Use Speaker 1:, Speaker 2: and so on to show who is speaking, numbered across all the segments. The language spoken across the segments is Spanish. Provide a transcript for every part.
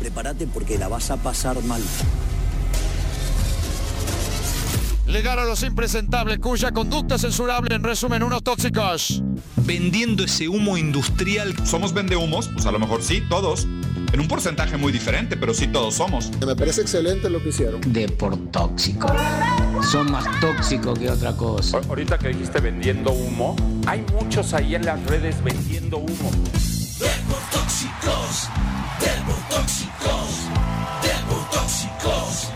Speaker 1: prepárate porque la vas a pasar mal.
Speaker 2: Legar a los impresentables cuya conducta censurable en resumen unos tóxicos.
Speaker 3: Vendiendo ese humo industrial.
Speaker 4: ¿Somos vendehumos? Pues a lo mejor sí, todos. En un porcentaje muy diferente, pero sí todos somos.
Speaker 5: Me parece excelente lo que hicieron.
Speaker 6: De por tóxico. Son más tóxicos que otra cosa.
Speaker 7: Ahorita que dijiste vendiendo humo, hay muchos ahí en las redes vendiendo humo.
Speaker 8: De por tóxicos, de por tóxicos, de por tóxicos,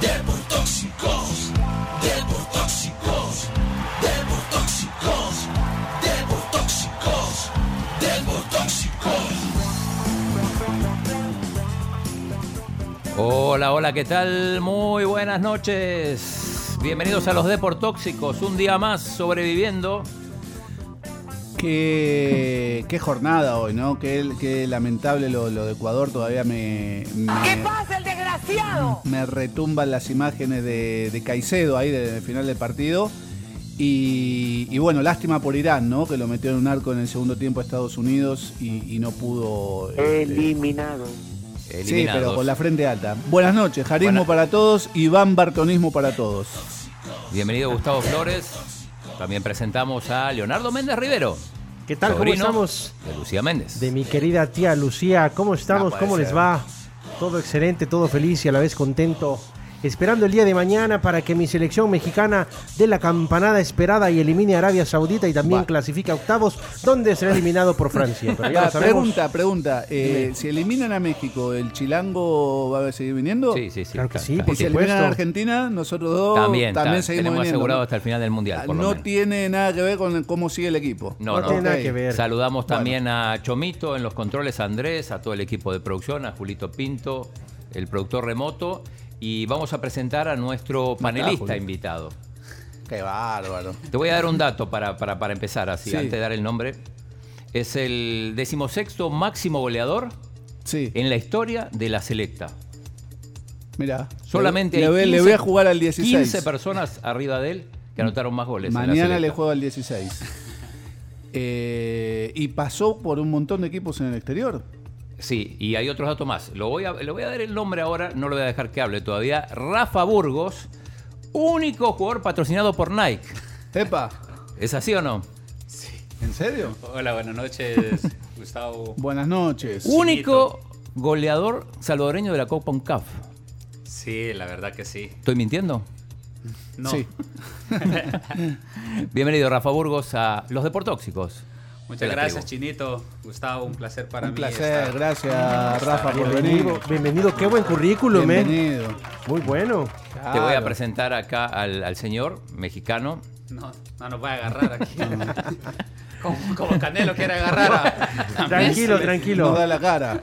Speaker 8: de por tóxicos, de por tóxicos, de por tóxicos, de por tóxicos, de por tóxicos.
Speaker 9: Hola, hola, ¿qué tal? Muy buenas noches. Bienvenidos a los Deportóxicos, un día más sobreviviendo.
Speaker 10: Qué, qué, jornada hoy, ¿no? Qué, qué lamentable lo, lo, de Ecuador. Todavía me, me,
Speaker 11: ¿Qué pasa, el desgraciado?
Speaker 10: Me retumban las imágenes de, de Caicedo ahí del de final del partido. Y, y, bueno, lástima por Irán, ¿no? Que lo metió en un arco en el segundo tiempo a Estados Unidos y, y no pudo.
Speaker 11: Eliminado.
Speaker 10: Eh, sí, pero con la frente alta. Buenas noches, Jarismo Buenas. para todos, Iván Bartonismo para todos.
Speaker 9: Bienvenido, Gustavo Flores. También presentamos a Leonardo Méndez Rivero.
Speaker 12: ¿Qué tal? ¿Cómo estamos?
Speaker 9: De Lucía Méndez.
Speaker 12: De mi querida tía Lucía, ¿cómo estamos? No ¿Cómo ser. les va? Todo excelente, todo feliz y a la vez contento. Esperando el día de mañana para que mi selección mexicana dé la campanada esperada y elimine a Arabia Saudita y también va. clasifique a octavos, donde será eliminado por Francia.
Speaker 10: Pero ya Ah, pregunta, pregunta. Eh, si eliminan a México, ¿el chilango va a seguir viniendo?
Speaker 9: Sí, sí, sí.
Speaker 12: Claro que sí,
Speaker 10: por y si eliminan a Argentina, nosotros dos también, Oh, también seguimos
Speaker 9: tenemos
Speaker 10: viniendo.
Speaker 9: asegurado hasta el final del Mundial. Por
Speaker 10: no
Speaker 9: lo menos.
Speaker 10: tiene nada que ver con cómo sigue el equipo.
Speaker 9: No, no, no. tiene nada que ver. Saludamos también bueno. a Chomito en los controles, a Andrés, a todo el equipo de producción, a Julito Pinto, el productor remoto y vamos a presentar a nuestro panelista ah, invitado.
Speaker 10: Qué bárbaro.
Speaker 9: Te voy a dar un dato para, para, para empezar así, sí. antes de dar el nombre. Es el decimosexto máximo goleador
Speaker 10: sí.
Speaker 9: en la historia de la selecta.
Speaker 10: Mira,
Speaker 9: solamente
Speaker 10: le,
Speaker 9: hay
Speaker 10: le,
Speaker 9: 15,
Speaker 10: le voy a jugar al 16.
Speaker 9: 15 personas arriba de él que anotaron más goles.
Speaker 10: Mañana le juego al 16. eh, y pasó por un montón de equipos en el exterior.
Speaker 9: Sí, y hay otros datos más. Lo voy a, le voy a dar el nombre ahora, no lo voy a dejar que hable todavía. Rafa Burgos, único jugador patrocinado por Nike.
Speaker 10: Epa.
Speaker 9: ¿Es así o no?
Speaker 10: Sí. ¿En serio?
Speaker 13: Hola, buenas noches, Gustavo.
Speaker 10: Buenas noches.
Speaker 9: Único goleador salvadoreño de la Copa UNCAF.
Speaker 13: Sí, la verdad que sí.
Speaker 9: ¿Estoy mintiendo?
Speaker 13: No. Sí.
Speaker 9: Bienvenido, Rafa Burgos, a Los Deportóxicos.
Speaker 13: Muchas gracias, Chinito. Gustavo, un placer para
Speaker 10: un Un
Speaker 13: mí.
Speaker 10: placer, estar. gracias, Rafa, por
Speaker 12: bienvenido,
Speaker 10: venir.
Speaker 12: Bienvenido, qué buen currículum,
Speaker 10: Bienvenido.
Speaker 12: Eh. Muy bueno.
Speaker 9: Claro. Te voy a presentar acá al, al señor mexicano.
Speaker 13: No, no nos va a agarrar aquí. como, como, Canelo quiere agarrar
Speaker 12: a, Tranquilo, tranquilo.
Speaker 10: No da la cara.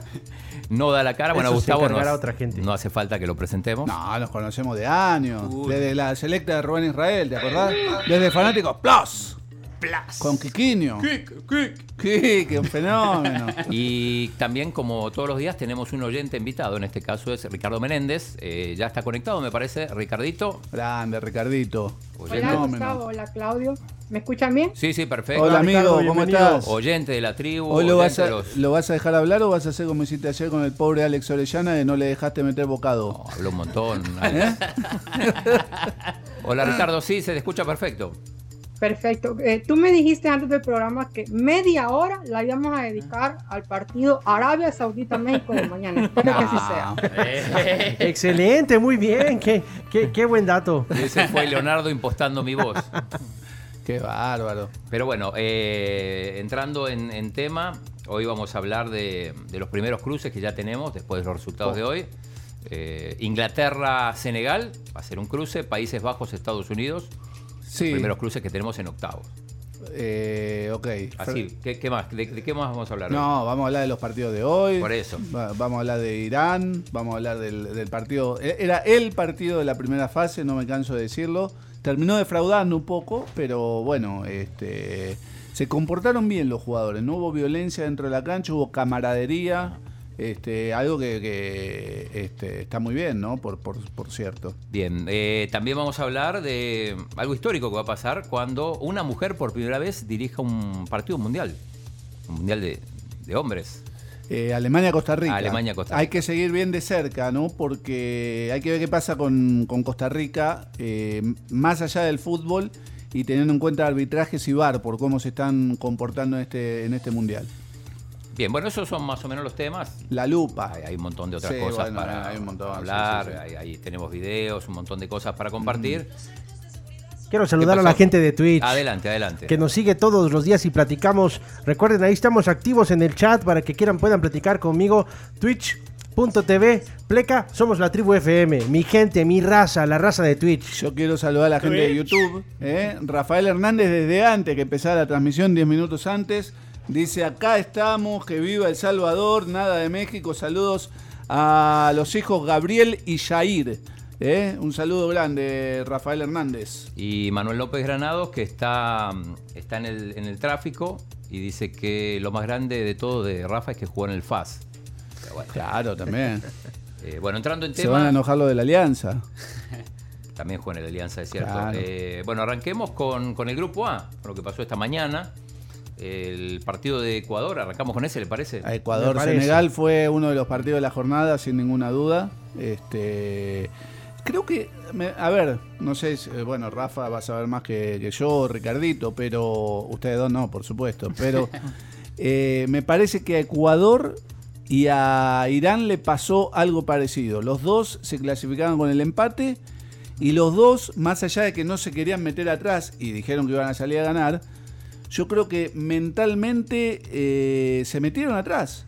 Speaker 9: No da la cara. Bueno,
Speaker 12: Eso
Speaker 9: Gustavo
Speaker 12: no, a otra gente.
Speaker 9: no hace falta que lo presentemos.
Speaker 10: No, Ah, nos conocemos de años. Uy. Desde la selecta de Rubén Israel, ¿te acordás? Desde Fanáticos Plus.
Speaker 13: Plus.
Speaker 10: Con Quiquiño.
Speaker 13: Quick, Quick.
Speaker 10: Quique, un fenómeno.
Speaker 9: Y también, como todos los días, tenemos un oyente invitado. En este caso es Ricardo Menéndez. Eh, ya está conectado, me parece. Ricardito.
Speaker 10: Grande, Ricardito.
Speaker 14: Oyente. Hola, Gustavo. Hola, Claudio. ¿Me escuchan bien?
Speaker 9: Pues Sí, sí, perfecto.
Speaker 10: Hola, amigo. ¿Cómo estás?
Speaker 9: Oyente de la tribu.
Speaker 10: Hoy lo vas, a, los... lo vas, a, dejar hablar o vas a hacer como hiciste ayer con el pobre Alex Orellana que no le dejaste meter bocado?
Speaker 9: No, habló un montón. ¿Eh? Hola, Ricardo. Sí, se te escucha perfecto.
Speaker 14: Perfecto. Eh, tú me dijiste antes del programa que media hora la íbamos a dedicar al partido Arabia Saudita-México de mañana. Espero no. que así sea.
Speaker 12: Excelente, muy bien. Qué, qué, qué buen dato.
Speaker 9: Ese fue Leonardo impostando mi voz.
Speaker 10: Qué bárbaro.
Speaker 9: Pero bueno, eh, entrando en, en, tema, hoy vamos a hablar de, de, los primeros cruces que ya tenemos después de los resultados oh. de hoy. Eh, Inglaterra-Senegal va a ser un cruce, Países Bajos-Estados Unidos. Sí. los primeros cruces que tenemos en octavos.
Speaker 10: Eh, ok.
Speaker 9: Así, ¿qué, qué más? ¿De, ¿De, qué más vamos a hablar?
Speaker 10: No, hoy? vamos a hablar de los partidos de hoy.
Speaker 9: Por eso.
Speaker 10: Va, vamos a hablar de Irán, vamos a hablar del, del, partido. E, Era el partido de la primera fase, no me canso de decirlo. Terminó defraudando un poco, pero bueno, este, se comportaron bien los jugadores. No hubo violencia dentro de la cancha, hubo camaradería. Este, algo que, que este, está muy bien, ¿no? Por, por, por cierto.
Speaker 9: Bien, eh, también vamos a hablar de algo histórico que va a pasar cuando una mujer por primera vez dirija un partido mundial, un mundial de, de hombres.
Speaker 10: eh, Alemania-Costa Rica.
Speaker 9: Alemania-Costa
Speaker 10: Hay que seguir bien de cerca, ¿no? Porque hay que ver qué pasa con, con Costa Rica, eh, más allá del fútbol y teniendo en cuenta arbitrajes y VAR por cómo se están comportando en este, en este mundial.
Speaker 9: Bien, bueno, esos son más o menos los temas.
Speaker 10: La lupa.
Speaker 9: Hay, hay un montón de otras
Speaker 10: Sí,
Speaker 9: cosas
Speaker 10: bueno,
Speaker 9: para
Speaker 10: hay un montón,
Speaker 9: para hablar.
Speaker 10: sí, Mm. sí,
Speaker 9: Ahí, ahí tenemos videos, un montón de cosas para compartir.
Speaker 12: Quiero saludar a
Speaker 9: pasó?
Speaker 12: la gente de Twitch.
Speaker 9: Adelante, adelante.
Speaker 12: Que nos sigue todos los días y platicamos. Recuerden, ahí estamos activos en el chat para que quieran puedan platicar conmigo. Twitch.tv, pleca, somos la tribu FM. Mi gente, mi raza, la raza de Twitch.
Speaker 10: Yo quiero saludar a la gente de YouTube. ¿eh? Rafael Hernández, desde antes que empezara la transmisión, 10 minutos antes, dice: Acá estamos, que viva El Salvador, nada de México. Saludos a los hijos Gabriel y Jair. ¿eh? Un saludo grande, Rafael Hernández.
Speaker 9: Y Manuel López Granados, que está, mm, está en, el, en el tráfico y dice que lo más grande de todo de Rafa es que jugó en el FAS.
Speaker 10: Claro, también.
Speaker 9: Eh, bueno, entrando en
Speaker 10: Se van a
Speaker 9: tema,
Speaker 10: enojar lo de la alianza.
Speaker 9: también jugó en el Alianza, es cierto.
Speaker 10: Claro.
Speaker 9: Eh, bueno, arranquemos con, con el grupo A, con lo que pasó esta mañana. El partido de Ecuador, arrancamos con ese, ¿le parece?
Speaker 10: A Ecuador, Senegal fue uno de los partidos de la jornada, sin ninguna duda. Este, creo que, me- a ver, no sé, si- eh, bueno, Rafa va a saber más que, que yo, Ricardito, pero ustedes dos no, por supuesto. Pero eh, me parece que a Ecuador y a Irán le pasó algo parecido. Los dos se clasificaban con el empate y los dos, más allá de que no se querían meter atrás y dijeron que iban a salir a ganar, yo creo que mentalmente eh, se metieron atrás.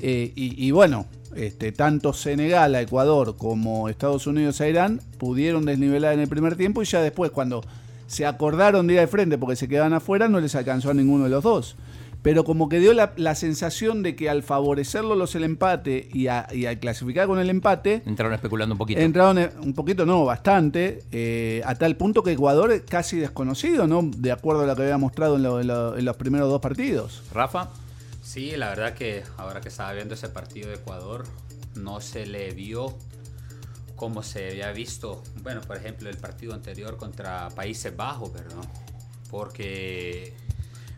Speaker 10: Eh, y, y bueno, este, tanto Senegal a Ecuador como Estados Unidos a Irán pudieron desnivelar en el primer tiempo y ya después cuando se acordaron de ir al frente porque se quedaban afuera no les alcanzó a ninguno de los dos. Pero como que dio la, la sensación de que al favorecerlo los el empate y, a- y al clasificar con el empate,
Speaker 9: Entraron especulando un poquito.
Speaker 10: Entraron eh, un poquito, no, bastante, eh, a tal punto que Ecuador es casi desconocido, ¿no? De acuerdo a lo que había mostrado en, lo- en lo- en los primeros dos partidos.
Speaker 9: Rafa.
Speaker 13: Sí, la verdad que ahora que estaba viendo ese partido de Ecuador, no se le vio como se había visto, bueno, por ejemplo, el partido anterior contra Países Bajos, ¿verdad? Porque,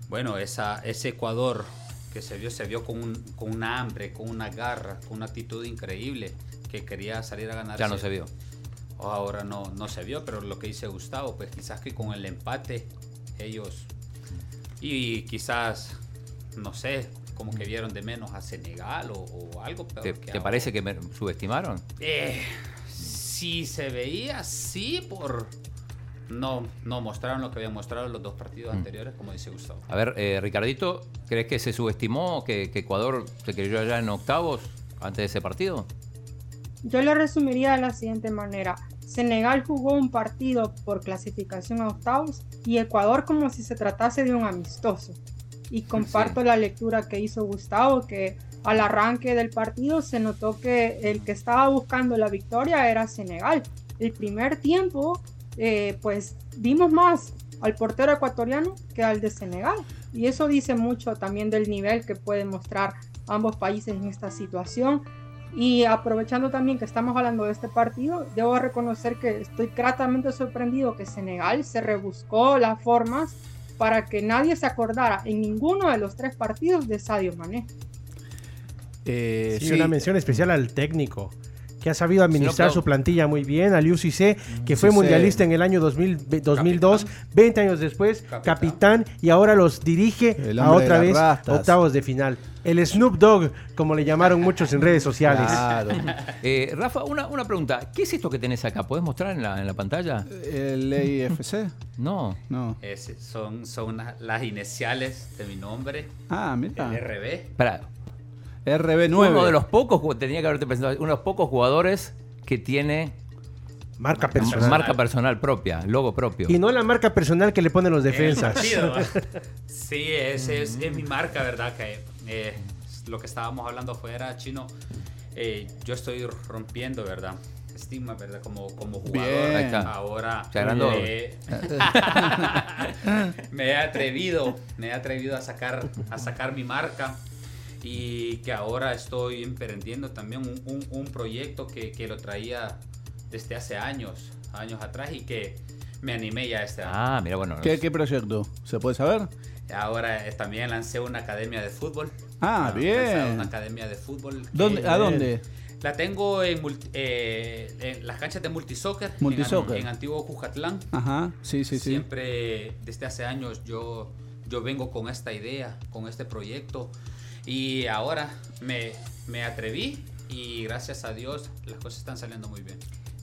Speaker 13: bueno, esa, ese Ecuador que se vio, se vio con, un, con una hambre, con una garra, con una actitud increíble, que quería salir a ganar.
Speaker 9: Ya no se vio.
Speaker 13: O ahora no, no se vio, pero lo que dice Gustavo, pues quizás que con el empate ellos y quizás, no sé, como que vieron de menos a Senegal o, o algo peor.
Speaker 9: ¿Te,
Speaker 13: que
Speaker 9: te
Speaker 13: ahora.
Speaker 9: parece que me subestimaron?
Speaker 13: Eh, si se veía, sí, por... No, no mostraron lo que habían mostrado en los dos
Speaker 9: Mm.
Speaker 13: partidos anteriores, como dice Gustavo.
Speaker 9: A ver, eh, Ricardito, ¿crees que se subestimó, que, que Ecuador se creyó allá en octavos antes de ese partido?
Speaker 14: Yo lo resumiría de la siguiente manera. Senegal jugó un partido por clasificación a octavos y Ecuador como si se tratase de un amistoso. Y comparto la lectura que hizo Gustavo, que al arranque del partido se notó que el que estaba buscando la victoria era Senegal. El primer tiempo, eh, pues vimos más al portero ecuatoriano que al de Senegal. Y eso dice mucho también del nivel que pueden mostrar ambos países en esta situación. Y aprovechando también que estamos hablando de este partido, debo reconocer que estoy gratamente sorprendido que Senegal se rebuscó las formas para que nadie se acordara en ninguno de los tres partidos de Sadio Mané.
Speaker 10: Eh,
Speaker 12: Sí,
Speaker 10: sí.
Speaker 12: una mención especial al técnico, que ha sabido administrar
Speaker 10: Claudio.
Speaker 12: su plantilla muy bien, al Cissé,
Speaker 13: Mm,
Speaker 12: que fue
Speaker 10: Cissé.
Speaker 12: mundialista en el año 2000 ve- 2002, 20 años después, capitán, y ahora los dirige
Speaker 10: El
Speaker 12: a
Speaker 10: hombre de
Speaker 12: otra
Speaker 10: las
Speaker 12: vez
Speaker 10: rastas.
Speaker 12: octavos de final. El Snoop Dogg, como le llamaron muchos en redes sociales.
Speaker 9: Eh, Rafa, una, una pregunta. ¿Qué es esto que tenés acá? ¿Podés mostrar en la, en la pantalla?
Speaker 10: ¿El EIFC?
Speaker 9: No.
Speaker 10: No.
Speaker 13: Es- son son una- las iniciales de mi nombre.
Speaker 10: Ah, mira.
Speaker 13: el RB.
Speaker 9: Para,
Speaker 10: RB9.
Speaker 9: uno de los pocos, ju- tenía que haberte presentado, uno de los pocos jugadores que tiene
Speaker 12: Marca
Speaker 9: personal, marca personal propia, logo propio.
Speaker 12: Y no la marca personal que le ponen los defensas. Mm.
Speaker 13: Es el
Speaker 10: ¿eh?
Speaker 13: partido, ¿va? sí, es, es, es mi marca, ¿verdad? Que eh, lo que estábamos hablando fuera, chino. eh, yo estoy rompiendo, ¿verdad? Estigma, ¿verdad? Como, como jugador.
Speaker 9: Bien. Ahí está.
Speaker 13: Ahora
Speaker 9: Se agrandó.
Speaker 13: eh, me he atrevido, me he atrevido a sacar, a sacar mi marca y que ahora estoy emprendiendo también un, un- un proyecto que, que lo traía desde hace años, años atrás y que me animé ya este año.
Speaker 9: Ah, mira, bueno.
Speaker 10: ¿Qué, qué proyecto? ¿Se puede saber?
Speaker 13: Ahora eh, también lancé una academia de fútbol.
Speaker 10: Ah,
Speaker 13: Esa es
Speaker 10: bien.
Speaker 13: Una academia de fútbol. que-
Speaker 10: ¿Dónde- ¿A dónde?
Speaker 13: La tengo en, multi- eh, en las canchas de multisoccer. en an-
Speaker 10: Multisoccer.
Speaker 13: En, antiguo Cujatlán.
Speaker 10: Ajá, sí, sí, sí.
Speaker 13: Siempre, desde hace años, yo, yo vengo con esta idea, con este proyecto. Y ahora me, me atreví y gracias a Dios las cosas están saliendo muy bien.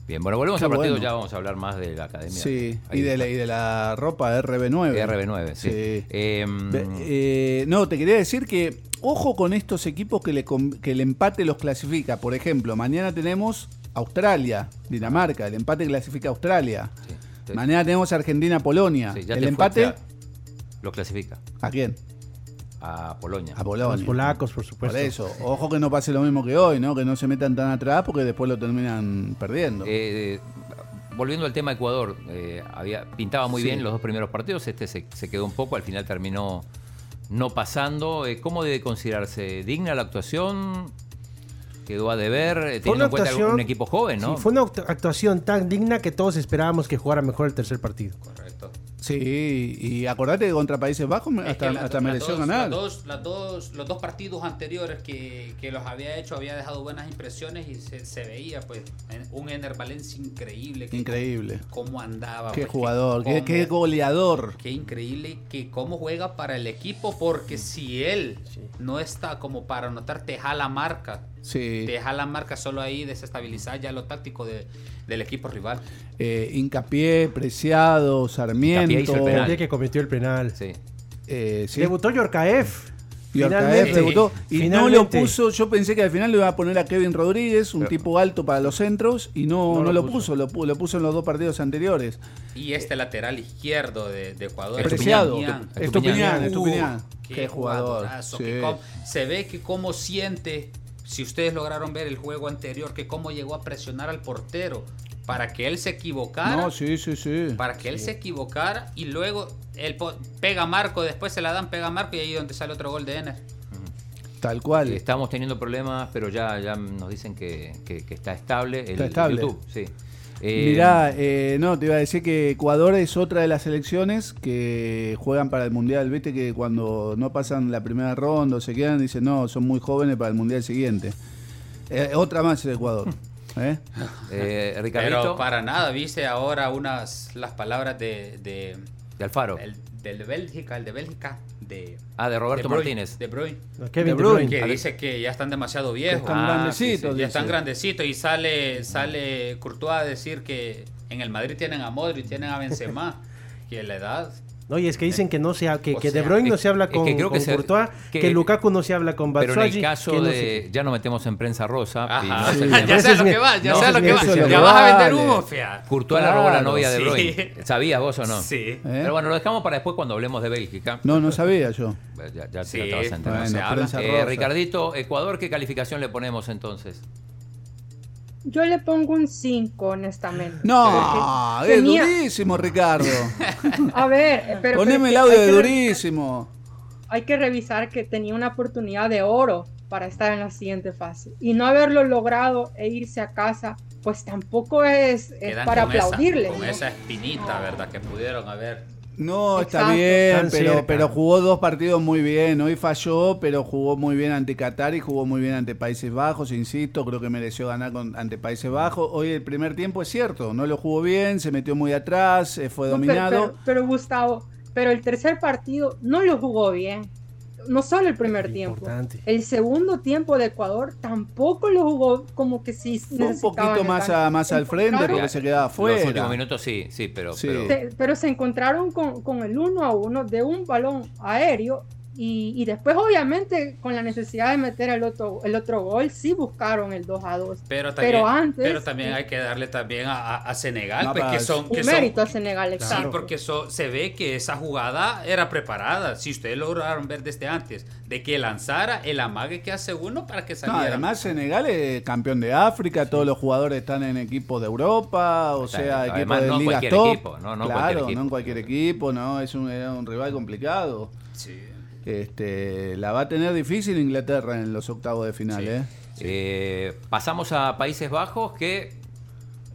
Speaker 9: Bien, bueno, volvemos
Speaker 10: Qué
Speaker 9: al partido,
Speaker 10: bueno.
Speaker 9: ya vamos a hablar más de la academia.
Speaker 10: Sí,
Speaker 9: Ahí
Speaker 10: y de,
Speaker 9: está.
Speaker 10: la, y de la ropa RB9.
Speaker 9: RB9, sí. Eh,
Speaker 10: Ve- eh, no, te quería decir que ojo con estos equipos que, le com- que el empate los clasifica. Por ejemplo, mañana tenemos Australia, Dinamarca, el empate clasifica a Australia.
Speaker 9: te-
Speaker 10: Mañana tenemos Argentina-Polonia.
Speaker 9: sí, ya
Speaker 10: el
Speaker 9: te fuiste
Speaker 10: empate
Speaker 9: a- lo clasifica
Speaker 10: a quién?
Speaker 9: a Polonia.
Speaker 10: A Polonia.
Speaker 12: Los polacos, por supuesto.
Speaker 10: Por eso, ojo que no pase lo mismo que hoy, ¿no? Que no se metan tan atrás porque después lo terminan perdiendo.
Speaker 9: Eh, volviendo al tema Ecuador, eh, había, pintaba muy
Speaker 10: Sí.
Speaker 9: bien los dos primeros partidos, este se, se quedó un poco, al final terminó no pasando. Eh, ¿Cómo debe considerarse? ¿Digna la actuación? ¿Quedó a deber? Eh,
Speaker 12: Fue
Speaker 9: Teniendo
Speaker 12: una
Speaker 9: en cuenta
Speaker 12: actuación-
Speaker 9: un equipo joven, ¿no?
Speaker 12: Sí, fue una act- actuación tan digna que todos esperábamos que jugara mejor el tercer partido.
Speaker 10: Sí, y acordate que contra Países Bajos me-
Speaker 13: Es que
Speaker 10: hasta,
Speaker 13: la-
Speaker 10: hasta
Speaker 13: las
Speaker 10: mereció
Speaker 13: dos-
Speaker 10: ganar.
Speaker 13: las dos- las dos- los dos partidos anteriores que, que los había hecho había dejado buenas impresiones y se, se veía pues en- un Ener Valencia increíble. que-
Speaker 10: Increíble.
Speaker 13: Cómo
Speaker 9: Ah,
Speaker 13: andaba.
Speaker 10: Qué
Speaker 13: pues, que
Speaker 10: jugador, qué,
Speaker 13: cómo-
Speaker 10: qué goleador.
Speaker 13: Qué increíble que cómo juega para el equipo, porque si él no está como para anotar, te jala marca.
Speaker 10: Sí.
Speaker 13: Te jala marca solo ahí, desestabilizar ya lo táctico de- del equipo rival.
Speaker 10: Eh, Hincapié, Preciado, Sarmiento.
Speaker 12: El día que cometió el penal.
Speaker 10: Eh, sí.
Speaker 12: Debutó Yorkaef.
Speaker 10: Y Arcaez
Speaker 12: Finalmente.
Speaker 10: debutó. Y
Speaker 12: Finalmente.
Speaker 10: no lo puso. Yo pensé que al final le iba a poner a Kevin Rodríguez, un tipo alto para los centros, y no, no, lo, puso. lo pu- Lo puso en los dos partidos anteriores.
Speaker 13: Y este lateral izquierdo de, de Ecuador.
Speaker 10: Preciado.
Speaker 13: Estupiñán.
Speaker 10: Estupiñán,
Speaker 13: Uh,
Speaker 10: Estupiñán.
Speaker 13: Qué jugador. jugadorazo, que
Speaker 10: Sí.
Speaker 13: cómo- se ve que cómo siente, si ustedes lograron ver el juego anterior, que cómo llegó a presionar al portero para que él se equivocara.
Speaker 10: No, sí, sí, sí.
Speaker 13: Para que él
Speaker 10: Sí.
Speaker 13: se equivocara y luego él po- pega a Marco, después se la dan, pega a Marco y ahí es donde sale otro gol de Ener.
Speaker 10: Tal cual.
Speaker 9: Eh, Estamos teniendo problemas, pero ya, ya nos dicen que, que- que está estable. El,
Speaker 10: Está estable.
Speaker 9: YouTube, sí. Eh,
Speaker 10: Mirá, eh, no, te iba a decir que Ecuador es otra de las selecciones que juegan para el Mundial. Viste que cuando no pasan la primera ronda o se quedan, dicen, no, son muy jóvenes para el Mundial siguiente. Eh, otra más el Ecuador. ¿eh?
Speaker 9: eh,
Speaker 13: Pero
Speaker 9: Ricardito,
Speaker 13: para nada, viste ahora unas las palabras de, de-
Speaker 9: de Alfaro.
Speaker 13: el- del de Bélgica, el de Bélgica, de
Speaker 9: ah, de
Speaker 13: De
Speaker 9: Roberto
Speaker 13: Bruyne,
Speaker 9: Martínez.
Speaker 13: De Bruyne.
Speaker 12: No, Kevin De De Bruyne.
Speaker 13: Que
Speaker 9: Ale-
Speaker 13: dice que ya están demasiado viejos.
Speaker 10: están Ah, grandecitos, sí, sí.
Speaker 13: Ya están
Speaker 10: dice.
Speaker 13: grandecitos y sale, sale Courtois a decir que en el Madrid tienen a Modric, tienen a Benzema. que la edad...
Speaker 12: No, y es que dicen que no se ha- que,
Speaker 13: O
Speaker 12: que
Speaker 13: sea,
Speaker 12: De Bruyne no
Speaker 9: es-
Speaker 12: se habla
Speaker 9: es que
Speaker 12: con,
Speaker 9: creo que
Speaker 12: con
Speaker 9: se-
Speaker 12: Courtois,
Speaker 9: que-
Speaker 12: que, Lukaku no se habla con Batshuayi.
Speaker 9: Pero en el caso
Speaker 12: que
Speaker 9: de.
Speaker 12: no se-
Speaker 9: Ya nos metemos en prensa rosa. y
Speaker 13: Ajá.
Speaker 9: no sé
Speaker 13: Sí.
Speaker 9: el tema.
Speaker 13: Ya sé lo que vas, ya
Speaker 9: No,
Speaker 13: sé
Speaker 9: ese
Speaker 13: lo
Speaker 9: es
Speaker 13: que
Speaker 9: mi-
Speaker 13: vas.
Speaker 9: ese es lo
Speaker 13: Ya
Speaker 9: que
Speaker 13: vas a
Speaker 9: va.
Speaker 13: vender humo, fia.
Speaker 9: Courtois la robó la
Speaker 10: Claro,
Speaker 9: novia de
Speaker 10: sí. ¿Eh?
Speaker 9: Bruyne. ¿Sabías vos o no?
Speaker 13: Sí.
Speaker 9: Pero bueno, lo dejamos para después cuando hablemos de Bélgica.
Speaker 10: No, no sabía yo.
Speaker 9: Eh, Ya, ya- ya
Speaker 13: Sí.
Speaker 9: te vas a enterar.
Speaker 10: Bueno,
Speaker 9: Se habla.
Speaker 10: prensa
Speaker 9: Eh,
Speaker 10: rosa.
Speaker 9: Ricardito, Ecuador, ¿qué calificación le ponemos entonces?
Speaker 14: Yo le pongo un 5, honestamente.
Speaker 10: No,
Speaker 14: Porque
Speaker 10: es
Speaker 14: tenía-
Speaker 10: durísimo, Ricardo.
Speaker 14: A ver, eh, pero. pero
Speaker 10: Poneme
Speaker 14: es
Speaker 10: el
Speaker 14: que
Speaker 10: audio
Speaker 14: hay
Speaker 10: de
Speaker 14: que-
Speaker 10: durísimo.
Speaker 14: Hay que revisar que tenía una oportunidad de oro para estar en la siguiente fase. Y no haberlo logrado e irse a casa, pues tampoco es, es
Speaker 13: Quedan
Speaker 14: para
Speaker 13: con esa-
Speaker 14: aplaudirle.
Speaker 13: con esa espinita, ¿verdad? Que pudieron haber.
Speaker 10: No, está
Speaker 14: Exacto.
Speaker 10: bien,
Speaker 12: Tan
Speaker 10: pero,
Speaker 12: cerca.
Speaker 10: pero jugó dos partidos muy bien. Hoy falló, pero jugó muy bien ante Qatar y jugó muy bien ante Países Bajos, insisto, creo que mereció ganar con, ante Países Bajos. Hoy el primer tiempo es cierto, no lo jugó bien, se metió muy atrás, eh, fue
Speaker 14: No, pero-
Speaker 10: dominado.
Speaker 14: Pero, pero, Gustavo, pero el tercer partido no lo jugó bien. No solo el primer tiempo.
Speaker 12: Importante.
Speaker 14: El segundo tiempo de Ecuador tampoco lo jugó como que sí.
Speaker 10: Fue un poquito más, a- más al frente porque se quedaba
Speaker 9: Los
Speaker 10: fuera.
Speaker 9: últimos minutos sí, sí, pero.
Speaker 10: Sí.
Speaker 9: pero-
Speaker 14: Se- pero se encontraron con, con el uno a uno de un balón aéreo y, y después obviamente con la necesidad de meter el otro, el otro gol sí buscaron el 2 a 2.
Speaker 13: Pero también, pero
Speaker 14: antes...
Speaker 13: también hay que darle también a, a- a Senegal,
Speaker 10: No,
Speaker 13: pues, que
Speaker 10: para-
Speaker 13: son, que
Speaker 14: un
Speaker 13: son-
Speaker 14: mérito a Senegal,
Speaker 13: Sí,
Speaker 14: exacto.
Speaker 13: porque eso se ve que esa jugada era preparada. Si ustedes lograron ver desde antes, de que lanzara el amague que hace uno para que
Speaker 10: No,
Speaker 9: Ah,
Speaker 13: saliera.
Speaker 10: además Senegal es campeón de África, todos los jugadores están en equipos de Europa, o
Speaker 9: Está-
Speaker 10: sea,
Speaker 9: además,
Speaker 10: equipos de
Speaker 9: no en
Speaker 10: ligas
Speaker 9: cualquier
Speaker 10: top.
Speaker 9: equipo, no- no en
Speaker 10: claro,
Speaker 9: cualquier equipo.
Speaker 10: no en cualquier equipo, no, es un, era un rival complicado.
Speaker 13: Sí.
Speaker 10: Este, la va a tener difícil Inglaterra en los octavos de final, ¿eh?
Speaker 9: Eh, pasamos a Países Bajos que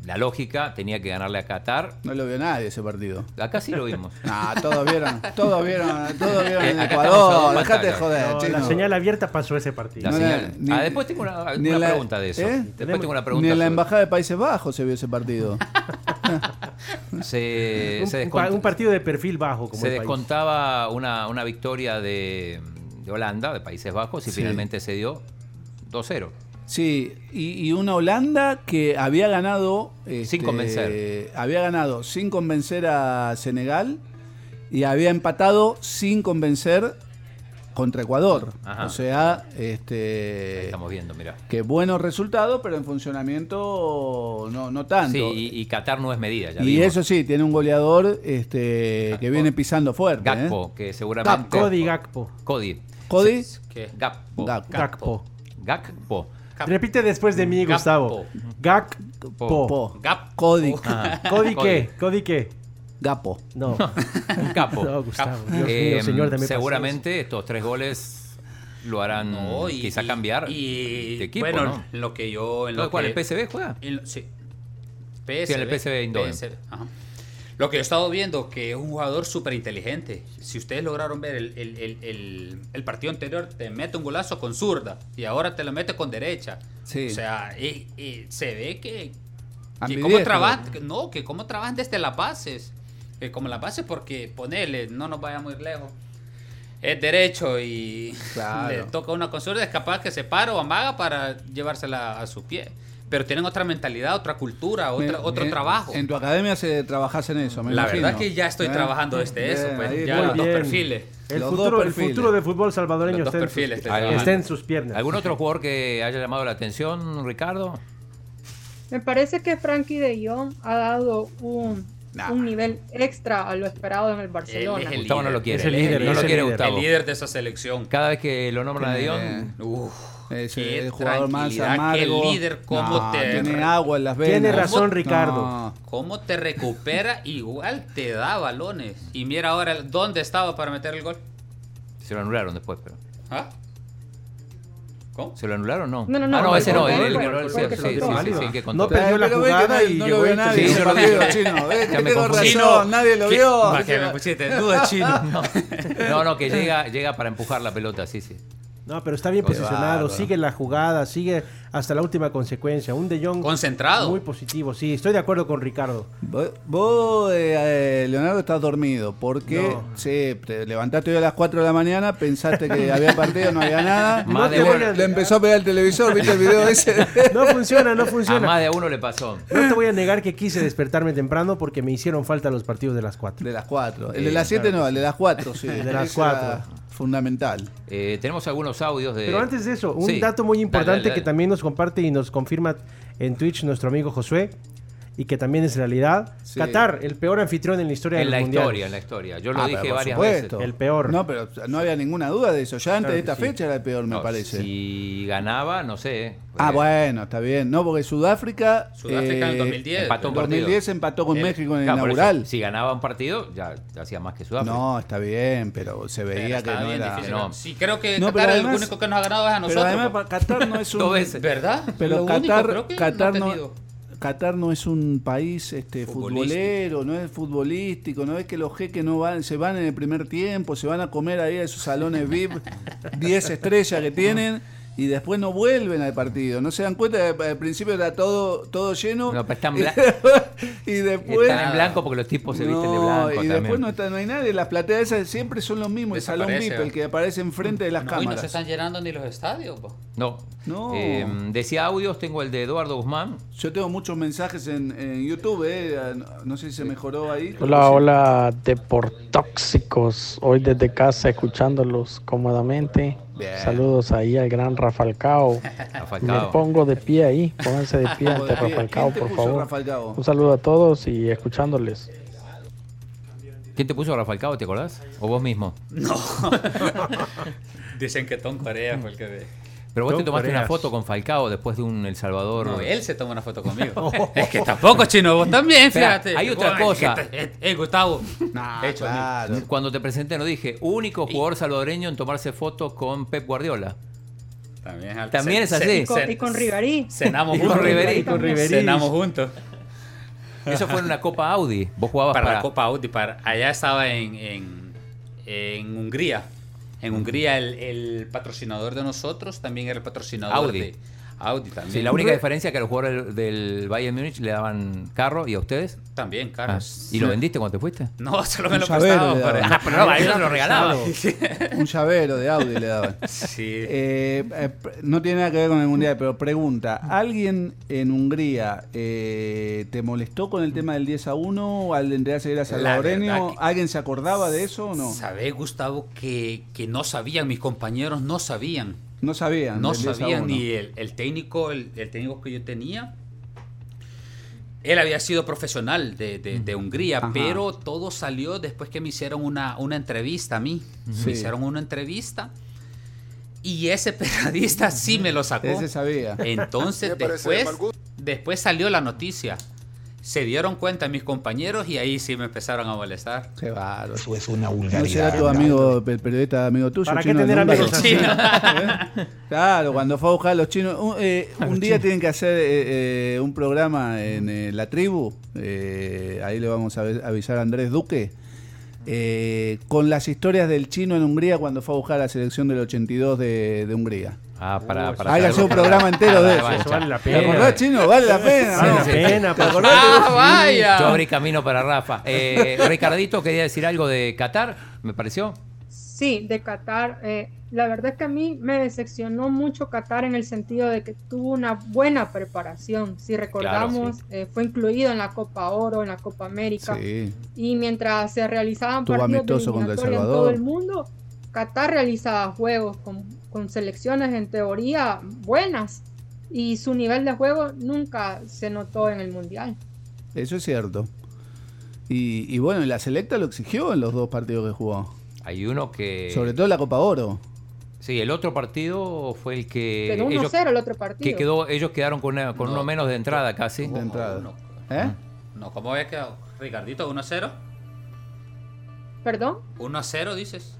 Speaker 9: la lógica tenía que ganarle a Qatar.
Speaker 10: No lo vio nadie ese partido.
Speaker 9: Acá sí lo vimos.
Speaker 10: Ah, todos vieron, todos vieron, todos vieron
Speaker 9: Eh,
Speaker 10: en
Speaker 9: acá estamos a
Speaker 10: Ecuador.
Speaker 9: dos
Speaker 10: Dejate de
Speaker 9: pantallas.
Speaker 10: joder,
Speaker 12: No,
Speaker 10: chino.
Speaker 12: la señal abierta pasó ese partido.
Speaker 9: La
Speaker 10: No,
Speaker 9: señal.
Speaker 10: ni-
Speaker 9: Ah, después tengo una,
Speaker 10: ni
Speaker 9: una
Speaker 10: la-
Speaker 9: pregunta de eso.
Speaker 10: ¿Eh?
Speaker 9: Después tengo una
Speaker 10: Ni
Speaker 9: pregunta.
Speaker 10: en la
Speaker 9: sobre-
Speaker 10: Embajada de Países Bajos se vio ese partido.
Speaker 9: eh, se,
Speaker 12: Un,
Speaker 9: se
Speaker 12: un pa-
Speaker 9: descont-
Speaker 12: un partido de perfil bajo, como
Speaker 9: se
Speaker 12: el país.
Speaker 9: descontaba una, una victoria de, de Holanda, de Países Bajos, y
Speaker 10: Sí.
Speaker 9: finalmente se dio 2-0.
Speaker 10: Sí, y, y una Holanda que había ganado. este,
Speaker 9: convencer.
Speaker 10: Había ganado sin convencer a Senegal y había empatado sin convencer contra Ecuador.
Speaker 9: Ajá.
Speaker 10: O sea, este.
Speaker 9: Estamos viendo, mirá.
Speaker 10: Que buenos resultados, pero en funcionamiento no, no tanto.
Speaker 9: Sí, y, y Qatar no es medida, ya
Speaker 10: y
Speaker 9: vimos.
Speaker 10: eso sí, tiene un goleador este, que viene pisando fuerte. ¿eh?
Speaker 9: Gakpo, que seguramente.
Speaker 12: Cody Gakpo.
Speaker 9: Cody.
Speaker 10: ¿Cody?
Speaker 9: ¿Qué? Gakpo.
Speaker 10: Gak-
Speaker 12: Gakpo.
Speaker 9: Gakpo.
Speaker 12: Repite después de mí,
Speaker 9: Gakpo.
Speaker 12: Gustavo.
Speaker 9: Po.
Speaker 12: Gakpo.
Speaker 9: Gap.
Speaker 10: Cody.
Speaker 9: Ah.
Speaker 12: ¿Cody qué? ¿Cody qué?
Speaker 10: Gapo.
Speaker 12: No.
Speaker 9: Un capo.
Speaker 12: No, Gustavo,
Speaker 9: Capo.
Speaker 12: Dios mío, señor, dame
Speaker 9: Eh, Em, seguramente estos tres goles lo harán
Speaker 13: No, y-
Speaker 9: quizá cambiar de equipo,
Speaker 13: bueno,
Speaker 9: ¿no?
Speaker 13: en lo que yo. En
Speaker 9: ¿No?
Speaker 13: lo
Speaker 9: ¿Cuál?
Speaker 13: que-
Speaker 9: ¿El PSV juega?
Speaker 13: en lo- sí.
Speaker 9: Sí, en el PSV Eindhoven.
Speaker 13: PSV, ajá. Lo que yo he estado viendo, que es un jugador súper inteligente. Si ustedes lograron ver el, el- el- el- el partido anterior, te mete un golazo con zurda y ahora te lo mete con derecha.
Speaker 10: Sí.
Speaker 13: O sea, y- y se ve que, que
Speaker 10: Ambidiestro.
Speaker 13: cómo trabajan, que- no, que cómo trabajan desde las bases. Que como las bases, porque ponele, no nos vaya muy lejos. Es derecho y
Speaker 10: Claro.
Speaker 13: le toca una con zurda, es capaz que se para o amaga para llevársela a su pie. Pero tienen otra mentalidad, otra cultura, otra,
Speaker 10: Me-
Speaker 13: otro
Speaker 10: en-
Speaker 13: trabajo.
Speaker 10: En tu academia se trabajas en eso, me
Speaker 13: La
Speaker 10: imagino. Eh,
Speaker 13: verdad que ya estoy trabajando desde eso, pues,
Speaker 10: ahí
Speaker 13: ya
Speaker 10: está.
Speaker 13: los dos perfiles.
Speaker 12: El,
Speaker 10: Los dos
Speaker 12: futuro, el
Speaker 10: perfiles.
Speaker 12: futuro del fútbol salvadoreño
Speaker 13: Los dos
Speaker 12: está en,
Speaker 13: perfiles,
Speaker 12: sus,
Speaker 13: te digo.
Speaker 12: está en sus piernas.
Speaker 9: ¿Algún otro jugador que haya llamado la atención, Ricardo?
Speaker 14: Me parece que Frankie de Jong ha dado un,
Speaker 10: Nah.
Speaker 14: un nivel extra a lo esperado en el
Speaker 13: Él
Speaker 14: Barcelona.
Speaker 13: es el
Speaker 9: Gustavo no
Speaker 13: líder.
Speaker 9: lo quiere. ¿eh?
Speaker 12: Es el líder,
Speaker 9: no
Speaker 12: es
Speaker 9: lo
Speaker 12: el
Speaker 9: quiere
Speaker 12: líder.
Speaker 13: El
Speaker 9: Gustavo.
Speaker 13: líder de esa selección.
Speaker 9: Cada vez que lo nombran a Dion,
Speaker 13: Uf,
Speaker 10: Es
Speaker 13: qué
Speaker 10: Eh, el jugador más
Speaker 13: tranquilidad,
Speaker 10: amargo.
Speaker 13: Qué líder, cómo
Speaker 10: No,
Speaker 13: te,
Speaker 10: Tiene agua en las venas.
Speaker 12: Tiene
Speaker 13: ¿Cómo?
Speaker 12: razón, Ricardo.
Speaker 10: No.
Speaker 13: cómo te recupera, igual te da balones. Y mira ahora dónde estaba para meter el gol.
Speaker 9: se lo anularon después, pero.
Speaker 13: ¿Ah? ¿Cómo?
Speaker 9: ¿Se lo anularon o no?
Speaker 14: No, no, no,
Speaker 9: Ah, no,
Speaker 14: fue
Speaker 9: ese no,
Speaker 14: gol,
Speaker 9: el,
Speaker 14: fue
Speaker 9: el-
Speaker 14: gol,
Speaker 9: el-
Speaker 14: fue
Speaker 9: el- sí,
Speaker 14: gol, fue
Speaker 9: sí,
Speaker 14: gol.
Speaker 9: sí, sí, el que contó.
Speaker 12: No perdió la
Speaker 10: Pero ve que
Speaker 12: jugada
Speaker 10: nadie-
Speaker 12: y
Speaker 10: no lo
Speaker 12: llegó
Speaker 10: vio
Speaker 12: el
Speaker 10: nadie
Speaker 9: Sí,
Speaker 10: ese
Speaker 9: yo lo vi.
Speaker 10: partido, chino. Ve,
Speaker 9: Ya me
Speaker 10: tengo
Speaker 9: confundí.
Speaker 10: razón, nadie lo
Speaker 13: ¿Qué?
Speaker 10: vio.
Speaker 13: Va, que me pusiste en
Speaker 10: duda,
Speaker 13: duda,
Speaker 10: chino.
Speaker 9: No, no, que llega, llega para empujar la pelota, sí, sí.
Speaker 12: No, pero está bien
Speaker 9: Qué
Speaker 12: posicionado,
Speaker 9: bárbaro.
Speaker 12: sigue la jugada, sigue hasta la última consecuencia. Un De Jong
Speaker 13: Concentrado.
Speaker 12: muy positivo, sí, estoy de acuerdo con Ricardo.
Speaker 10: Vos, vos, eh, eh, Leonardo, estás dormido. Porque
Speaker 12: No.
Speaker 10: sí, te levantaste hoy a las 4 de la mañana, pensaste que había partido, no había nada.
Speaker 9: Más
Speaker 10: Le-
Speaker 9: de
Speaker 10: le,
Speaker 9: una.
Speaker 10: empezó a pegar el televisor, ¿viste el video ese?
Speaker 12: No funciona, no
Speaker 9: A más
Speaker 12: funciona.
Speaker 9: de uno le pasó.
Speaker 12: No te voy a negar que quise despertarme temprano porque me hicieron falta los partidos de las cuatro.
Speaker 10: De las 4. El
Speaker 9: Sí,
Speaker 10: de las 7
Speaker 9: claro.
Speaker 10: no, el de las 4, sí.
Speaker 12: de las
Speaker 10: Ese era
Speaker 12: cuatro.
Speaker 10: Fundamental.
Speaker 9: Eh, tenemos algunos audios de.
Speaker 12: Pero antes de eso, un
Speaker 9: Eh, Sí.
Speaker 12: dato muy
Speaker 9: Dale,
Speaker 12: importante
Speaker 9: dale,
Speaker 12: que
Speaker 9: dale.
Speaker 12: también nos comparte y nos confirma en Twitch nuestro amigo Josué y que también es realidad.
Speaker 10: Sí.
Speaker 12: Qatar, el peor anfitrión en la historia
Speaker 9: En
Speaker 12: del
Speaker 9: la
Speaker 12: mundial.
Speaker 9: historia, en la historia. Yo lo
Speaker 10: Ah,
Speaker 9: dije
Speaker 10: pero por
Speaker 9: varias
Speaker 10: supuesto.
Speaker 9: veces.
Speaker 12: El peor.
Speaker 10: No, pero no había ninguna duda de eso. Ya antes de esta fecha era el peor, me
Speaker 9: No,
Speaker 10: parece.
Speaker 9: Si ganaba, no sé. eh.
Speaker 10: Ah,
Speaker 9: Eh,
Speaker 10: bueno, está bien. No, porque Sudáfrica. eh,
Speaker 13: Sudáfrica en el 2010.
Speaker 9: empató
Speaker 10: En
Speaker 9: un
Speaker 10: 2010
Speaker 9: partido.
Speaker 10: empató con
Speaker 13: Eh,
Speaker 10: México en el
Speaker 9: Claro, por eso,
Speaker 10: inaugural.
Speaker 9: si ganaba un partido, ya hacía más que Sudáfrica.
Speaker 10: No, está bien, pero se veía que
Speaker 13: Está
Speaker 10: no
Speaker 13: bien
Speaker 10: era.
Speaker 13: difícil.
Speaker 9: no.
Speaker 13: Sí, creo que
Speaker 10: No,
Speaker 13: Qatar
Speaker 10: pero
Speaker 13: el
Speaker 10: además-
Speaker 13: único que nos ha ganado es a
Speaker 10: Pero
Speaker 13: nosotros.
Speaker 10: además pa- Qatar no es un
Speaker 9: Dos veces.
Speaker 13: ¿Verdad?
Speaker 10: Pero
Speaker 13: Ah, Lo único,
Speaker 10: Qatar,
Speaker 13: creo que
Speaker 10: Qatar
Speaker 13: no ha
Speaker 10: no,
Speaker 13: tenido.
Speaker 10: Qatar no es un país este, futbolero, no es futbolístico, no es que los jeques no van, se van en el primer tiempo, se van a comer ahí a esos salones VIP, 10 estrellas que tienen. Y después no vuelven al partido. No se dan cuenta que al principio era todo, todo lleno.
Speaker 9: No, pero están blan-
Speaker 10: y después.
Speaker 9: Están en blanco porque los tipos se visten de
Speaker 10: No,
Speaker 9: blanco.
Speaker 10: Y
Speaker 9: también.
Speaker 10: después no, está, no hay nadie. Las plateas esas siempre son los mismos. El salón
Speaker 13: Desaparece,
Speaker 10: VIP, el
Speaker 13: ¿no?
Speaker 10: que aparece enfrente de las
Speaker 13: No, y no
Speaker 10: cámaras.
Speaker 13: se están llenando ni los estadios. po.
Speaker 9: No.
Speaker 10: No.
Speaker 9: Eh, decía audios, tengo el de Eduardo Guzmán.
Speaker 10: Yo tengo muchos mensajes en, en YouTube, eh, ah, no- no sé si se mejoró ahí.
Speaker 15: Hola, hola, deportóxicos. Hoy desde casa escuchándolos cómodamente.
Speaker 10: Bien.
Speaker 15: Saludos ahí al gran Rafalcao.
Speaker 9: A
Speaker 15: Me
Speaker 9: Falcao.
Speaker 15: pongo de pie ahí. Pónganse de pie ante
Speaker 10: ¿Quién
Speaker 15: Rafalcao,
Speaker 10: te
Speaker 15: por
Speaker 10: puso
Speaker 15: favor.
Speaker 10: Rafalcao?
Speaker 15: Un saludo a todos y escuchándoles.
Speaker 9: ¿Quién te puso a Rafalcao, te acordás? ¿O vos mismo?
Speaker 13: No. Dicen que Tom Corea fue el que. de-
Speaker 9: Pero vos
Speaker 12: Son
Speaker 9: te tomaste una
Speaker 12: coreas.
Speaker 9: foto con Falcao después de un El Salvador. Oh.
Speaker 13: No, él se tomó una foto conmigo. es que tampoco, chino, vos también,
Speaker 9: Espera,
Speaker 13: fíjate.
Speaker 9: hay otra
Speaker 13: Ay,
Speaker 9: cosa.
Speaker 13: que te- Eh, eh, Gustavo.
Speaker 10: Nah,
Speaker 13: Hecho,
Speaker 10: claro.
Speaker 9: Cuando te presenté no dije, único jugador salvadoreño en tomarse fotos con Pep Guardiola.
Speaker 13: También, al-
Speaker 9: También es así.
Speaker 14: Y con- y con Riverí.
Speaker 13: Cenamos
Speaker 9: Y con
Speaker 13: juntos.
Speaker 9: Riverí,
Speaker 13: Cenamos juntos.
Speaker 9: Eso fue en una Copa Audi. Vos jugabas
Speaker 13: para,
Speaker 9: para,
Speaker 13: la Copa Audi. Para, allá estaba en, en, en Hungría. En Hungría el, el patrocinador de nosotros también era el patrocinador
Speaker 9: Audi.
Speaker 13: de Audi también.
Speaker 9: Sí, la única diferencia es que a los jugadores del Bayern Múnich le daban carro y a ustedes. Ah,
Speaker 13: También carros.
Speaker 9: ¿Y lo vendiste cuando te fuiste?
Speaker 13: No, solo me
Speaker 10: Un
Speaker 13: lo
Speaker 10: llavero
Speaker 13: prestaban.
Speaker 10: le daban.
Speaker 13: para- Ah, pero no, a ellos se lo regalaban.
Speaker 10: Un llavero de Audi le daban.
Speaker 13: Sí.
Speaker 10: Eh, eh, pre- no tiene nada que ver con el mundial, pero pregunta: ¿alguien en Hungría eh, te molestó con el tema del 10 a 1? ¿Al entregarse era salvadoreño?
Speaker 13: verdad que-
Speaker 10: ¿Alguien se acordaba de eso o no?
Speaker 13: ¿Sabés, Gustavo, que, que no sabían? Mis compañeros no sabían.
Speaker 10: No sabían.
Speaker 13: No
Speaker 10: del 10 a
Speaker 13: sabían
Speaker 10: 1.
Speaker 13: ni el, el técnico, el, el técnico que yo tenía. Él había sido profesional de, de- de Hungría,
Speaker 10: Ajá.
Speaker 13: pero todo salió después que me hicieron una, una entrevista a mí.
Speaker 10: Sí.
Speaker 13: Me hicieron una entrevista y ese periodista sí me lo sacó.
Speaker 10: Ese sabía.
Speaker 13: Entonces
Speaker 10: Me parece de
Speaker 13: después,
Speaker 10: mal
Speaker 13: después salió la noticia. Se dieron cuenta mis compañeros y ahí sí me empezaron a molestar.
Speaker 10: Qué bárbaro.
Speaker 13: Eso es una
Speaker 10: ¿No será tu amigo, el periodista amigo tuyo?
Speaker 13: ¿Para qué
Speaker 10: chino,
Speaker 13: tener
Speaker 10: de Hungría?
Speaker 13: amigos así?
Speaker 10: ¿Eh? Claro, cuando fue a buscar a los chinos. Un, eh,
Speaker 13: A los
Speaker 10: un día
Speaker 13: chinos.
Speaker 10: tienen que hacer eh, eh, un programa en eh, la tribu. eh, ahí le vamos a avi- avisar a Andrés Duque. eh, con las historias del chino en Hungría cuando fue a buscar a la selección del 82 de, de Hungría.
Speaker 9: Ah, para, para
Speaker 10: Hay que hacer un programa entero de
Speaker 13: Ah,
Speaker 10: eso. ¿Te acordás, chino? Vale la pena.
Speaker 9: Vale
Speaker 10: ¿no?
Speaker 9: la pena,
Speaker 10: ¿Te
Speaker 9: por
Speaker 10: acordás?
Speaker 13: Ah,
Speaker 9: favor.
Speaker 10: Sí.
Speaker 9: Yo abrí camino para Rafa. Eh, Ricardito quería decir algo de Qatar, me pareció.
Speaker 14: Sí, de Qatar. eh, la verdad es que a mí me decepcionó mucho Qatar en el sentido de que tuvo una buena preparación. Si recordamos, eh, fue incluido en la Copa Oro, en la Copa América.
Speaker 10: Sí.
Speaker 14: Y mientras se realizaban
Speaker 10: Tuvo
Speaker 14: partidos de
Speaker 10: amistoso contra El
Speaker 14: eliminatoria en todo
Speaker 10: Salvador.
Speaker 14: el mundo, Qatar realizaba juegos con, con selecciones en teoría buenas. Y su nivel de juego nunca se notó en el Mundial.
Speaker 10: Eso es cierto. Y, y bueno, y la selecta lo exigió en los dos partidos que jugó.
Speaker 9: Hay uno
Speaker 13: Eh,
Speaker 9: que.
Speaker 10: Sobre todo la Copa Oro.
Speaker 9: Sí, el otro partido fue el que.
Speaker 14: Quedó 1-0
Speaker 9: Eh, ellos-
Speaker 14: el otro partido.
Speaker 9: que quedó, ellos quedaron con, una- con
Speaker 13: No.
Speaker 9: uno menos de entrada casi.
Speaker 10: De entrada.
Speaker 13: No,
Speaker 10: ¿Eh?
Speaker 13: no, ¿cómo había quedado? Ricardito, 1-0.
Speaker 14: ¿Perdón?
Speaker 13: 1-0, dices.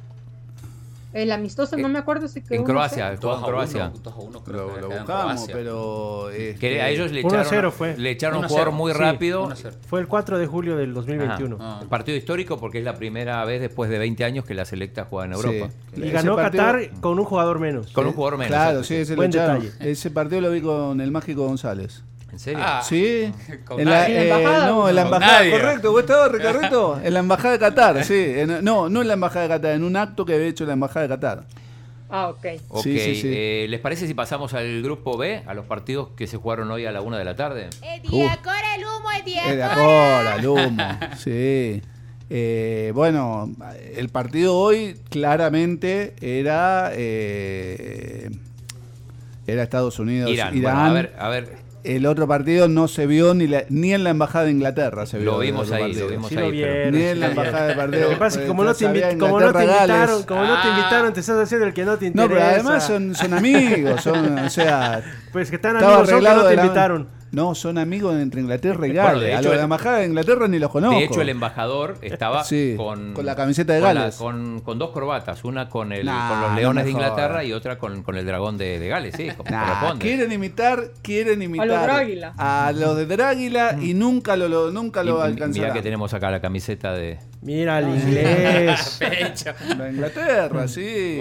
Speaker 14: El amistoso, no me acuerdo si quedó
Speaker 9: Eh, En
Speaker 14: 1-0.
Speaker 9: Croacia, jugó en
Speaker 13: 2 a 1,
Speaker 9: Croacia.
Speaker 13: 2 a 1, creo
Speaker 10: Lo,
Speaker 13: que
Speaker 10: lo
Speaker 13: queda en
Speaker 10: buscamos,
Speaker 13: Croacia.
Speaker 10: pero. este,
Speaker 9: Que a ellos le
Speaker 12: 1 a
Speaker 9: echaron,
Speaker 12: 0 fue.
Speaker 9: le echaron un
Speaker 12: 1 a 0,
Speaker 9: jugador muy
Speaker 12: sí.
Speaker 9: rápido.
Speaker 12: 1 a 0. Fue el 4 de julio del 2021.
Speaker 9: Ajá.
Speaker 10: Ah.
Speaker 9: Partido histórico porque es la primera vez después de 20 años que la selecta juega en
Speaker 10: Sí.
Speaker 9: Europa.
Speaker 12: Y
Speaker 10: Ese
Speaker 12: ganó
Speaker 10: partido-
Speaker 12: Qatar con un jugador menos.
Speaker 9: Con un jugador menos.
Speaker 10: Claro,
Speaker 9: exacto,
Speaker 10: sí, ese, lo
Speaker 12: Buen
Speaker 10: echaron.
Speaker 12: detalle.
Speaker 10: ese partido lo vi con el mágico González.
Speaker 9: ¿En serio?
Speaker 13: Ah.
Speaker 10: sí.
Speaker 13: Con
Speaker 10: En la,
Speaker 13: nadie.
Speaker 10: eh, no, en la
Speaker 13: Con
Speaker 10: embajada.
Speaker 13: nadie.
Speaker 10: Correcto, ¿vos estabas, Ricardito? En la embajada de Qatar, sí. En- no, no en la embajada de Qatar, en un acto que había hecho la embajada de Qatar.
Speaker 14: Ah, ok.
Speaker 9: Ok,
Speaker 10: Sí, sí, sí.
Speaker 9: eh, ¿les parece si pasamos al grupo B, a los partidos que se jugaron hoy a la una de la tarde?
Speaker 10: Uh.
Speaker 16: el humo, es
Speaker 10: Eh, de Acora, el humo, sí. Eh, bueno, el partido hoy claramente era eh, era Estados Unidos,
Speaker 9: Irán.
Speaker 10: Irán.
Speaker 9: Bueno, a ver, a ver,
Speaker 10: El otro partido no se vio ni, la- ni en la embajada de Inglaterra se vio.
Speaker 9: Lo
Speaker 10: el
Speaker 9: vimos
Speaker 10: otro
Speaker 9: ahí,
Speaker 10: partido.
Speaker 9: lo vimos
Speaker 12: Sí lo
Speaker 9: ahí. pero-
Speaker 12: vieron,
Speaker 10: Ni
Speaker 12: sí
Speaker 10: en la
Speaker 12: lo vieron.
Speaker 10: embajada de partido.
Speaker 12: Lo que pasa es que como no te,
Speaker 10: Sabía
Speaker 12: invi- como no te
Speaker 10: Inglaterra, Gales.
Speaker 12: invitaron, como no te invitaron, te estás haciendo el que no te
Speaker 10: Ah. No,
Speaker 12: interesa.
Speaker 10: pero además son, son amigos, son, o sea,
Speaker 12: Pues que tan
Speaker 10: estaba
Speaker 12: amigos son que
Speaker 10: arreglado
Speaker 12: no te
Speaker 10: de la-
Speaker 12: invitaron.
Speaker 10: No, son amigos entre Inglaterra y
Speaker 9: Bueno, de
Speaker 10: Gales. a
Speaker 9: hecho,
Speaker 10: los de
Speaker 9: el-
Speaker 10: la embajada de Inglaterra ni los conozco.
Speaker 9: De hecho, el embajador estaba
Speaker 10: Sí,
Speaker 9: con,
Speaker 10: con la camiseta de
Speaker 9: con la-
Speaker 10: Gales.
Speaker 9: con, con dos corbatas, una con, el,
Speaker 10: Nah,
Speaker 9: con los
Speaker 10: no
Speaker 9: leones
Speaker 10: me
Speaker 9: de Inglaterra
Speaker 10: jodas.
Speaker 9: y otra con, con el dragón de, de Gales, sí, como
Speaker 10: Nah,
Speaker 9: corresponde.
Speaker 10: Ah, quieren imitar, quieren imitar
Speaker 14: Dráguila.
Speaker 10: a los de Dráguila y nunca lo, lo- nunca
Speaker 9: Mm. Y
Speaker 10: lo
Speaker 9: mi- Mirá que
Speaker 10: alcanzarán. Ah.
Speaker 9: tenemos acá la camiseta de.
Speaker 12: Mira el inglés.
Speaker 10: La Inglaterra, sí.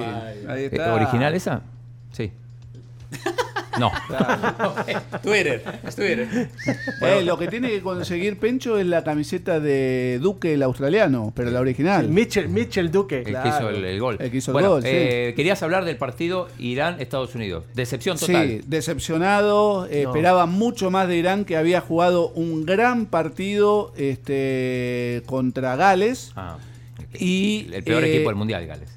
Speaker 10: Ahí
Speaker 9: eh,
Speaker 10: está.
Speaker 9: ¿Original esa? Sí. No.
Speaker 13: Twitter, es Twitter.
Speaker 10: Eh, lo que tiene que conseguir Pencho es la camiseta de Duque el australiano, pero la original.
Speaker 12: Mitchell, Mitchell Duque.
Speaker 9: El que hizo el, el gol.
Speaker 10: El que hizo el
Speaker 9: Bueno,
Speaker 10: gol, sí.
Speaker 9: eh, Querías hablar del partido Irán-Estados Unidos. Decepción total.
Speaker 10: Sí, decepcionado, eh,
Speaker 9: No.
Speaker 10: esperaba mucho más de Irán que había jugado un gran partido este, contra Gales.
Speaker 9: Ah,
Speaker 10: y,
Speaker 9: el peor
Speaker 10: eh,
Speaker 9: equipo del mundial, Gales.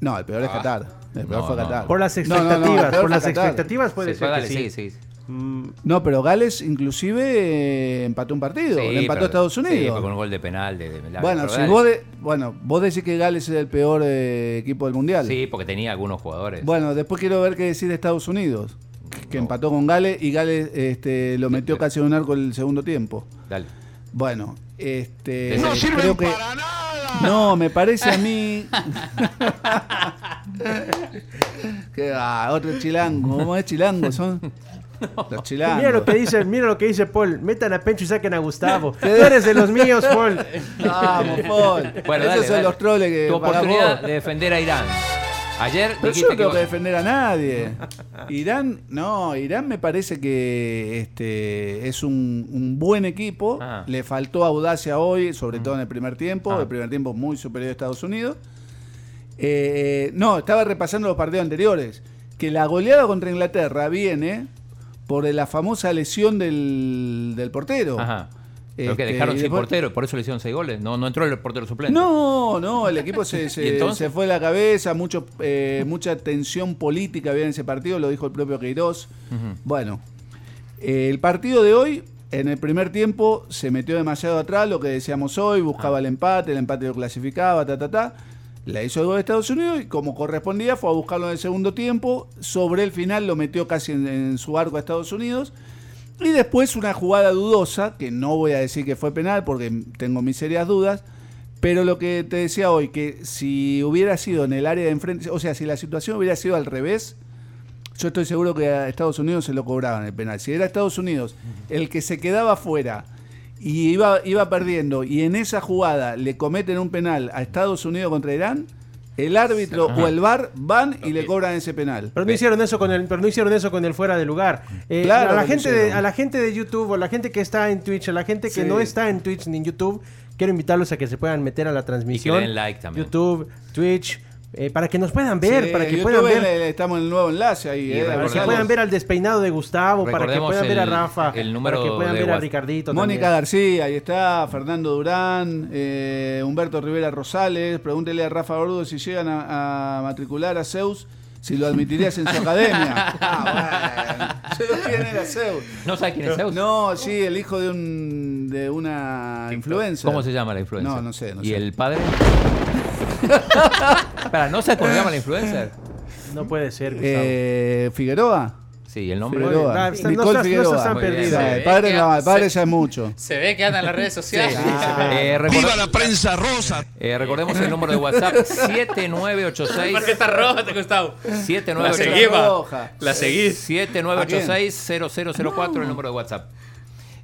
Speaker 10: No, el peor es
Speaker 9: Ah.
Speaker 10: Qatar. El peor
Speaker 9: No,
Speaker 10: fue
Speaker 9: no,
Speaker 10: Qatar.
Speaker 9: no.
Speaker 12: Por las
Speaker 10: No, no, no, el
Speaker 12: expectativas,
Speaker 10: peor
Speaker 12: por
Speaker 10: fue
Speaker 12: las
Speaker 10: Qatar.
Speaker 12: expectativas puede
Speaker 9: Sí,
Speaker 12: ser
Speaker 9: Gales,
Speaker 12: que sí.
Speaker 9: sí, sí.
Speaker 12: Mm,
Speaker 10: No, pero Gales inclusive eh, empató un partido,
Speaker 9: Sí,
Speaker 10: le empató
Speaker 9: pero-
Speaker 10: a Estados
Speaker 9: Sí,
Speaker 10: Unidos.
Speaker 9: pero con un gol de penal. De, de milagro,
Speaker 10: bueno,
Speaker 9: pero
Speaker 10: si
Speaker 9: dale.
Speaker 10: vos de- bueno, vos decís que Gales es el peor eh, equipo del mundial.
Speaker 9: Sí, porque tenía algunos jugadores.
Speaker 10: Bueno, después quiero ver qué decir de Estados Unidos, que empató con Gales y Gales este, lo metió casi a un arco el segundo tiempo.
Speaker 9: Dale.
Speaker 10: Bueno, este
Speaker 8: No sirven
Speaker 10: para nada. No, me parece a mí que ah, otro chilango, ¿cómo es chilango? Son Los chilangos.
Speaker 12: Mira lo que dice, mira lo que dice Paul. Metan a Pencho y saquen a Gustavo. Tú eres de los míos, Paul.
Speaker 10: Vamos, Paul.
Speaker 9: Bueno,
Speaker 10: Esos
Speaker 9: dale,
Speaker 10: son
Speaker 9: dale.
Speaker 10: los troles que
Speaker 9: Tu
Speaker 10: pagás
Speaker 9: oportunidad
Speaker 10: vos.
Speaker 9: de defender a Irán. Ayer
Speaker 10: Pero yo
Speaker 9: dijiste
Speaker 10: no tengo
Speaker 9: que
Speaker 10: que defender a nadie. Irán, no, Irán me parece que este, es un, un buen equipo.
Speaker 9: Ah.
Speaker 10: Le faltó audacia hoy, sobre todo en el primer tiempo. El primer tiempo muy superior a Estados Unidos. Eh, no, estaba repasando los partidos anteriores. Que la goleada contra Inglaterra viene por la famosa lesión del, del portero.
Speaker 9: Ajá. Pero que
Speaker 10: Este,
Speaker 9: dejaron
Speaker 10: y
Speaker 9: sin
Speaker 10: después-
Speaker 9: portero, por eso le hicieron seis goles. No, no entró el portero suplente.
Speaker 10: No, no, el equipo se,
Speaker 9: ¿Y
Speaker 10: se,
Speaker 9: entonces?
Speaker 10: se fue la cabeza, mucho, eh, mucha tensión política había en ese partido, lo dijo el propio Queiroz. Bueno, eh, el partido de hoy, en el primer tiempo, se metió demasiado atrás, lo que decíamos hoy, buscaba el empate, el empate lo clasificaba, ta, ta, ta. La hizo el gol de Estados Unidos y como correspondía fue a buscarlo en el segundo tiempo. Sobre el final lo metió casi en, en su arco a Estados Unidos. Y después una jugada dudosa, que no voy a decir que fue penal porque tengo mis serias dudas. Pero lo que te decía hoy, que si hubiera sido en el área de enfrente, o sea, si la situación hubiera sido al revés, yo estoy seguro que a Estados Unidos se lo cobraban el penal. Si era Estados Unidos el que se quedaba fuera y iba, iba perdiendo, y en esa jugada le cometen un penal a Estados Unidos contra Irán, el árbitro
Speaker 12: Ajá.
Speaker 10: o el VAR van y le cobran ese penal.
Speaker 12: Pero no hicieron eso con el, pero no hicieron eso con el fuera de lugar. Eh,
Speaker 10: Claro
Speaker 12: a la
Speaker 10: que
Speaker 12: gente
Speaker 10: hicieron.
Speaker 12: de, a la gente de YouTube o la gente que está en Twitch, a la gente que
Speaker 10: Sí.
Speaker 12: no está en Twitch ni en YouTube, quiero invitarlos a que se puedan meter a la transmisión.
Speaker 9: den like también.
Speaker 12: YouTube, Twitch, eh, para que nos puedan ver,
Speaker 10: Sí,
Speaker 12: para que
Speaker 10: YouTube
Speaker 12: puedan ver.
Speaker 10: le- le- estamos en el nuevo enlace ahí. eh,
Speaker 12: Para que
Speaker 10: avisamos.
Speaker 12: puedan ver al despeinado de Gustavo, para que
Speaker 9: Recordemos
Speaker 12: puedan ver a
Speaker 9: el-
Speaker 12: Rafa,
Speaker 9: el número
Speaker 12: para que puedan
Speaker 9: de
Speaker 12: ver a
Speaker 9: WhatsApp.
Speaker 12: Ricardito.
Speaker 10: Mónica
Speaker 12: también.
Speaker 10: García, ahí está, Fernando Durán, eh, Humberto Rivera Rosales, pregúntele a Rafa Gordo si llegan a, a matricular a Zeus, si lo admitirías en su academia. ¿Quién era Zeus?
Speaker 9: ¿No sabes quién es Zeus?
Speaker 10: No, sí, el hijo de un de una influencer.
Speaker 9: ¿Cómo se llama la influencer?
Speaker 10: No, no sé, no
Speaker 9: ¿Y
Speaker 10: sé.
Speaker 9: el padre? Para, Ah, ¿no sabes cómo se llama la influencer?
Speaker 12: No puede ser, Gustavo.
Speaker 10: Eh, ¿Figueroa?
Speaker 9: Sí, el nombre.
Speaker 10: Figueroa.
Speaker 12: Muy bien. No
Speaker 10: Nicole
Speaker 12: estás- no
Speaker 10: Figueroa.
Speaker 12: estás tan
Speaker 10: Muy bien.
Speaker 12: perdida.
Speaker 10: Sí,
Speaker 12: Se
Speaker 10: el
Speaker 12: ve
Speaker 10: padre,
Speaker 12: que-
Speaker 10: no, el padre
Speaker 12: se-
Speaker 10: ya es mucho.
Speaker 13: Se ve que andan en las redes sociales.
Speaker 9: Eh, recordá-
Speaker 13: Viva
Speaker 9: la prensa rosa! recordemos el número de WhatsApp: 7986.
Speaker 13: ¿Por qué está roja, Gustavo?
Speaker 9: 7986.
Speaker 13: La seguí, va. La seguí.
Speaker 9: 7986-0004, el número de WhatsApp.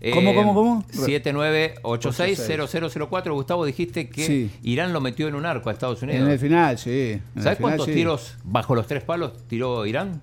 Speaker 9: Eh,
Speaker 10: ¿Cómo, cómo, cómo?
Speaker 9: 7986-0004. Gustavo, dijiste que
Speaker 10: Sí.
Speaker 9: Irán lo metió en un arco a Estados Unidos.
Speaker 10: En el final, sí. En el
Speaker 9: ¿Sabes
Speaker 10: final,
Speaker 9: cuántos
Speaker 10: sí.
Speaker 9: tiros bajo los tres palos tiró Irán?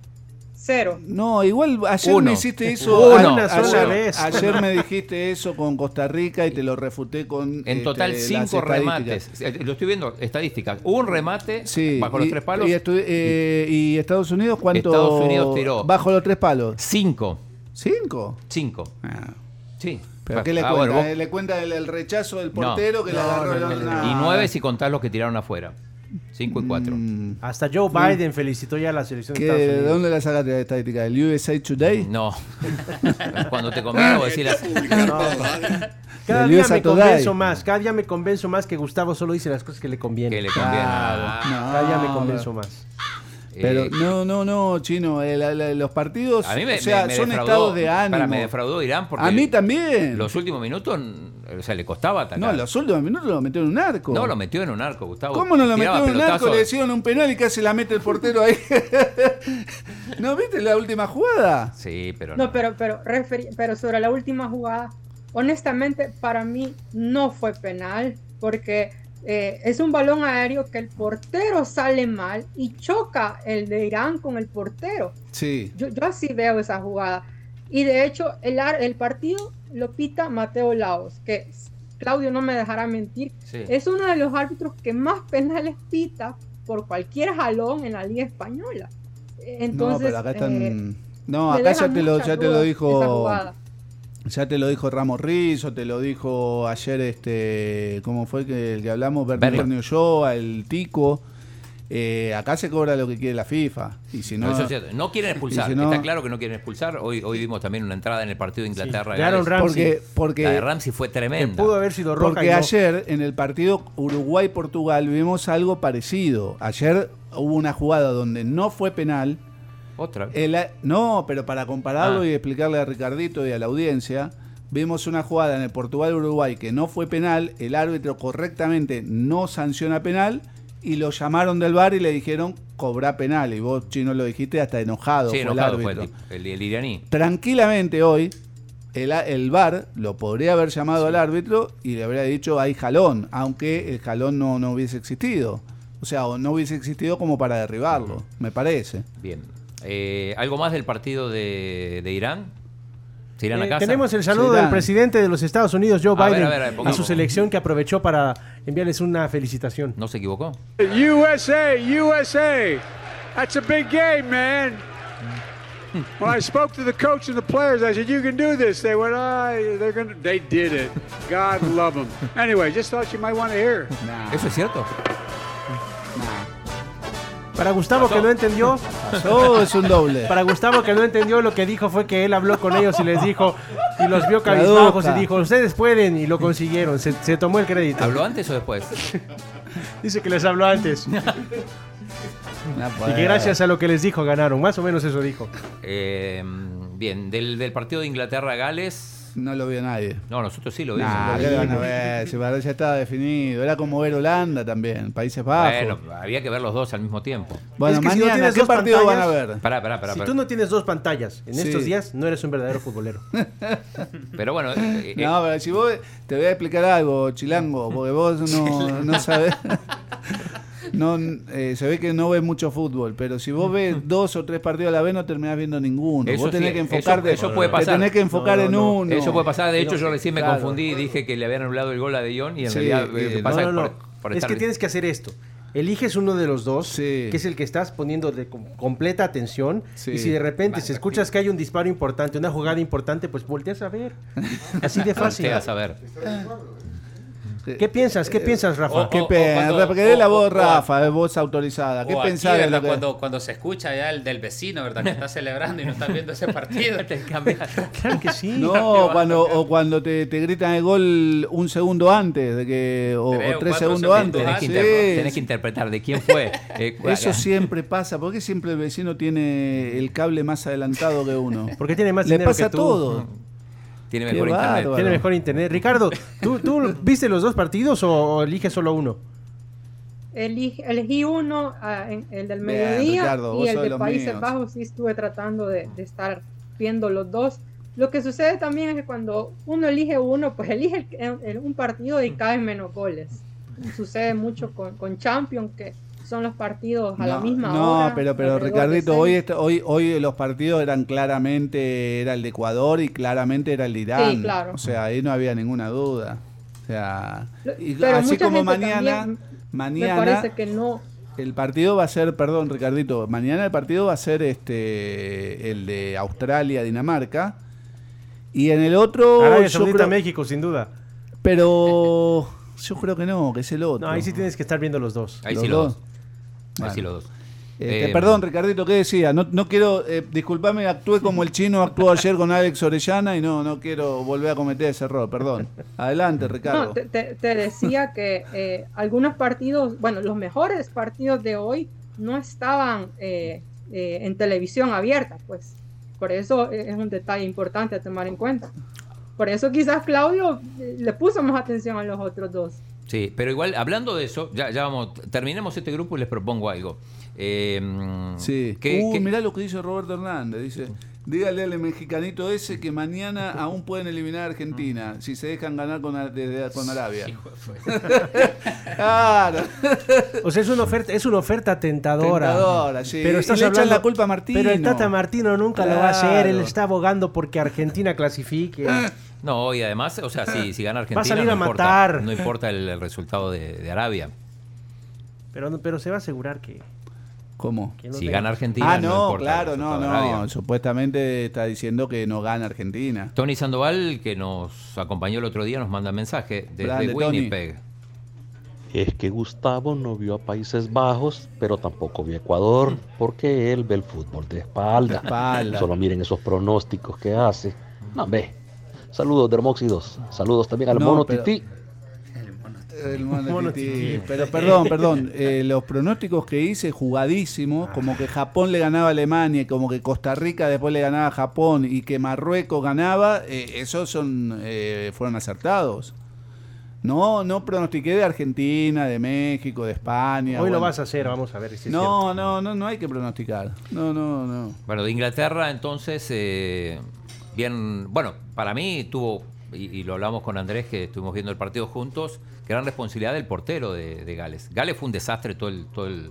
Speaker 14: Cero.
Speaker 10: No, igual ayer
Speaker 9: Uno.
Speaker 10: me hiciste eso.
Speaker 9: Uno.
Speaker 10: a-
Speaker 9: Una sola
Speaker 10: ayer,
Speaker 9: vez.
Speaker 10: ayer me dijiste eso con Costa Rica y te lo refuté con. este,
Speaker 9: En total, cinco remates. Eh, Lo estoy viendo, estadísticas. Un remate bajo los tres palos.
Speaker 10: Y, estu- eh, y Estados Unidos cuánto?
Speaker 9: Estados Unidos tiró.
Speaker 10: Bajo los tres palos.
Speaker 9: Cinco.
Speaker 10: ¿Cinco?
Speaker 9: Cinco.
Speaker 10: Ah.
Speaker 9: Sí.
Speaker 10: ¿Pero qué le
Speaker 9: Ah,
Speaker 10: cuenta?
Speaker 9: bueno, vos-
Speaker 10: Eh, ¿Le cuenta el, el rechazo del
Speaker 9: No.
Speaker 10: portero que le agarró?
Speaker 9: Y nueve si contás los que tiraron afuera. Cinco y cuatro.
Speaker 10: Mm.
Speaker 12: Hasta
Speaker 9: Mm.
Speaker 12: Joe Biden felicitó ya a la selección
Speaker 10: ¿Qué-
Speaker 12: de
Speaker 10: ¿De
Speaker 12: Estados Unidos.
Speaker 10: dónde la sacaste la estadística? ¿Del USA Today?
Speaker 9: No. Cuando te conviene vos decís las-
Speaker 12: Cada
Speaker 10: Del
Speaker 12: día
Speaker 10: USA
Speaker 12: me
Speaker 10: Today.
Speaker 12: convenzo más, cada día me convenzo más que Gustavo solo dice las cosas que le convienen. Ah,
Speaker 9: Que le convienen. Ah,
Speaker 10: No,
Speaker 12: cada día me
Speaker 10: no,
Speaker 12: convenzo
Speaker 10: no.
Speaker 12: más.
Speaker 10: Pero
Speaker 9: Eh,
Speaker 10: no, no, no, chino. eh, la- la- los partidos
Speaker 9: A mí me,
Speaker 10: o sea,
Speaker 9: me- me
Speaker 10: son
Speaker 9: defraudó.
Speaker 10: estados de
Speaker 9: Pará,
Speaker 10: ánimo.
Speaker 9: me defraudó Irán porque
Speaker 10: a mí también.
Speaker 9: los últimos minutos, o sea, le costaba atacar.
Speaker 10: no, los últimos minutos lo metió en un arco.
Speaker 9: No, lo metió en un arco, Gustavo.
Speaker 10: ¿Cómo no lo
Speaker 9: Tiraba
Speaker 10: metió en un arco?
Speaker 9: pelotazos.
Speaker 10: Le hicieron un penal y casi la mete el portero ahí. ¿No viste la última jugada?
Speaker 9: Sí, pero no.
Speaker 14: No, pero, pero, referi- pero sobre la última jugada, honestamente para mí no fue penal porque eh, es un balón aéreo que el portero sale mal y choca el de Irán con el portero.
Speaker 10: Sí.
Speaker 14: Yo, yo así veo esa jugada. Y de hecho, el, ar- el partido lo pita Mateo Laos, que s- Claudio no me dejará mentir,
Speaker 9: Sí.
Speaker 14: es uno de los árbitros que más penales pita por cualquier jalón en la Liga Española. Eh, Entonces,
Speaker 10: no, pero acá están.
Speaker 14: eh,
Speaker 10: no,
Speaker 14: me
Speaker 10: acá
Speaker 14: deja
Speaker 10: ya te lo,
Speaker 14: muchas
Speaker 10: ya te lo
Speaker 14: dudas esa
Speaker 10: dijo.
Speaker 14: jugada.
Speaker 10: Ya te lo dijo Ramos Rizzo, te lo dijo ayer este, ¿cómo fue que el que hablamos?
Speaker 9: Bernie.
Speaker 10: Bernardo Ulloa, el Tico. Eh, acá se cobra lo que quiere la FIFA. Y si no,
Speaker 9: No, eso es cierto. No quieren expulsar.
Speaker 10: Y si no-
Speaker 9: Está claro que no quieren expulsar. Hoy, hoy vimos también una entrada en el partido de Inglaterra.
Speaker 10: Sí, Aaron
Speaker 9: Gales.
Speaker 10: Ramsey. Porque- porque-
Speaker 9: la de Ramsey fue tremenda.
Speaker 12: Eh, Pudo haber sido roja
Speaker 10: Porque
Speaker 12: y no.
Speaker 10: ayer en el partido Uruguay-Portugal vimos algo parecido. Ayer hubo una jugada donde no fue penal.
Speaker 9: Otra. vez.
Speaker 10: El a- no, pero para compararlo
Speaker 9: Ah.
Speaker 10: y explicarle a Ricardito y a la audiencia, vimos una jugada en el Portugal-Uruguay que no fue penal, el árbitro correctamente no sanciona penal y lo llamaron del bar y le dijeron cobrar penal. Y vos, chino, lo dijiste hasta enojado.
Speaker 9: Sí,
Speaker 10: fue el
Speaker 9: enojado fue el,
Speaker 10: árbitro.
Speaker 9: tipo, el, el iraní.
Speaker 10: Tranquilamente hoy, el, a- el VAR lo podría haber llamado al árbitro y le habría dicho hay jalón, aunque el jalón no, no hubiese existido. O sea, o no hubiese existido como para derribarlo, me parece.
Speaker 9: Bien. Eh, ¿Algo más del partido de, de Irán? ¿Se irán a
Speaker 12: Eh,
Speaker 9: casa?
Speaker 12: tenemos el saludo
Speaker 9: Irán.
Speaker 12: del presidente de los Estados Unidos, Joe
Speaker 9: A ver,
Speaker 12: Biden,
Speaker 9: a ver, a ver,
Speaker 12: a
Speaker 9: pongamos.
Speaker 12: su selección que aprovechó para enviarles una felicitación.
Speaker 9: ¿No se equivocó?
Speaker 16: USA, USA. That's a big game, man. When I spoke to the coach and the players, I said, "You can do this." They went, "Ah, they're gonna." They did it. God love them. Anyway, just thought you might want to hear.
Speaker 9: ¿Eso es cierto?
Speaker 12: Para Gustavo que no entendió,
Speaker 10: Pasó, es un doble.
Speaker 12: Para Gustavo que no entendió lo que dijo fue que él habló con ellos y les dijo y los vio cabizbajos y
Speaker 9: Traduzca.
Speaker 12: dijo, "Ustedes pueden" y lo consiguieron, se, se tomó el crédito.
Speaker 9: ¿Habló antes o después?
Speaker 12: Dice que les habló antes. y
Speaker 9: puede. pues.
Speaker 12: que gracias a lo que les dijo ganaron, más o menos eso dijo.
Speaker 9: Eh, bien, del, del partido de Inglaterra-Gales.
Speaker 10: No lo vio nadie.
Speaker 9: No, nosotros sí lo vimos.
Speaker 10: Nah, ¿qué le van a ver? Si para- ya estaba definido. Era como ver Holanda también, Países Bajos.
Speaker 9: Bueno, había que ver los dos al mismo tiempo.
Speaker 10: Bueno,
Speaker 12: Es que si no
Speaker 10: mañana,
Speaker 12: tienes
Speaker 10: ¿qué
Speaker 12: dos
Speaker 10: partido van a
Speaker 12: pantallas-
Speaker 10: ver?
Speaker 9: Pará, pará, pará.
Speaker 12: si
Speaker 9: pará.
Speaker 12: tú no tienes dos pantallas en
Speaker 10: Sí.
Speaker 12: estos días, no eres un verdadero futbolero.
Speaker 9: Pero bueno, eh, eh,
Speaker 10: No, pero si vos te voy a explicar algo, Chilango, porque vos no, no sabés. No, eh, se ve que no ves mucho fútbol, pero si vos ves dos o tres partidos a la vez no terminás viendo ninguno.
Speaker 9: Eso
Speaker 10: vos tenés
Speaker 9: sí,
Speaker 10: que enfocarte,
Speaker 9: eso, eso puede
Speaker 10: te
Speaker 9: pasar.
Speaker 10: tenés que enfocar en uno.
Speaker 9: Eso puede pasar. De hecho,
Speaker 10: No,
Speaker 9: yo recién me
Speaker 10: claro.
Speaker 9: confundí y dije que le habían anulado el gol a De Jong y en
Speaker 10: Sí,
Speaker 9: realidad eh,
Speaker 10: eh,
Speaker 9: que pasa
Speaker 12: no, no,
Speaker 9: por-
Speaker 12: no.
Speaker 9: por
Speaker 12: es
Speaker 9: estar-
Speaker 12: que tienes que hacer esto. Eliges uno de los dos, que es el que estás poniendo de com- completa atención.
Speaker 10: Sí.
Speaker 12: Y si de repente si escuchas que hay un disparo importante, una jugada importante, pues volteas a ver. Así de fácil.
Speaker 9: Volteas a ver.
Speaker 12: ¿Qué piensas? ¿Qué piensas, Rafa?
Speaker 10: Eh, Qué pena, Rafa, que dé la voz,
Speaker 12: o-
Speaker 10: Rafa, eh, voz autorizada. ¿Qué
Speaker 13: O aquí,
Speaker 10: pensás de
Speaker 13: ¿verdad?
Speaker 10: lo que-
Speaker 13: cuando, cuando se escucha ya el del vecino, ¿verdad? Que está celebrando y no están viendo ese partido.
Speaker 12: claro que sí.
Speaker 10: No, cuando, o cuando te, te gritan el gol un segundo antes, de que, o, o
Speaker 9: Tres
Speaker 10: tres,
Speaker 9: o cuatro
Speaker 10: segundos antes.
Speaker 9: Tenés que,
Speaker 10: Sí,
Speaker 9: interpre- tenés que interpretar de quién fue. eh, cu-
Speaker 10: Eso siempre pasa. ¿Por qué siempre el vecino tiene el cable más adelantado que uno?
Speaker 12: Porque tiene más
Speaker 10: Le
Speaker 12: dinero
Speaker 10: pasa
Speaker 12: que tú.
Speaker 10: todo.
Speaker 9: Tiene
Speaker 10: Qué
Speaker 9: mejor internet.
Speaker 10: bárbaro.
Speaker 12: Tiene mejor internet. Ricardo, ¿tú, tú viste los dos partidos o, o eliges solo uno?
Speaker 14: Elige- elegí uno, ah, en- el del
Speaker 12: Bien,
Speaker 14: mediodía
Speaker 12: Ricardo, vos
Speaker 14: y el
Speaker 12: sos
Speaker 14: de
Speaker 12: los
Speaker 14: Países
Speaker 12: míos.
Speaker 14: Bajos. Sí, estuve tratando de, de estar viendo los dos. Lo que sucede también es que cuando uno elige uno, pues elige el- el- un partido y caen menos goles. Sucede mucho con, con Champions, que son los partidos a la misma
Speaker 10: no,
Speaker 14: hora.
Speaker 10: pero, pero
Speaker 14: alrededor de
Speaker 10: Ricardito,
Speaker 14: seis.
Speaker 10: hoy, esta- hoy, hoy los partidos eran claramente, era el de Ecuador y claramente era el de Irán.
Speaker 14: Sí, claro.
Speaker 10: O sea, ahí no había ninguna duda. O sea, y
Speaker 14: Pero
Speaker 10: así
Speaker 14: mucha
Speaker 10: como
Speaker 14: gente
Speaker 10: mañana,
Speaker 14: también
Speaker 10: mañana
Speaker 14: Me parece que no.
Speaker 10: El partido va a ser, perdón Ricardito, mañana el partido va a ser este el de Australia-Dinamarca. Y en el otro.
Speaker 12: Arabia
Speaker 10: yo
Speaker 12: Saudita,
Speaker 10: creo-
Speaker 12: México, sin duda.
Speaker 10: Pero yo creo que no, que es el otro.
Speaker 12: No, ahí sí tienes que estar viendo los dos.
Speaker 9: Ahí sí
Speaker 10: Los
Speaker 9: los dos.
Speaker 10: Bueno.
Speaker 9: Ahí sí los dos.
Speaker 10: Este,
Speaker 9: Eh,
Speaker 10: perdón, Ricardito, ¿qué decía? No, no quiero, eh, disculpame, actué como el chino actuó ayer con Alex Orellana y no, no quiero volver a cometer ese error, perdón. Adelante, Ricardo.
Speaker 14: No, te, te- te decía que eh, algunos partidos, bueno, los mejores partidos de hoy no estaban eh, eh, en televisión abierta, pues. Por eso eh, es un detalle importante a tomar en cuenta. Por eso quizás Claudio eh, le puso más atención a los otros dos.
Speaker 9: Sí, pero igual, hablando de eso, ya, ya vamos, terminemos este grupo y les propongo algo. Eh, sí.
Speaker 10: Uh, mirá lo que dice Roberto Hernández, dice, dígale al mexicanito ese que mañana aún pueden eliminar a Argentina si se dejan ganar con, Ar- desde- con Arabia. claro.
Speaker 12: O sea, es una oferta, es una oferta tentadora.
Speaker 10: Tentadora, sí.
Speaker 12: Pero
Speaker 10: Y
Speaker 12: estás
Speaker 10: le echan
Speaker 12: hablando,
Speaker 10: la culpa a Martino.
Speaker 12: Pero el Tata Martino nunca lo va a hacer.
Speaker 10: Claro. Ah.
Speaker 12: Él está abogando porque Argentina clasifique.
Speaker 9: No, y además, o sea, si, si gana Argentina,
Speaker 12: Va a salir
Speaker 9: no,
Speaker 12: a
Speaker 9: importa,
Speaker 12: matar.
Speaker 9: no importa el, el resultado de, de Arabia.
Speaker 12: Pero, no- pero se va a asegurar que.
Speaker 10: ¿Cómo?
Speaker 12: que no
Speaker 9: Si
Speaker 12: tenga-
Speaker 9: gana Argentina,
Speaker 10: ah,
Speaker 9: no
Speaker 10: no,
Speaker 9: importa
Speaker 10: claro,
Speaker 9: el
Speaker 10: no,
Speaker 9: resultado
Speaker 10: no.
Speaker 9: de Arabia.
Speaker 10: Supuestamente está diciendo que no gana Argentina.
Speaker 9: Tony Sandoval, que nos acompañó el otro día, nos manda mensaje desde
Speaker 10: Grande, Tony.
Speaker 9: Winnipeg.
Speaker 17: Es que Gustavo no vio a Países Bajos, pero tampoco vio a Ecuador, porque él ve el fútbol de espalda.
Speaker 10: espalda.
Speaker 17: Solo miren esos pronósticos que hace. No, ve. Saludos, Dermóxidos. Saludos también al
Speaker 10: No,
Speaker 17: mono
Speaker 10: pero-
Speaker 17: Tití.
Speaker 10: El mono
Speaker 17: Mono
Speaker 10: Tití.
Speaker 17: Tití.
Speaker 10: Pero perdón, perdón. eh, los pronósticos que hice
Speaker 12: Ah.
Speaker 10: jugadísimos, como que Japón le ganaba a Alemania, y como que Costa Rica después le ganaba a Japón y que Marruecos ganaba, eh, esos son eh, fueron acertados. No, no pronostiqué de Argentina, de México, de España.
Speaker 12: Hoy lo vas a hacer, vamos a ver si es
Speaker 10: No, no, no, no hay que pronosticar. No, no, no.
Speaker 9: Bueno, de Inglaterra entonces, eh, bien, bueno, para mí tuvo, y, y lo hablamos con Andrés, que estuvimos viendo el partido juntos, gran responsabilidad del portero de, de Gales. Gales fue un desastre todo el, todo el,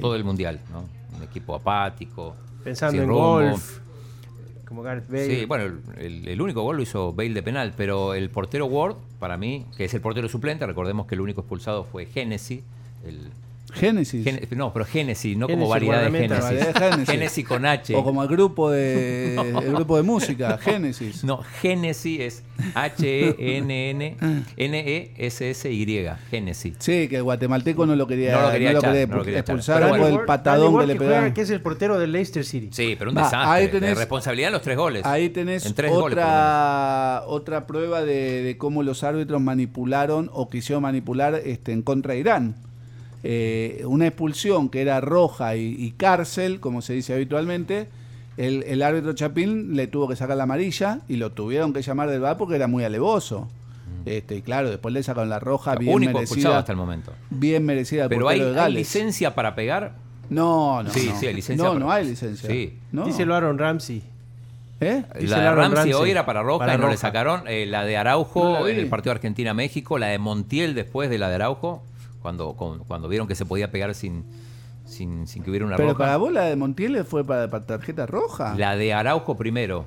Speaker 9: todo el mundial, ¿no? Un equipo apático.
Speaker 12: Pensando
Speaker 9: sin
Speaker 12: en
Speaker 9: rumbo.
Speaker 12: golf, como Gareth Bale.
Speaker 9: Sí, bueno, el- el, el único gol lo hizo Bale de penal, pero el portero Ward, para mí, que es el portero suplente, recordemos que el único expulsado fue Hennessy, el
Speaker 10: Génesis.
Speaker 9: Gen- no, pero Génesis, no
Speaker 10: Génesis,
Speaker 9: como variedad de
Speaker 10: guardameta,
Speaker 9: Génesis.
Speaker 10: variedad de Génesis.
Speaker 9: Génesis con H.
Speaker 10: O como el grupo de, el grupo de música, Génesis.
Speaker 9: No, Génesis es E H-E-N-N-N-E-S-S-Y. Génesis.
Speaker 10: Sí, que el guatemalteco no lo quería,
Speaker 9: No lo quería echar,
Speaker 10: quería
Speaker 9: no lo quería echar.
Speaker 10: expulsar
Speaker 9: Pero
Speaker 10: por
Speaker 9: bueno.
Speaker 10: el patadón
Speaker 12: Ward
Speaker 10: que le
Speaker 12: que, juega,
Speaker 10: pegaron.
Speaker 12: que es el portero del Leicester City.
Speaker 9: Sí, pero un
Speaker 10: Va,
Speaker 9: desastre.
Speaker 10: ahí
Speaker 9: de
Speaker 10: tenés-
Speaker 9: responsabilidad en los tres goles.
Speaker 10: Ahí tenés
Speaker 9: En tres goles. por lo menos.
Speaker 10: otra, otra prueba de, de cómo los árbitros manipularon o quisieron manipular este, en contra de Irán. Eh, una expulsión que era roja y, y cárcel, como se dice habitualmente, el, el árbitro Chapín le tuvo que sacar la amarilla y lo tuvieron que llamar del VAR porque era muy alevoso. Este, y claro, después le sacaron la roja bien
Speaker 9: Mm. Único expulsado
Speaker 10: merecida.
Speaker 9: hasta el momento.
Speaker 10: Bien merecida al
Speaker 9: Pero hay,
Speaker 10: portero de
Speaker 9: hay
Speaker 10: Gales.
Speaker 9: licencia para pegar.
Speaker 10: No, no.
Speaker 9: Sí,
Speaker 10: no.
Speaker 9: sí, hay licencia
Speaker 10: No,
Speaker 9: para-
Speaker 10: no hay licencia.
Speaker 9: Sí.
Speaker 10: No.
Speaker 12: Díselo a Aaron Ramsey.
Speaker 10: ¿Eh?
Speaker 9: La de Ramsey, hoy era para roja
Speaker 12: Para
Speaker 9: y no le
Speaker 12: roja.
Speaker 9: sacaron. Eh, la de
Speaker 12: No
Speaker 9: Araujo
Speaker 12: la vi.
Speaker 9: en el partido Argentina-México. La de Montiel después de la de Araujo. Cuando, con- cuando vieron que se podía pegar sin, sin, sin que hubiera una
Speaker 10: Pero
Speaker 9: roja.
Speaker 10: para vos la de Montiel fue para, para tarjeta roja.
Speaker 9: La de Araujo primero.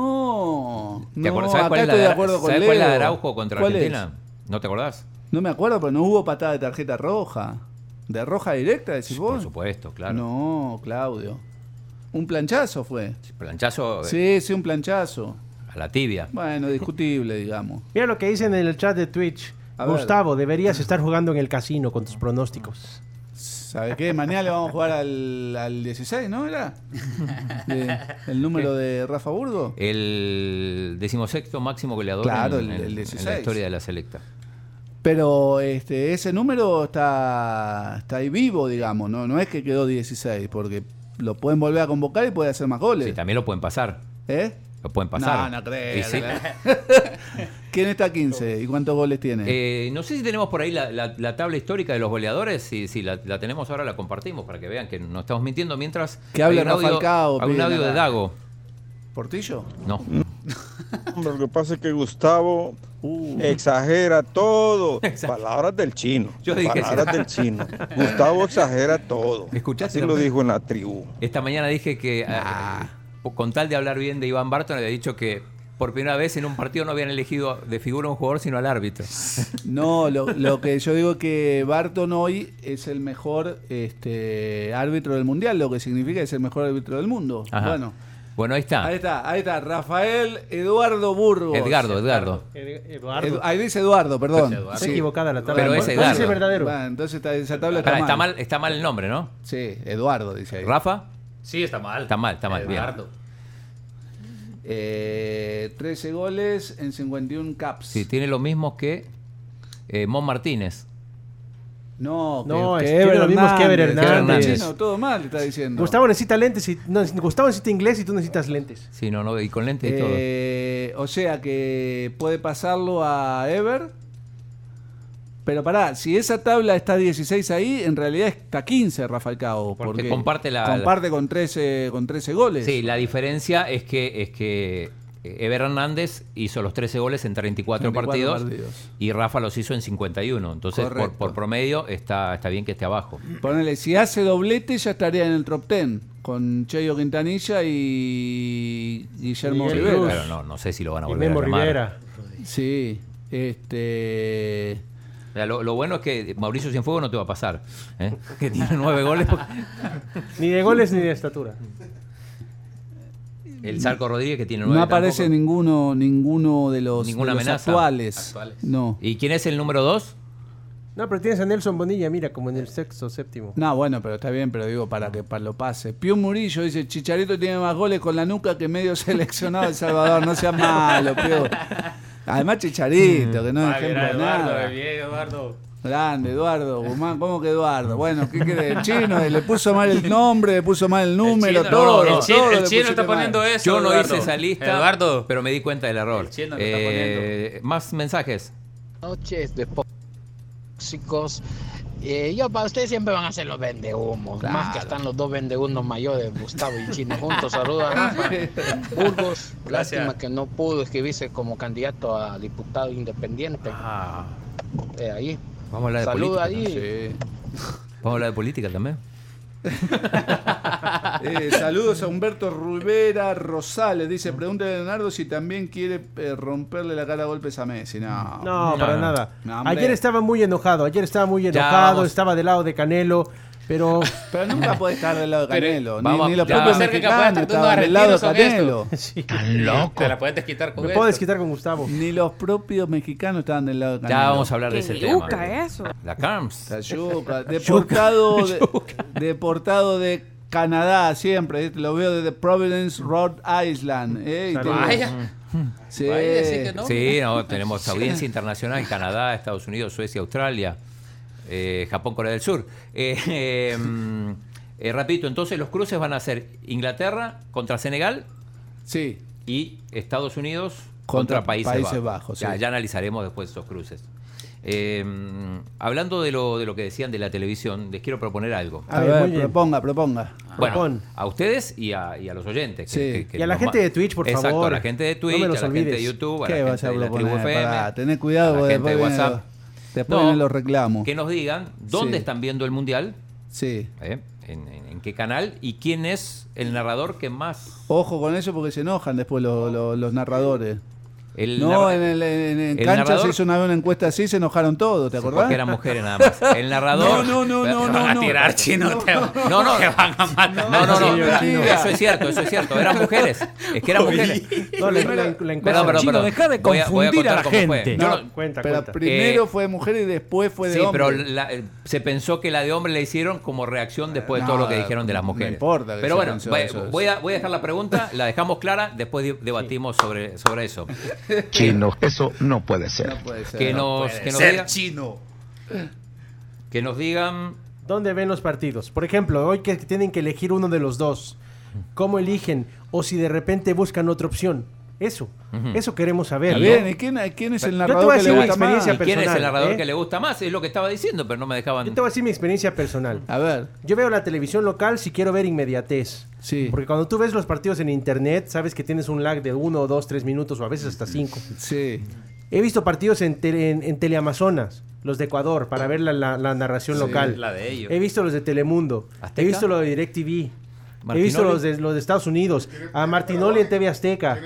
Speaker 10: No.
Speaker 9: ¿Te acuerdas?
Speaker 10: no,
Speaker 9: ¿Sabes cuál,
Speaker 10: acá
Speaker 9: es la
Speaker 10: estoy
Speaker 9: de,
Speaker 10: de acuerdo con
Speaker 9: sabes cuál es la de
Speaker 10: Leo.
Speaker 9: Araujo contra
Speaker 10: ¿Cuál
Speaker 9: Argentina? ¿No te acordás?
Speaker 10: es? No me acuerdo, pero no hubo patada de tarjeta roja. ¿De roja directa, decís vos?
Speaker 9: Por supuesto, claro.
Speaker 10: No, Claudio. Un planchazo fue.
Speaker 9: Planchazo eh,
Speaker 10: Sí, sí, un planchazo.
Speaker 9: a la tibia.
Speaker 10: Bueno, discutible, digamos.
Speaker 12: Mira lo que dicen en el chat de Twitch.
Speaker 10: A ver.
Speaker 12: Gustavo, deberías estar jugando en el casino con tus pronósticos.
Speaker 10: ¿Sabes qué? Mañana le vamos a jugar al, al 16, ¿no era? De- el número de Rafa Burgo.
Speaker 9: El decimosexto máximo goleador
Speaker 10: Claro,
Speaker 9: en,
Speaker 10: el-
Speaker 9: en-
Speaker 10: el
Speaker 9: en
Speaker 10: 16.
Speaker 9: la historia de la selecta.
Speaker 10: Pero este, ese número está, está ahí vivo, digamos, ¿no? No es que quedó 16, porque lo pueden volver a convocar y puede hacer más goles.
Speaker 9: Sí, también lo pueden pasar.
Speaker 10: ¿Eh?
Speaker 9: Lo pueden pasar.
Speaker 10: No, no creo,
Speaker 9: Y sí.
Speaker 10: no ¿Quién está a 15 y cuántos goles tiene?
Speaker 9: Eh, no sé si tenemos por ahí la, la- la tabla histórica de los goleadores. Si, si la, la tenemos ahora, la compartimos para que vean que no estamos mintiendo. Mientras.
Speaker 10: Que hable
Speaker 9: hay un audio-
Speaker 10: Rafalcao,
Speaker 9: hay un
Speaker 10: piden
Speaker 9: audio de
Speaker 10: acá.
Speaker 9: Dago.
Speaker 10: ¿Portillo?
Speaker 9: No.
Speaker 18: Lo que pasa es que Gustavo
Speaker 9: Uh.
Speaker 18: exagera todo. Palabras del chino.
Speaker 9: Yo dije
Speaker 18: palabras
Speaker 9: eso.
Speaker 18: del chino. Gustavo exagera todo.
Speaker 9: ¿Escuchaste,
Speaker 18: Así lo
Speaker 9: Rafael?
Speaker 18: dijo en la tribu.
Speaker 9: Esta mañana dije que, eh, con tal de hablar bien de Iván Barton, había dicho que por primera vez en un partido no habían elegido de figura a un jugador, sino al árbitro.
Speaker 10: No, lo, lo que yo digo es que Barton hoy es el mejor este, árbitro del mundial, lo que significa que es el mejor árbitro del mundo.
Speaker 9: Ajá.
Speaker 10: Bueno,
Speaker 9: Bueno, ahí está.
Speaker 10: ahí está, ahí está, Rafael Eduardo Burgos.
Speaker 9: Edgardo, Edgardo.
Speaker 10: Edu- ahí dice Eduardo, perdón.
Speaker 9: Eduardo.
Speaker 10: Sí.
Speaker 9: Está equivocada la tabla.
Speaker 12: Pero
Speaker 9: es Eduardo.
Speaker 10: Ese Bueno, entonces está, esa tabla está,
Speaker 9: Pará, está,
Speaker 10: mal.
Speaker 9: mal. está mal el nombre, ¿no?
Speaker 10: Sí, Eduardo dice ahí.
Speaker 9: ¿Rafa?
Speaker 13: Sí, está mal.
Speaker 9: Está mal, está mal. bien.
Speaker 13: Eduardo.
Speaker 10: Eh, 13 goles en 51 caps.
Speaker 9: Sí, tiene lo mismo que eh, Mon Martínez.
Speaker 10: No, que-
Speaker 12: No,
Speaker 10: que
Speaker 12: es- tiene
Speaker 10: Ever
Speaker 12: lo mismo que Ever Hernández.
Speaker 10: Chino, todo mal está diciendo.
Speaker 12: Gustavo necesita lentes y no, Gustavo necesita inglés y tú necesitas lentes.
Speaker 9: Sí, no, no, y con lente y
Speaker 10: Eh, o sea que puede pasarlo a Ever. Pero pará, si esa tabla está 16 ahí, en realidad está 15 Rafael Cabo. Porque,
Speaker 9: comparte la-
Speaker 10: comparte con 13, con 13
Speaker 9: todo.
Speaker 10: goles.
Speaker 9: Sí, la diferencia es que, es que eh, Ever Hernández hizo los 13 goles en 34,
Speaker 10: 34
Speaker 9: partidos, y Rafa los hizo en 51. Entonces, por,
Speaker 10: Correcto.
Speaker 9: por promedio, está, está bien que esté abajo.
Speaker 10: Ponele, si hace doblete ya estaría en el top 10 con Cheyo Quintanilla y Guillermo
Speaker 12: Miguel
Speaker 10: Rivera.
Speaker 12: Cruz.
Speaker 9: Pero no, no sé si lo van a
Speaker 12: Y
Speaker 9: volver
Speaker 12: Memo
Speaker 9: a armar.
Speaker 12: Rivera.
Speaker 10: Sí, este.
Speaker 9: O sea, Lo, lo bueno es que Mauricio Cienfuegos no te va a pasar. ¿eh? Que tiene nueve goles.
Speaker 12: Ni de goles ni de estatura.
Speaker 9: El Zarco Rodríguez que tiene nueve.
Speaker 10: No aparece
Speaker 9: tampoco.
Speaker 10: ninguno, ninguno de los,
Speaker 9: Ninguna
Speaker 10: de los
Speaker 9: amenaza.
Speaker 10: actuales.
Speaker 9: Actuales.
Speaker 10: No.
Speaker 9: ¿Y quién es el número dos?
Speaker 12: No, pero tienes a Nelson Bonilla, mira, como en el sexto, séptimo.
Speaker 10: No, bueno, pero está bien, pero digo para que para lo pase. Pío Murillo dice, Chicharito tiene más goles con la nuca que medio seleccionado de El Salvador. No seas malo, Pío. Además Chicharito, que no es
Speaker 13: Ah, bien,
Speaker 10: ejemplo de
Speaker 13: Eduardo,
Speaker 10: nada.
Speaker 13: bien, Eduardo.
Speaker 10: Grande, Eduardo, Guzmán, ¿cómo que Eduardo? Bueno, ¿qué quiere? El chino eh, le puso mal el nombre, le puso mal el número,
Speaker 13: chino,
Speaker 10: todo.
Speaker 13: no, no, el chino-
Speaker 10: todo
Speaker 13: el
Speaker 10: le
Speaker 13: chino
Speaker 10: pusiste
Speaker 13: está
Speaker 10: mal.
Speaker 13: poniendo eso.
Speaker 9: Yo no
Speaker 13: Eduardo.
Speaker 9: hice esa lista,
Speaker 13: Eduardo.
Speaker 9: pero me di cuenta del error.
Speaker 13: chino lo está
Speaker 9: Eh, más mensajes.
Speaker 19: noches de tóxicos. Eh, yo para ustedes siempre van a ser los vendehumos.
Speaker 9: Claro.
Speaker 19: Más que están los dos vendehumos mayores, Gustavo y Chino juntos. Saludos a Rafa Burgos.
Speaker 9: Gracias.
Speaker 19: Lástima que no pudo escribirse como candidato a diputado independiente. Eh, ahí.
Speaker 9: Ah. Vamos a hablar de
Speaker 19: Saludos
Speaker 9: política.
Speaker 19: ahí.
Speaker 9: Vamos a hablar de política también.
Speaker 10: Eh, saludos a Humberto Rivera Rosales. Dice, pregúntale a Leonardo si también quiere eh, romperle la cara a golpes a Messi. No,
Speaker 12: No, para nada.
Speaker 10: No, hombre.
Speaker 12: ayer estaba muy enojado, ayer estaba muy enojado,
Speaker 10: vamos.
Speaker 12: estaba del lado de Canelo, pero...
Speaker 10: Pero nunca puede estar del lado de
Speaker 12: Pero,
Speaker 10: Canelo.
Speaker 12: vamos,
Speaker 10: ni, ni los
Speaker 12: ya.
Speaker 10: propios
Speaker 12: Puede ser que
Speaker 10: mexicanos
Speaker 12: capaz
Speaker 10: estaban del lado de Canelo.
Speaker 9: Tan loco. Te la puedes desquitar con
Speaker 10: Me
Speaker 9: esto.
Speaker 10: puedo desquitar con Gustavo. Ni los propios mexicanos estaban del lado de Canelo.
Speaker 9: Ya vamos a hablar de ese
Speaker 10: este
Speaker 9: tema.
Speaker 10: eso.
Speaker 9: La CARMS.
Speaker 10: La yuca. Deportado,
Speaker 9: Yuca.
Speaker 10: de, deportado de Canadá siempre. ¿eh? Lo veo desde Providence, Rhode Island. ¿eh? Y
Speaker 9: Saludos.
Speaker 10: tengo-
Speaker 9: Vaya.
Speaker 10: Sí.
Speaker 9: Sí, no, tenemos
Speaker 10: Sí.
Speaker 9: audiencia internacional en Canadá, Estados Unidos, Suecia, Australia, eh, Japón, Corea del Sur. Eh, eh, mm, eh, repito, entonces los cruces van a ser Inglaterra contra Senegal
Speaker 10: sí.
Speaker 9: y Estados Unidos
Speaker 10: Contra
Speaker 9: contra, Países,
Speaker 10: Países Bajos,
Speaker 9: Bajos. ya,
Speaker 10: sí.
Speaker 9: ya analizaremos después esos cruces. Eh, mm, hablando de lo, de lo que decían de la televisión, les quiero proponer algo.
Speaker 10: A ver, proponga, proponga.
Speaker 9: Bueno, a ustedes y a, y a los oyentes. que- que- que
Speaker 12: Y a la
Speaker 9: nos
Speaker 12: gente
Speaker 9: ma-
Speaker 12: de Twitch, por
Speaker 9: Exacto,
Speaker 12: favor.
Speaker 9: a la gente de
Speaker 12: No
Speaker 9: Twitch,
Speaker 12: me
Speaker 9: a
Speaker 12: los
Speaker 9: la gente de
Speaker 12: olvides.
Speaker 9: YouTube, a
Speaker 10: ¿Qué
Speaker 9: la
Speaker 10: vas
Speaker 9: gente
Speaker 10: a
Speaker 9: de la
Speaker 10: proponer?
Speaker 9: tribu FM,
Speaker 10: Pará, tenés
Speaker 9: a
Speaker 10: cuidado,
Speaker 9: la
Speaker 10: porque
Speaker 9: gente de
Speaker 10: después vienen
Speaker 9: WhatsApp.
Speaker 10: los- después
Speaker 9: No,
Speaker 10: vienen los reclamos.
Speaker 9: Que nos digan
Speaker 10: Sí.
Speaker 9: dónde están viendo el mundial.
Speaker 10: Sí.
Speaker 9: ¿eh? En, en- en qué canal y quién es el narrador que más.
Speaker 10: Ojo con eso porque se enojan después los, los- los narradores.
Speaker 9: El
Speaker 10: no,
Speaker 9: narra-
Speaker 10: en, el, en, en
Speaker 9: el
Speaker 10: cancha
Speaker 9: narrador-
Speaker 10: se hizo una, una encuesta así, se enojaron todos, ¿te acordás?
Speaker 9: Porque eran mujeres nada más. El narrador.
Speaker 10: No, no, no,
Speaker 9: Te
Speaker 10: no,
Speaker 9: van
Speaker 10: no,
Speaker 9: a
Speaker 10: no.
Speaker 9: tirar, chino. te van- No, no, te van a matar. No, no, no.
Speaker 10: señor,
Speaker 9: no,
Speaker 10: chino.
Speaker 9: Eso es cierto, eso es cierto. Eran mujeres. Es que eran mujeres.
Speaker 12: No, la- la- la
Speaker 9: Perdón,
Speaker 12: encuesta-
Speaker 9: perdón,
Speaker 12: Chino,
Speaker 9: perdón.
Speaker 12: dejá de
Speaker 9: Voy voy
Speaker 12: confundir a
Speaker 9: contar
Speaker 12: la
Speaker 9: cómo fue.
Speaker 12: gente.
Speaker 9: Yo
Speaker 10: No,
Speaker 9: no-
Speaker 10: pero
Speaker 12: cuenta.
Speaker 10: primero
Speaker 9: Eh,
Speaker 10: fue mujer y después fue de
Speaker 9: Sí,
Speaker 10: hombre.
Speaker 9: pero la- eh, se pensó que la de hombre la hicieron como reacción después de todo
Speaker 10: No,
Speaker 9: lo que dijeron de las mujeres.
Speaker 10: no importa que
Speaker 9: pero
Speaker 10: se
Speaker 9: bueno,
Speaker 10: pensó
Speaker 9: va-
Speaker 10: eso,
Speaker 9: voy, a, voy a dejar la pregunta, la dejamos clara, después di- debatimos sobre, sobre eso.
Speaker 20: Chino, eso no puede ser.
Speaker 9: Que nos, que nos diga- Que nos digan...
Speaker 12: ¿Dónde ven los partidos? Por ejemplo, hoy que tienen que elegir uno de los dos. ¿Cómo eligen? O si de repente buscan otra opción. Eso.
Speaker 9: Ujú.
Speaker 12: Eso queremos saber.
Speaker 10: Está
Speaker 12: ¿no?
Speaker 10: bien, ¿y quién, quién es el
Speaker 12: Yo te
Speaker 10: narrador
Speaker 12: voy a
Speaker 10: que le
Speaker 12: decir mi
Speaker 10: gusta
Speaker 12: experiencia
Speaker 10: más?
Speaker 9: ¿Y ¿Quién es el
Speaker 12: personal,
Speaker 9: narrador
Speaker 12: ¿eh?
Speaker 9: que le gusta más? Es lo que estaba diciendo, pero no me dejaban...
Speaker 12: Yo te voy a decir mi experiencia personal.
Speaker 10: A ver.
Speaker 12: Yo veo la televisión local si quiero ver inmediatez.
Speaker 10: Sí.
Speaker 12: Porque cuando tú ves los partidos en internet, sabes que tienes un lag de uno, dos, tres minutos o a veces hasta cinco.
Speaker 10: Sí.
Speaker 12: He visto partidos en, tele- en, en Teleamazonas, los de Ecuador, para ver la, la- la narración
Speaker 13: Sí,
Speaker 12: local. Eh,
Speaker 13: la de ellos.
Speaker 12: He visto los de Telemundo. He visto los de DirecTV. He
Speaker 13: Martinoli.
Speaker 12: visto los de, los de Estados Unidos. A Martinoli en TV Azteca.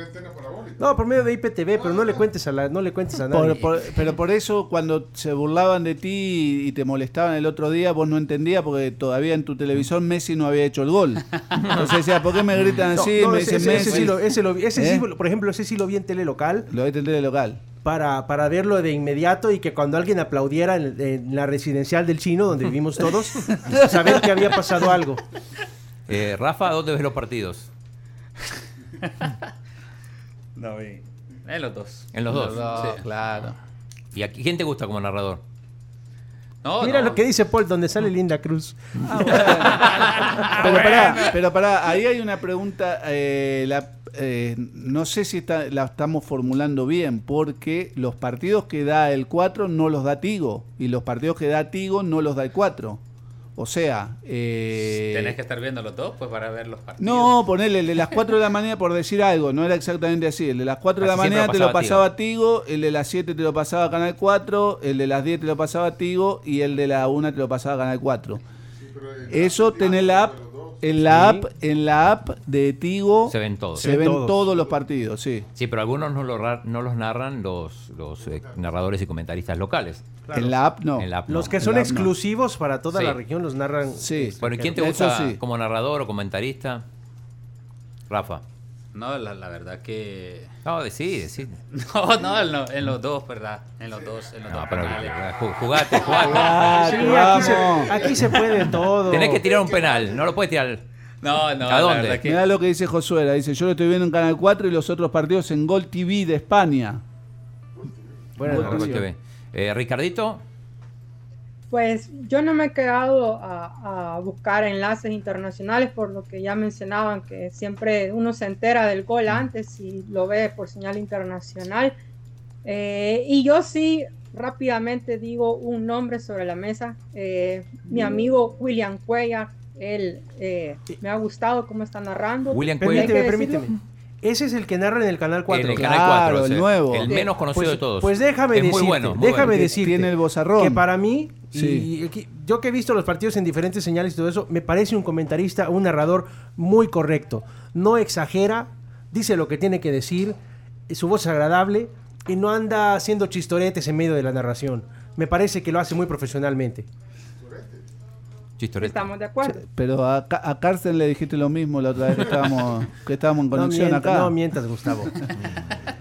Speaker 12: No, por medio de IPTV, pero no le cuentes a, la, no le cuentes a nadie.
Speaker 10: Por- por- pero por eso cuando se burlaban de ti y te molestaban el otro día, vos no entendías porque todavía en tu televisor Messi no había hecho el gol. Entonces decía, ¿por qué me gritan
Speaker 12: No,
Speaker 10: así?
Speaker 12: no,
Speaker 10: me
Speaker 12: ese,
Speaker 10: dicen
Speaker 12: ese- ese
Speaker 10: Messi.
Speaker 12: sí lo- ese lo- ese sí,
Speaker 10: ¿Eh?
Speaker 12: por ejemplo, ese sí lo vi en telelocal.
Speaker 10: Lo vi en telelocal.
Speaker 12: Para, para verlo de inmediato y que cuando alguien aplaudiera en, en la residencial del chino, donde vivimos todos, saber que había pasado algo.
Speaker 9: Eh, Rafa, ¿dónde ves los partidos?
Speaker 13: No, vi. En los dos.
Speaker 9: En los dos.
Speaker 13: Sí.
Speaker 10: claro.
Speaker 9: ¿Y a qui- quién te gusta como narrador?
Speaker 13: No,
Speaker 12: Mira
Speaker 13: no.
Speaker 12: lo que dice Paul, donde sale Linda Cruz.
Speaker 9: Ah,
Speaker 10: Pero pará, pero pará, ahí hay una pregunta, eh, la- eh, no sé si está- la estamos formulando bien, porque los partidos que da el 4 no los da Tigo, y los partidos que da Tigo no los da el 4. O sea, eh,
Speaker 13: Tenés que estar viendo los dos pues para ver los partidos.
Speaker 10: no, ponele el de las 4 de la mañana por decir algo, no era exactamente así, el de las 4 de la
Speaker 13: Casi siempre
Speaker 10: mañana
Speaker 13: lo
Speaker 10: te lo pasaba
Speaker 13: pasaba
Speaker 10: a Tigo, el de las 7 te lo pasaba a Canal 4, el de las 10 te lo pasaba a Tigo y el de la 1 te lo pasaba a Canal 4. Eso tenés la app, en la app, en la app de Tigo
Speaker 9: Se ven todos.
Speaker 10: Se ven todos los partidos, sí.
Speaker 9: Sí, pero algunos no, lo ra- no los narran los, los eh, narradores y comentaristas locales.
Speaker 10: Claro. En la app no.
Speaker 9: En la app
Speaker 12: Los
Speaker 9: no.
Speaker 12: que
Speaker 9: En
Speaker 12: son
Speaker 9: la app no.
Speaker 12: exclusivos para toda
Speaker 9: Sí.
Speaker 12: la región los narran. este, Sí.
Speaker 9: Bueno, ¿y quién te
Speaker 13: Eso
Speaker 9: gusta
Speaker 13: sí.
Speaker 9: como narrador o comentarista? Rafa.
Speaker 13: No, la, la verdad que.
Speaker 9: No, decide, decide.
Speaker 13: No, no, en, lo- en los dos, ¿verdad? En los dos, en los
Speaker 9: No,
Speaker 13: dos.
Speaker 9: pero
Speaker 13: canales.
Speaker 9: ju- jugate,
Speaker 13: Jugate,
Speaker 9: jugate.
Speaker 12: Sí, aquí, se, aquí se puede todo.
Speaker 9: Tenés que tirar un penal, no lo puedes tirar.
Speaker 13: No, no,
Speaker 9: ¿A
Speaker 13: la
Speaker 9: dónde?
Speaker 13: verdad que-
Speaker 10: Mirá lo que dice Josuera, dice, yo lo estoy viendo en Canal 4 y los otros partidos en Gol TV de España.
Speaker 9: Bueno,
Speaker 10: Gol TV.
Speaker 9: TV. Eh, Ricardito,
Speaker 14: Pues yo no me he quedado a, a buscar enlaces internacionales por lo que ya mencionaban, que siempre uno se entera del gol antes y lo ve por señal internacional. Eh, y yo sí rápidamente digo un nombre sobre la mesa. Eh, mi amigo William Cuellar, él eh, me ha gustado cómo está narrando.
Speaker 9: William
Speaker 14: Hay que
Speaker 12: Permíteme,
Speaker 14: decirlo.
Speaker 12: permíteme. Ese es el que narra en el canal 4.
Speaker 9: En el Canal 4, o sea, el menos conocido
Speaker 12: Pues-
Speaker 9: de todos.
Speaker 12: Pues déjame
Speaker 9: Es muy
Speaker 12: decirte,
Speaker 9: bueno, muy
Speaker 12: déjame
Speaker 9: bueno.
Speaker 12: decirte
Speaker 10: Tiene el vozarrón.
Speaker 12: que para mí y-
Speaker 10: Sí.
Speaker 12: y aquí- yo que he visto los partidos en diferentes señales y todo eso, me parece un comentarista, un narrador muy correcto. No exagera, dice lo que tiene que decir, y su voz es agradable y no anda haciendo chistoretes en medio de la narración. Me parece que lo hace muy profesionalmente.
Speaker 9: Chistorete.
Speaker 14: Estamos de acuerdo.
Speaker 10: Pero a, Ca- a Carsten le dijiste lo mismo la otra vez que estábamos, que estábamos en
Speaker 12: No
Speaker 10: conexión
Speaker 12: mienta-
Speaker 10: acá.
Speaker 12: no mientas, Gustavo.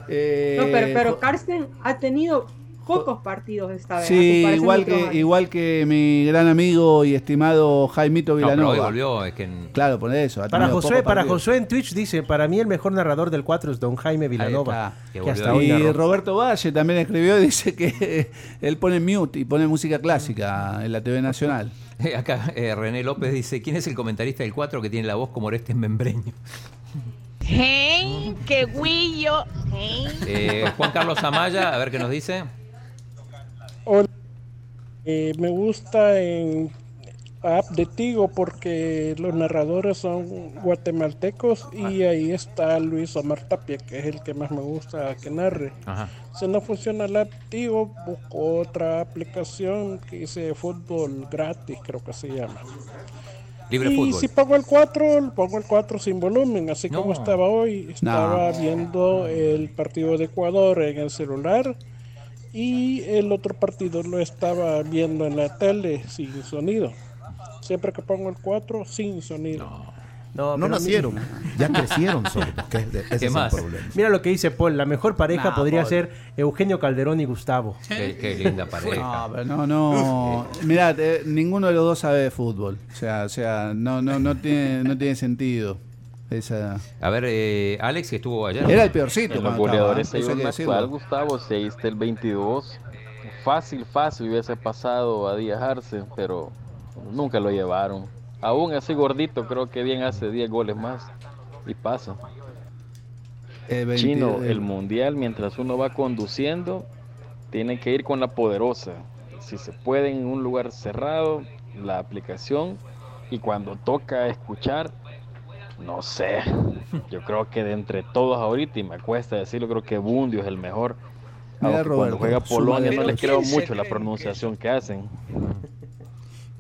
Speaker 10: Eh,
Speaker 14: No, pero, pero
Speaker 10: jo-
Speaker 14: Carsten ha tenido pocos partidos esta vez. a
Speaker 10: Sí,
Speaker 14: comparación de
Speaker 10: igual
Speaker 14: otros
Speaker 10: que,
Speaker 14: años.
Speaker 10: igual que mi gran amigo y estimado Jaimito
Speaker 9: No, pero
Speaker 10: Vilanova.
Speaker 9: hoy volvió, es que en-
Speaker 10: Claro, por eso. ha
Speaker 12: Para
Speaker 10: tenido
Speaker 12: Josué,
Speaker 10: pocos
Speaker 12: para
Speaker 10: partidos.
Speaker 12: Josué en Twitch dice, para mí el mejor narrador del 4 es don Jaime Vilanova.
Speaker 10: está.
Speaker 12: Que
Speaker 9: volvió
Speaker 12: hasta
Speaker 9: a-
Speaker 12: hoy
Speaker 10: Y
Speaker 12: narró.
Speaker 10: Roberto Valle también escribió y dice que él pone mute y pone música clásica en la TV Nacional.
Speaker 9: Eh, Acá eh, René López dice, ¿quién es el comentarista del 4 que tiene la voz como Orestes Membreño?
Speaker 21: Hey, qué guillo. Hey.
Speaker 9: Eh, Juan Carlos Amaya, a ver qué nos dice.
Speaker 22: Hola. Eh, me gusta en app de Tigo porque los narradores son guatemaltecos y
Speaker 10: Ah.
Speaker 22: ahí está Luis Omar Tapia, que es el que más me gusta que narre.
Speaker 9: Ajá.
Speaker 22: Si no funciona la app Tigo, busco otra aplicación que dice fútbol gratis, creo que se llama.
Speaker 9: Libre
Speaker 22: y
Speaker 9: fútbol.
Speaker 22: si pongo el 4, lo pongo el 4 sin volumen, así como estaba hoy. Estaba
Speaker 9: No.
Speaker 22: viendo el partido de Ecuador en el celular y el otro partido lo estaba viendo en la tele sin sonido. Siempre que pongo el 4, sin sonido.
Speaker 12: No,
Speaker 23: No
Speaker 12: pero
Speaker 23: nacieron,
Speaker 12: mira-
Speaker 23: ya crecieron sordos, que es de- ese
Speaker 12: ¿Qué
Speaker 23: es
Speaker 12: más?
Speaker 23: el problema.
Speaker 12: Mira lo que dice Paul, la mejor pareja
Speaker 10: Nah,
Speaker 12: podría
Speaker 10: Paul.
Speaker 12: ser Eugenio Calderón y Gustavo.
Speaker 9: Qué, qué linda pareja.
Speaker 10: No, pero no, no.
Speaker 12: eh,
Speaker 10: Mirá, te- ninguno de los dos sabe de fútbol. O sea, o sea, no, no, no tiene, no tiene sentido. Esa.
Speaker 9: A ver, eh, Alex, que estuvo ayer.
Speaker 10: Era el peorcito
Speaker 24: En los
Speaker 10: cuando
Speaker 24: goleadores
Speaker 10: estaba,
Speaker 24: hay
Speaker 10: eso hay
Speaker 24: un
Speaker 10: que decirlo.
Speaker 24: actual, Gustavo, 6 del 22. Fácil, fácil hubiese pasado a Díaz Arce, pero nunca lo llevaron. Aún así gordito, creo que bien hace 10 goles más y pasa.
Speaker 10: El 20
Speaker 24: Chino,
Speaker 10: el-
Speaker 24: el mundial, mientras uno va conduciendo, tiene que ir con la poderosa. Si se puede en un lugar cerrado, la aplicación. Y cuando toca escuchar, no sé. Yo creo que de entre todos ahorita, y me cuesta decirlo, creo que Bundio es el mejor.
Speaker 10: Mira,
Speaker 24: Aunque cuando
Speaker 10: Roberto,
Speaker 24: juega
Speaker 10: su
Speaker 24: Polonia
Speaker 10: madre.
Speaker 24: no les
Speaker 10: ¿Quién
Speaker 24: creo
Speaker 10: se
Speaker 24: mucho la pronunciación que hacen.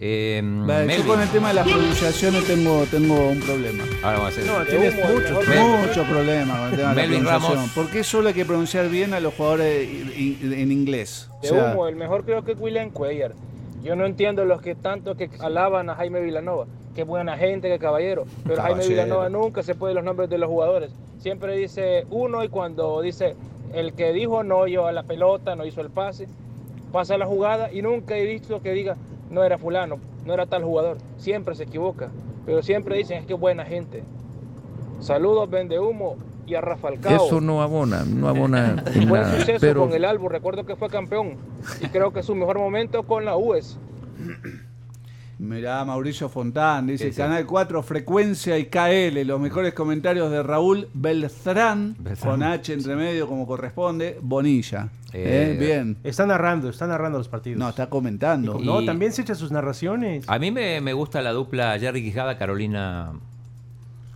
Speaker 9: Eh,
Speaker 10: Va,
Speaker 9: Melvin.
Speaker 10: yo con el tema de las pronunciaciones tengo, tengo un problema.
Speaker 9: Ahora Ah, vamos a hacer.
Speaker 10: No, tienes muchos
Speaker 9: Melvin.
Speaker 10: problemas con el tema de la
Speaker 9: Melvin
Speaker 10: pronunciación.
Speaker 9: Ramos.
Speaker 10: ¿Por qué solo hay que pronunciar bien a los jugadores i- i- en inglés? O
Speaker 25: De
Speaker 10: sea,
Speaker 25: humo, el mejor creo que es William Cuellar. Yo no entiendo los que tanto que alaban a Jaime Vilanova. Qué buena gente, qué caballero. Pero Jaime
Speaker 10: Caballero.
Speaker 25: Vilanova nunca se puede los nombres de los jugadores. Siempre dice uno y cuando dice el que dijo no llevó la pelota, no hizo el pase, pasa la jugada y nunca he visto que diga no era fulano, no era tal jugador. Siempre se equivoca. Pero siempre dicen es que buena gente. Saludos, vende humo y a Rafa Alcao.
Speaker 26: Eso no abona, no abona en
Speaker 25: Buen
Speaker 26: nada.
Speaker 25: suceso
Speaker 26: Pero
Speaker 25: con el álbum, recuerdo que fue campeón y creo que es su mejor momento con la E US.
Speaker 10: Mirá, Mauricio Fontán, dice
Speaker 26: Ese.
Speaker 10: Canal 4, Frecuencia y KL, los mejores comentarios de Raúl Beltrán,
Speaker 12: Beltrán.
Speaker 10: con H entre medio como corresponde, Bonilla.
Speaker 9: Eh,
Speaker 10: Eh, bien.
Speaker 12: Está narrando, está narrando los partidos. No,
Speaker 10: está comentando.
Speaker 12: No,
Speaker 9: Y-
Speaker 12: también se echa sus narraciones.
Speaker 9: A mí me, me gusta la dupla Jerry Quijada, Carolina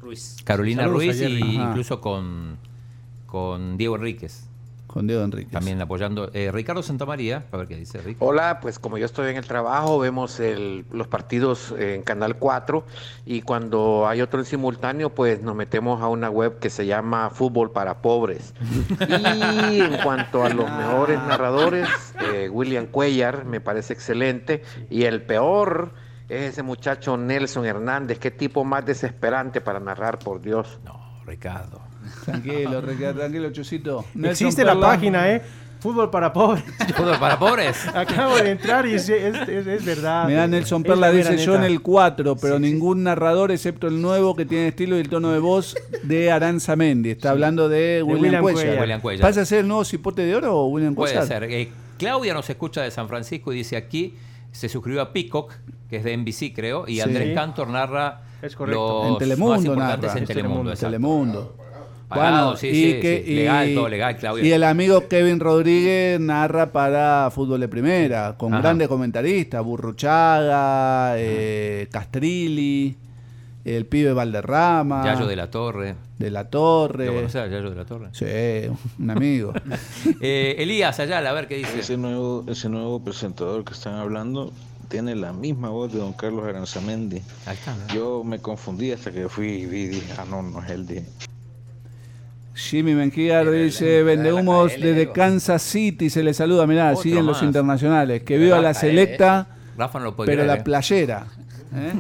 Speaker 13: Ruiz.
Speaker 9: Carolina
Speaker 10: Saludos a
Speaker 9: Ruiz
Speaker 10: Jerry.
Speaker 9: y
Speaker 10: Ajá.
Speaker 9: incluso con, con Diego Enríquez.
Speaker 10: Con Diego Enríquez.
Speaker 9: También apoyando. Eh, Ricardo Santamaría, a ver qué dice Rick.
Speaker 27: Hola, pues como yo estoy en el trabajo, vemos el- los partidos en Canal 4 y cuando hay otro en simultáneo, pues nos metemos a una web que se llama Fútbol para Pobres. Y en cuanto a los mejores narradores, eh, William Cuellar me parece excelente y el peor es ese muchacho Nelson Hernández, qué tipo más desesperante para narrar, por Dios.
Speaker 9: No, Ricardo.
Speaker 10: Tranquilo, Ricardo, tranquilo, Chusito.
Speaker 12: Existe la página, ¿eh? Fútbol para pobres.
Speaker 9: Fútbol para pobres.
Speaker 12: Acabo de entrar y es, es- es- es verdad.
Speaker 10: Mirá, Nelson
Speaker 12: Es la
Speaker 10: Perla
Speaker 12: Ah, mera
Speaker 10: dice yo en
Speaker 12: neta.
Speaker 10: el 4, pero ningún narrador excepto el nuevo que tiene estilo y el tono de voz de Aranza Mendy. Está hablando de William,
Speaker 9: William
Speaker 10: Cuellar.
Speaker 9: Cuellar. William Cuellar.
Speaker 10: ¿Pasa a ser el nuevo cipote de oro o William
Speaker 9: Puede
Speaker 10: Cuellar?
Speaker 9: ser. Eh, Claudia nos escucha de San Francisco y dice aquí, se suscribió a Peacock, que es de NBC creo, y
Speaker 10: Sí.
Speaker 9: Andrés Cantor narra
Speaker 10: Es
Speaker 9: los
Speaker 10: en Telemundo
Speaker 9: más importantes
Speaker 10: narra.
Speaker 9: en Telemundo. exacto.
Speaker 10: Telemundo.
Speaker 9: Pagado,
Speaker 10: Bueno,
Speaker 9: sí,
Speaker 10: y
Speaker 9: sí,
Speaker 10: que-
Speaker 9: sí.
Speaker 10: y-
Speaker 9: Legal, todo legal, Claudio.
Speaker 10: Y el amigo Kevin Rodríguez narra para Fútbol de Primera, con
Speaker 9: Ajá.
Speaker 10: grandes comentaristas, Burruchaga, eh, Castrilli, el pibe Valderrama,
Speaker 9: Yayo de la Torre.
Speaker 10: de la
Speaker 9: ¿Lo
Speaker 10: Torre.
Speaker 9: conocés a Yayo de la Torre?
Speaker 10: Sí, un amigo.
Speaker 9: Eh, Elías Ayala, a ver qué dice.
Speaker 1: Ese nuevo, ese nuevo presentador que están hablando tiene la misma voz de don Carlos Aranzamendi. Yo me confundí hasta que fui y vi y dije, ah, no, no es él. Dije.
Speaker 10: Jimmy Mejía dice, vendehumos desde Kansas City, se le saluda, mirá,
Speaker 9: Otro
Speaker 10: siguen los
Speaker 9: más.
Speaker 10: internacionales, que vio a la
Speaker 9: Rafa, eh,
Speaker 10: selecta,
Speaker 9: Rafa no lo puede
Speaker 10: pero
Speaker 9: creer,
Speaker 10: la
Speaker 9: eh.
Speaker 10: playera. ¿eh?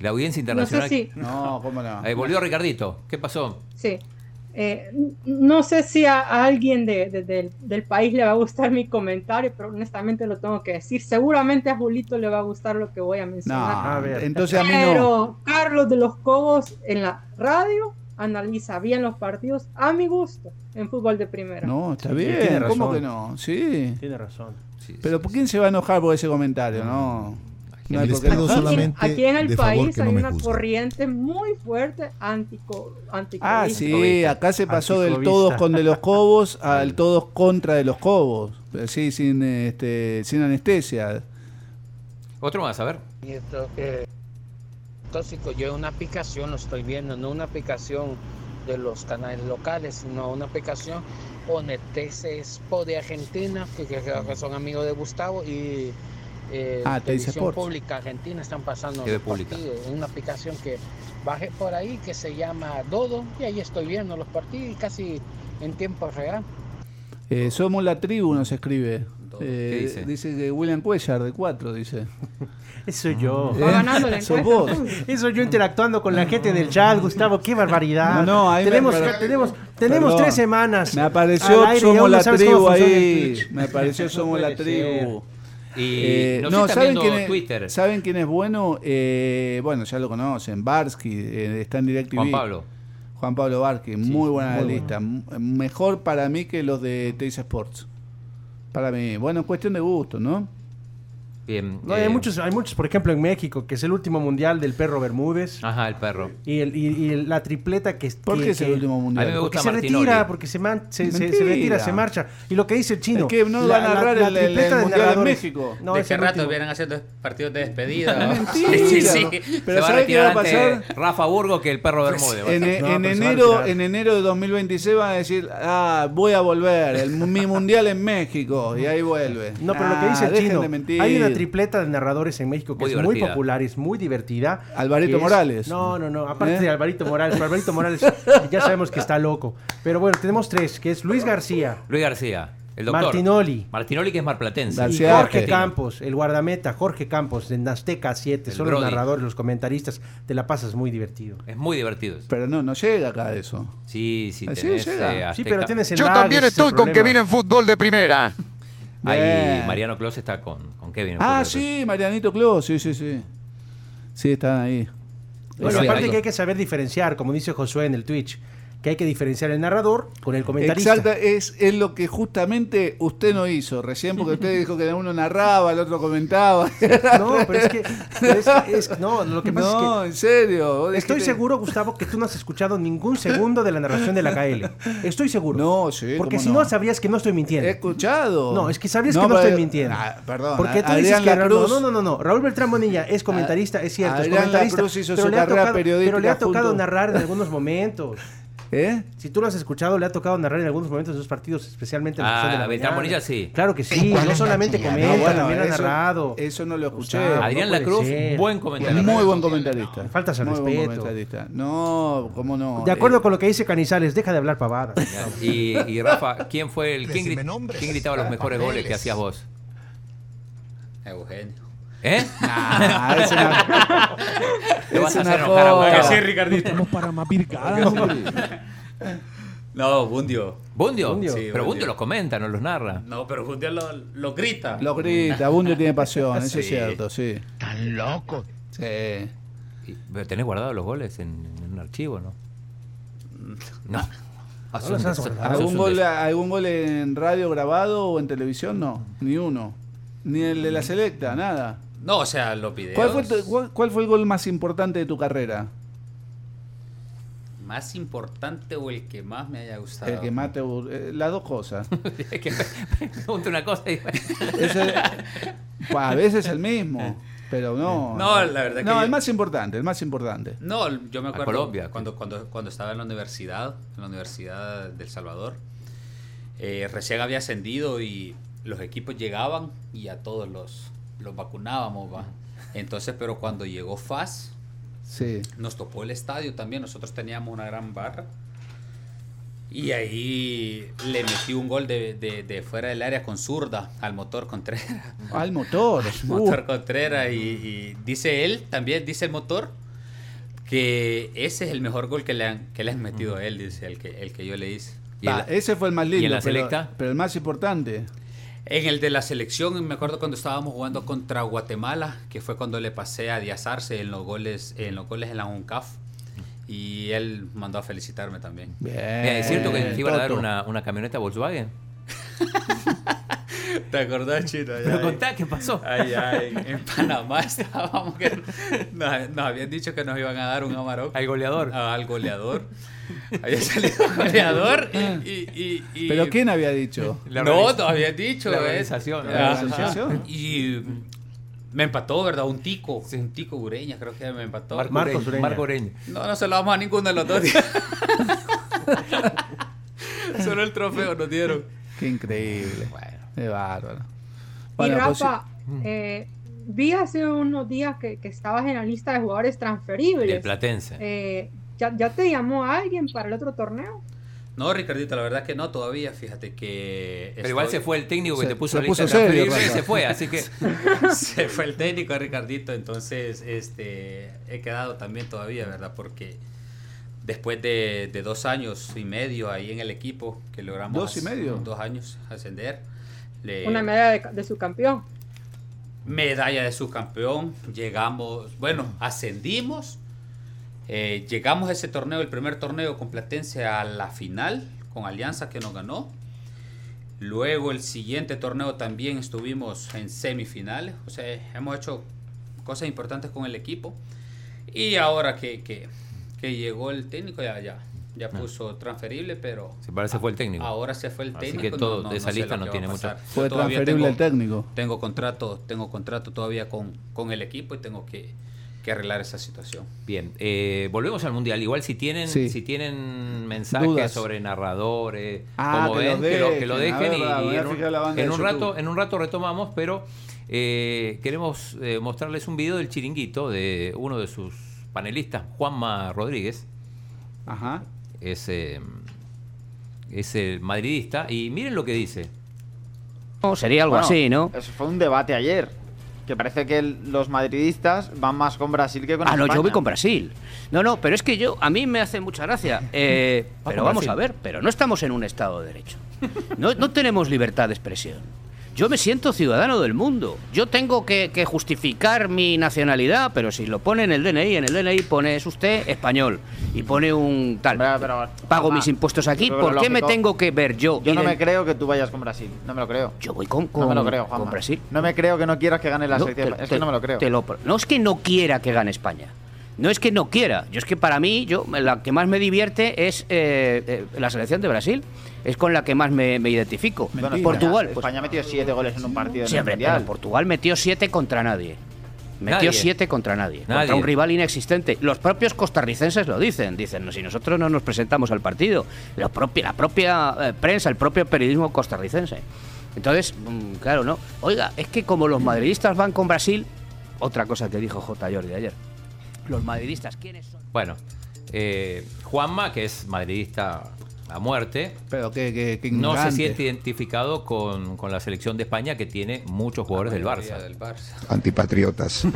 Speaker 9: La audiencia internacional.
Speaker 14: si-
Speaker 10: No, cómo no.
Speaker 9: Eh, volvió Ricardito. ¿Qué pasó?
Speaker 14: Sí. Eh, n- no sé si a, a alguien de- de- del, del país le va a gustar mi comentario, pero honestamente lo tengo que decir. Seguramente a Julito le va a gustar lo que voy a mencionar.
Speaker 10: No, A ver. entonces a mí no.
Speaker 14: pero Carlos de los Cobos en la radio analiza bien los partidos a mi gusto en fútbol de primera.
Speaker 10: No, está
Speaker 12: Sí,
Speaker 10: bien,
Speaker 12: tiene
Speaker 10: ¿cómo
Speaker 12: razón.
Speaker 10: que no? Sí.
Speaker 12: Tiene razón.
Speaker 10: Pero ¿por quién se va a enojar por ese comentario? No. No hay
Speaker 23: Les
Speaker 10: por qué
Speaker 23: pido
Speaker 10: enojarse.
Speaker 23: solamente
Speaker 14: Aquí en el
Speaker 23: de favor
Speaker 14: país
Speaker 23: que
Speaker 14: hay
Speaker 23: no me
Speaker 14: una
Speaker 23: juzguen.
Speaker 14: corriente muy fuerte antico, anticobista.
Speaker 10: Ah, sí, acá se pasó del todos con de los cobos al todos contra de los cobos. Sí, sin, este, sin anestesia.
Speaker 9: Otro más, a ver.
Speaker 19: Y esto, eh, tóxico, yo en una aplicación lo estoy viendo, no una aplicación de los canales locales, sino una aplicación Onetese Expo de Argentina, que, que- que son amigos de Gustavo y eh,
Speaker 10: Ah, TC
Speaker 19: Televisión
Speaker 10: Sports.
Speaker 19: Pública Argentina están pasando
Speaker 9: TV
Speaker 19: los
Speaker 9: Pública.
Speaker 19: partidos. en una aplicación que bajé por ahí que se llama Dodo y ahí estoy viendo los partidos y casi en tiempo real.
Speaker 10: Eh, somos la tribu, nos escribe. Eh,
Speaker 12: ¿Qué
Speaker 10: dice?
Speaker 12: dice?
Speaker 10: que William Cuellar, de 4, dice.
Speaker 12: Eso yo.
Speaker 10: Va ganando la ¿eh? Sos encuesta, vos. entonces.
Speaker 12: Eso yo interactuando con la gente del chat, Gustavo. Qué barbaridad.
Speaker 10: No, no, ahí me
Speaker 12: tenemos,
Speaker 10: apare-
Speaker 12: tenemos, tenemos
Speaker 10: Perdón.
Speaker 12: tres semanas.
Speaker 10: Me apareció
Speaker 12: al aire y
Speaker 10: Somos
Speaker 12: aún no
Speaker 10: la
Speaker 12: sabes cómo
Speaker 10: Tribu
Speaker 12: funciona el
Speaker 10: ahí.
Speaker 12: Twitch.
Speaker 10: Me apareció Somos la Tribu.
Speaker 9: Y
Speaker 10: Eh,
Speaker 9: nos
Speaker 10: no,
Speaker 9: están
Speaker 10: ¿saben
Speaker 9: viendo
Speaker 10: quién, es,
Speaker 9: Twitter.
Speaker 10: ¿saben quién es bueno? Eh, bueno, ya lo conocen, Barsky, eh, está en DirecTV.
Speaker 9: Juan Pablo.
Speaker 10: Juan Pablo Barsky, muy buena
Speaker 9: muy
Speaker 10: la
Speaker 9: bueno.
Speaker 10: lista. M- Mejor para mí que los de Teis Sports. Para mí. Bueno, cuestión de gusto, ¿no?
Speaker 9: Bien.
Speaker 12: No,
Speaker 9: eh,
Speaker 12: hay, muchos, hay muchos, por ejemplo, en México, que es el último mundial del perro Bermúdez.
Speaker 9: Ajá, el perro.
Speaker 12: Y, el- y- y el- la tripleta que
Speaker 10: ¿Por
Speaker 12: que-
Speaker 10: qué es el
Speaker 12: que-
Speaker 10: último mundial? A mí me
Speaker 12: Porque
Speaker 10: gusta
Speaker 12: se
Speaker 10: Martinoli.
Speaker 12: retira, porque se, man- se, se- se
Speaker 10: Mentira.
Speaker 12: retira, se marcha. Y lo que dice el chino.
Speaker 10: Es que no va a narrar el- el
Speaker 12: tripleta de
Speaker 10: Mundial en
Speaker 12: narradores.
Speaker 10: México.
Speaker 12: No,
Speaker 13: ¿De
Speaker 12: es
Speaker 13: qué
Speaker 12: el
Speaker 13: rato
Speaker 12: último.
Speaker 13: vienen haciendo partidos de despedida?
Speaker 10: Mentira.
Speaker 13: Sí, sí.
Speaker 10: Pero
Speaker 9: se va a
Speaker 10: ¿sabe qué va
Speaker 9: retirar
Speaker 10: a
Speaker 9: ante Rafa Burgo que el perro Bermúdez. va a
Speaker 10: En, e-
Speaker 9: estar.
Speaker 10: en enero, en enero de 2026 van a decir, ah, voy a volver, el, mu- mi mundial en México, y ahí vuelve.
Speaker 12: No, pero lo que dice
Speaker 10: Ah,
Speaker 12: el
Speaker 10: dejen
Speaker 12: chino,
Speaker 10: de mentir.
Speaker 12: hay una tripleta de narradores en México que
Speaker 10: Muy
Speaker 12: es
Speaker 10: divertida.
Speaker 12: muy popular, es muy divertida.
Speaker 10: Alvarito
Speaker 12: que es-
Speaker 10: Morales.
Speaker 12: No, no, no, aparte
Speaker 10: ¿Eh?
Speaker 12: de Alvarito Morales, pero Alvarito Morales ya sabemos que está loco. Pero bueno, tenemos tres, que es Luis García,
Speaker 9: Luis García, el doctor.
Speaker 12: Martinoli.
Speaker 9: Martinoli que es marplatense.
Speaker 12: y Jorge Campos, el guardameta, Jorge Campos, de Azteca 7,
Speaker 9: El
Speaker 12: son los
Speaker 9: Brody.
Speaker 12: narradores, los comentaristas, te la pasas muy divertido.
Speaker 9: Es muy divertido.
Speaker 10: Pero no, no llega acá eso.
Speaker 9: Sí, sí,
Speaker 10: Ah, sí,
Speaker 9: tenés,
Speaker 10: llega.
Speaker 9: eh,
Speaker 12: Sí,
Speaker 9: Azteca.
Speaker 12: pero tienes el
Speaker 10: Yo
Speaker 12: lag,
Speaker 10: también
Speaker 12: ese es el
Speaker 10: estoy con
Speaker 12: problema.
Speaker 10: que viene
Speaker 2: en fútbol de primera.
Speaker 9: Ahí
Speaker 10: Bien.
Speaker 9: Mariano Clos está con, con Kevin.
Speaker 10: Ah, sí, Marianito Clos, sí, sí, sí. Sí, están ahí.
Speaker 12: Bueno,
Speaker 10: Exacto.
Speaker 12: aparte que hay que saber diferenciar, como dice Josué en el Twitch, que hay que diferenciar el narrador con el comentarista.
Speaker 10: Exacta, es, es lo que justamente usted no hizo recién, porque usted dijo que uno narraba, el otro comentaba.
Speaker 12: No, pero es que. pero es que- es- no, lo que pasa
Speaker 10: No,
Speaker 12: es que.
Speaker 10: en serio. vos
Speaker 12: Estoy
Speaker 10: dijiste-
Speaker 12: seguro, Gustavo, que tú no has escuchado ningún segundo de la narración de la KL. Estoy seguro.
Speaker 10: No, sí.
Speaker 12: Porque
Speaker 10: cómo
Speaker 12: si
Speaker 10: no.
Speaker 12: no, sabrías que no estoy mintiendo.
Speaker 10: He escuchado.
Speaker 12: No, es que sabrías
Speaker 10: No,
Speaker 12: que no
Speaker 10: pero-
Speaker 12: estoy mintiendo.
Speaker 10: Ah, perdón.
Speaker 12: Porque tú
Speaker 10: Adrián
Speaker 12: dices que
Speaker 10: Lacruz-
Speaker 12: no, no, no, no, no. Raúl Beltrán Bonilla es comentarista, es cierto, es
Speaker 10: Adrián
Speaker 12: comentarista.
Speaker 10: Lacruz hizo
Speaker 12: pero,
Speaker 10: su
Speaker 12: le ha
Speaker 10: carrera
Speaker 12: tocado, pero le ha
Speaker 10: periodística
Speaker 12: tocado
Speaker 10: junto-
Speaker 12: narrar en algunos momentos.
Speaker 10: ¿Eh?
Speaker 12: Si tú lo has escuchado, le ha tocado narrar en algunos momentos de esos partidos, especialmente en la sesión de
Speaker 9: Ah,
Speaker 12: la
Speaker 9: Beltrán
Speaker 12: mañana.
Speaker 9: Bonilla sí.
Speaker 12: Claro que sí, no solamente comenta,
Speaker 10: No, bueno,
Speaker 12: también ha
Speaker 10: eso-
Speaker 12: narrado.
Speaker 10: Eso no lo escuché.
Speaker 12: Gustavo,
Speaker 9: Adrián
Speaker 12: no puede
Speaker 9: Lacruz,
Speaker 12: ser.
Speaker 9: buen comentarista.
Speaker 10: Muy buen comentarista.
Speaker 12: Faltas al
Speaker 10: Muy buen
Speaker 12: respeto.
Speaker 10: comentarista. No, cómo no. Eh,
Speaker 12: De acuerdo con lo que dice Canizales, deja de hablar pavadas.
Speaker 9: Y, y Rafa, ¿quién fue el quién,
Speaker 12: Decime
Speaker 9: gri-
Speaker 12: nombres.
Speaker 9: quién gritaba los mejores
Speaker 12: Papeles.
Speaker 9: goles que hacías vos?
Speaker 13: Eugenio.
Speaker 9: ¿Eh?
Speaker 13: Nah, es
Speaker 10: una-
Speaker 9: Te vas
Speaker 13: es
Speaker 9: a
Speaker 13: una
Speaker 9: hacer enojar a
Speaker 13: joda.
Speaker 9: Gustavo.
Speaker 13: Que sí, Ricardito.
Speaker 9: Vamos para
Speaker 13: virgada, No, Bundio.
Speaker 9: Bundio.
Speaker 13: Bundio. Sí,
Speaker 9: pero
Speaker 13: Bundio.
Speaker 9: Bundio los comenta, no los narra.
Speaker 13: No, pero Bundio lo, lo grita.
Speaker 10: Lo grita, Bundio tiene pasión, eso es
Speaker 9: Sí.
Speaker 10: cierto, sí.
Speaker 9: Tan loco.
Speaker 10: Sí.
Speaker 9: Pero tenés guardados los goles en, en un archivo, ¿no? No. Haz un- haz un- haz
Speaker 10: ¿Algún
Speaker 9: un-
Speaker 10: gol, ¿Algún gol en radio grabado o en televisión? No, ni uno. Ni el
Speaker 9: Mm.
Speaker 10: de la selecta, nada.
Speaker 13: No, o sea, los videos.
Speaker 10: ¿Cuál fue, tu- cuál- cuál fue el gol más importante de tu carrera?
Speaker 13: más importante o el que más me haya gustado?
Speaker 10: El que mate. eh, Las dos cosas.
Speaker 13: Que me- me pregunto una cosa y...
Speaker 10: Ese- pues, a veces el mismo, pero no.
Speaker 13: No, la verdad
Speaker 10: No,
Speaker 13: que-
Speaker 10: el más importante, el más importante.
Speaker 13: No, yo
Speaker 10: A
Speaker 13: me acuerdo
Speaker 10: Colombia.
Speaker 13: cuando cuando cuando estaba en la universidad, en la Universidad del Salvador. eh, recién había ascendido y los equipos llegaban y a todos los los vacunábamos, va. Entonces, pero cuando llegó FAS,
Speaker 10: Sí.
Speaker 13: nos topó el estadio también. Nosotros teníamos una gran barra. Y ahí le metí un gol de, de- de fuera del área con zurda al motor Contreras.
Speaker 10: Al motor.
Speaker 13: Motor Contreras. Y, y dice él, también dice el motor, que ese es el mejor gol que le han, que le han metido a él, dice el que, el que yo le hice.
Speaker 10: Va, ese fue el más lindo.
Speaker 13: ¿Y en la
Speaker 10: pero-
Speaker 13: selecta?
Speaker 10: Pero el más importante.
Speaker 13: En el de la selección, me acuerdo cuando estábamos jugando contra Guatemala, que fue cuando le pasé a Díaz Arce en los goles en, los goles en la UNCAF. Y él mandó a felicitarme también.
Speaker 9: Mira, es cierto que te iban a dar una, una camioneta Volkswagen.
Speaker 13: ¿Te acordás, Chino? Ay,
Speaker 9: Pero
Speaker 13: ay.
Speaker 9: contá, ¿qué pasó?
Speaker 13: Ay, ay, en Panamá estábamos que nos, nos habían dicho que nos iban a dar un amarok. Al
Speaker 9: goleador.
Speaker 13: al goleador. Había salido goleador y... y- y- y-
Speaker 10: ¿Pero quién había dicho?
Speaker 13: no, nos habían dicho.
Speaker 10: La
Speaker 13: ¿eh?
Speaker 10: organización.
Speaker 13: Ajá.
Speaker 10: La organización.
Speaker 13: Y me empató, ¿verdad? Un tico. Un tico Ureña, creo que me empató.
Speaker 9: Marco Marcos Ureña, Ureña. Marco Ureña.
Speaker 13: No, no se lo damos a ninguno de los dos. Solo el trofeo nos dieron.
Speaker 10: Qué increíble. Qué bárbaro.
Speaker 14: y
Speaker 10: Bueno, pues,
Speaker 14: Rafa, eh, vi hace unos días que, que estabas en la lista de jugadores transferibles.
Speaker 13: Del Platense.
Speaker 14: Eh, ¿ya, ya te llamó alguien para el otro torneo?
Speaker 13: No, Ricardito, la verdad que no todavía, fíjate que...
Speaker 9: Pero igual se fue el técnico que Se- te puso
Speaker 13: la
Speaker 9: la se lista puso de serio, transferibles y Rafa. se fue,
Speaker 13: se fue el técnico, Ricardito, entonces este, he quedado también todavía, ¿verdad? Porque después de, de dos años y medio ahí en el equipo, que logramos...
Speaker 10: ¿Dos y
Speaker 13: as-
Speaker 10: medio?
Speaker 13: Dos años ascender. le-
Speaker 14: Una medalla de, de su campeón.
Speaker 13: medalla de subcampeón. Llegamos, bueno, ascendimos. eh, llegamos a ese torneo, el primer torneo con Platense a la final con Alianza que nos ganó. Luego el siguiente torneo también estuvimos en semifinales. O sea, hemos hecho cosas importantes con el equipo. Y ahora que, que- que llegó el técnico, ya, ya, ya puso transferible, pero
Speaker 9: Se parece fue el técnico.
Speaker 13: ahora se fue el técnico.
Speaker 9: Así que todo, de esa
Speaker 13: sé lo
Speaker 9: lista no
Speaker 13: que va
Speaker 9: tiene
Speaker 13: a
Speaker 9: mucho.
Speaker 13: pasar. Yo
Speaker 10: Fue
Speaker 13: todavía
Speaker 10: transferible
Speaker 13: tengo-
Speaker 10: el técnico.
Speaker 13: tengo contrato, tengo contrato todavía con, con el equipo y tengo que, que arreglar esa situación.
Speaker 9: Bien, eh, volvemos al mundial. Igual si tienen,
Speaker 13: Sí.
Speaker 9: si tienen mensajes
Speaker 13: Dudas.
Speaker 9: sobre narradores,
Speaker 10: Ah,
Speaker 9: como
Speaker 10: que
Speaker 9: ven,
Speaker 10: lo
Speaker 9: que, lo, que lo
Speaker 10: dejen.
Speaker 9: dejen y-
Speaker 10: Ah, verdad,
Speaker 9: y,
Speaker 10: voy a
Speaker 9: en, un,
Speaker 10: fijar la banda
Speaker 9: en
Speaker 10: de
Speaker 9: un
Speaker 10: YouTube.
Speaker 9: rato, en un rato retomamos, pero eh, queremos eh, mostrarles un video del chiringuito de uno de sus panelistas, Juanma Rodríguez.
Speaker 10: Ajá.
Speaker 9: Es, eh, es el madridista. Y miren lo que dice.
Speaker 2: Oh, Sería algo
Speaker 3: Bueno,
Speaker 2: así, ¿no?
Speaker 3: Eso fue un debate ayer. Que parece que el- los madridistas van más con Brasil que con
Speaker 2: Ah, no,
Speaker 3: España.
Speaker 2: yo voy con Brasil. No, no, pero es que yo, a mí me hace mucha gracia. Eh,
Speaker 3: Va
Speaker 2: pero
Speaker 3: con
Speaker 2: vamos
Speaker 3: Brasil.
Speaker 2: a ver, pero no estamos en un Estado de Derecho. No, no tenemos libertad de expresión. Yo me siento ciudadano del mundo. Yo tengo que, que justificar mi nacionalidad, pero si lo pone en el DNI, en el DNI pone es usted español y pone un tal. Pago mis impuestos aquí,
Speaker 3: ah, yo creo que
Speaker 2: ¿por qué me
Speaker 3: lógico-
Speaker 2: tengo que ver yo?
Speaker 3: Yo no
Speaker 2: ident-
Speaker 3: me creo que tú vayas con Brasil. No me lo creo.
Speaker 2: Yo voy con,
Speaker 3: No me lo
Speaker 2: con-
Speaker 3: creo,
Speaker 2: con
Speaker 3: Juanma.
Speaker 2: Brasil.
Speaker 3: No me creo que no quieras que gane la
Speaker 2: No,
Speaker 3: selección.
Speaker 2: te-
Speaker 3: es que
Speaker 2: te-
Speaker 3: no me lo creo.
Speaker 2: te pro- no es que no quiera que gane España. No es que no quiera. Yo es que para mí, yo la que más me divierte es eh, eh, la selección de Brasil. Es con la que más me, me identifico.
Speaker 3: Bueno,
Speaker 2: Portugal.
Speaker 3: España,
Speaker 2: pues,
Speaker 3: España metió siete goles en un partido
Speaker 2: sí,
Speaker 3: en el
Speaker 2: hombre,
Speaker 3: Mundial.
Speaker 2: pero Portugal metió siete contra nadie. Metió
Speaker 3: Nadie.
Speaker 2: siete contra nadie,
Speaker 3: Nadie.
Speaker 2: Contra un rival inexistente. Los propios costarricenses lo dicen. Dicen, si nosotros no nos presentamos al partido. La propia, la propia eh, prensa, el propio periodismo costarricense. Entonces, mm, claro, ¿no? Oiga, es que como los madridistas van con Brasil, otra cosa que dijo J. Jordi ayer. Los madridistas, ¿quiénes son?
Speaker 9: Bueno, eh, Juanma, que es madridista a muerte,
Speaker 10: Pero que, que, que
Speaker 9: no se
Speaker 10: ignorante.
Speaker 9: siente identificado con, con la selección de España que tiene muchos jugadores del Barça.
Speaker 20: Antipatriotas.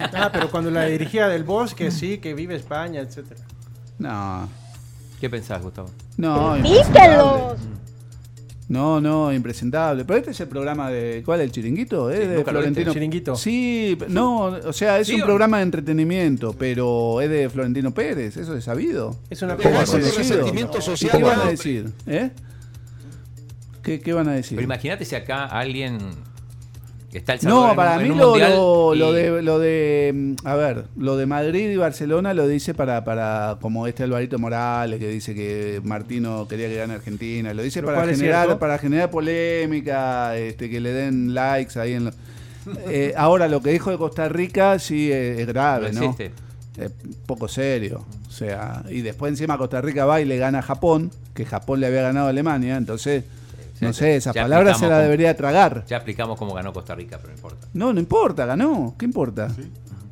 Speaker 12: Ah, pero cuando la dirigía del bosque, sí, que vive España, etcétera.
Speaker 10: No.
Speaker 9: ¿Qué pensás, Gustavo?
Speaker 10: No,
Speaker 12: ¡Vítelos!
Speaker 10: impresentable. No, no, impresentable. Pero este es el programa de. ¿Cuál? ¿El chiringuito? ¿Es
Speaker 12: Sí,
Speaker 10: de
Speaker 12: nunca lo viste,
Speaker 10: Florentino?
Speaker 12: el Chiringuito.
Speaker 10: Sí, p- no, o sea, es
Speaker 12: ¿Sí
Speaker 10: un
Speaker 12: o no?
Speaker 10: programa de entretenimiento, pero es de Florentino Pérez, eso es sabido.
Speaker 12: Es una
Speaker 10: ¿Cómo
Speaker 12: cosa
Speaker 10: has
Speaker 12: de
Speaker 10: elegido?
Speaker 12: resentimiento
Speaker 10: ¿Y
Speaker 12: social,
Speaker 10: ¿Qué van a
Speaker 12: ¿no?
Speaker 10: decir? ¿Eh? ¿Qué, qué van a decir?
Speaker 9: Pero imagínate si acá alguien Está El Salvador
Speaker 10: No,
Speaker 9: en
Speaker 10: para
Speaker 9: un-
Speaker 10: mí
Speaker 9: en un
Speaker 10: lo,
Speaker 9: mundial
Speaker 10: lo- lo
Speaker 9: y-
Speaker 10: de, lo de, mm, a ver, lo de Madrid y Barcelona lo dice para, para como este Alvarito Morales que dice que Martino quería que gane Argentina, lo dice
Speaker 12: Lo
Speaker 10: para
Speaker 12: cual es
Speaker 10: generar,
Speaker 12: cierto.
Speaker 10: para generar polémica, este, que le den likes ahí en lo- Eh, ahora lo que dijo de Costa Rica sí es, es grave,
Speaker 9: No
Speaker 10: ¿no?
Speaker 9: existe.
Speaker 10: Eh, poco serio. O sea, y después encima Costa Rica va y le gana a Japón, que Japón le había ganado a Alemania, entonces, no sé, esa
Speaker 9: Ya
Speaker 10: palabra se
Speaker 9: explicamos
Speaker 10: la
Speaker 9: cómo-
Speaker 10: debería tragar.
Speaker 9: Ya explicamos cómo ganó Costa Rica, pero no importa.
Speaker 10: No, no importa, ganó. ¿Qué importa?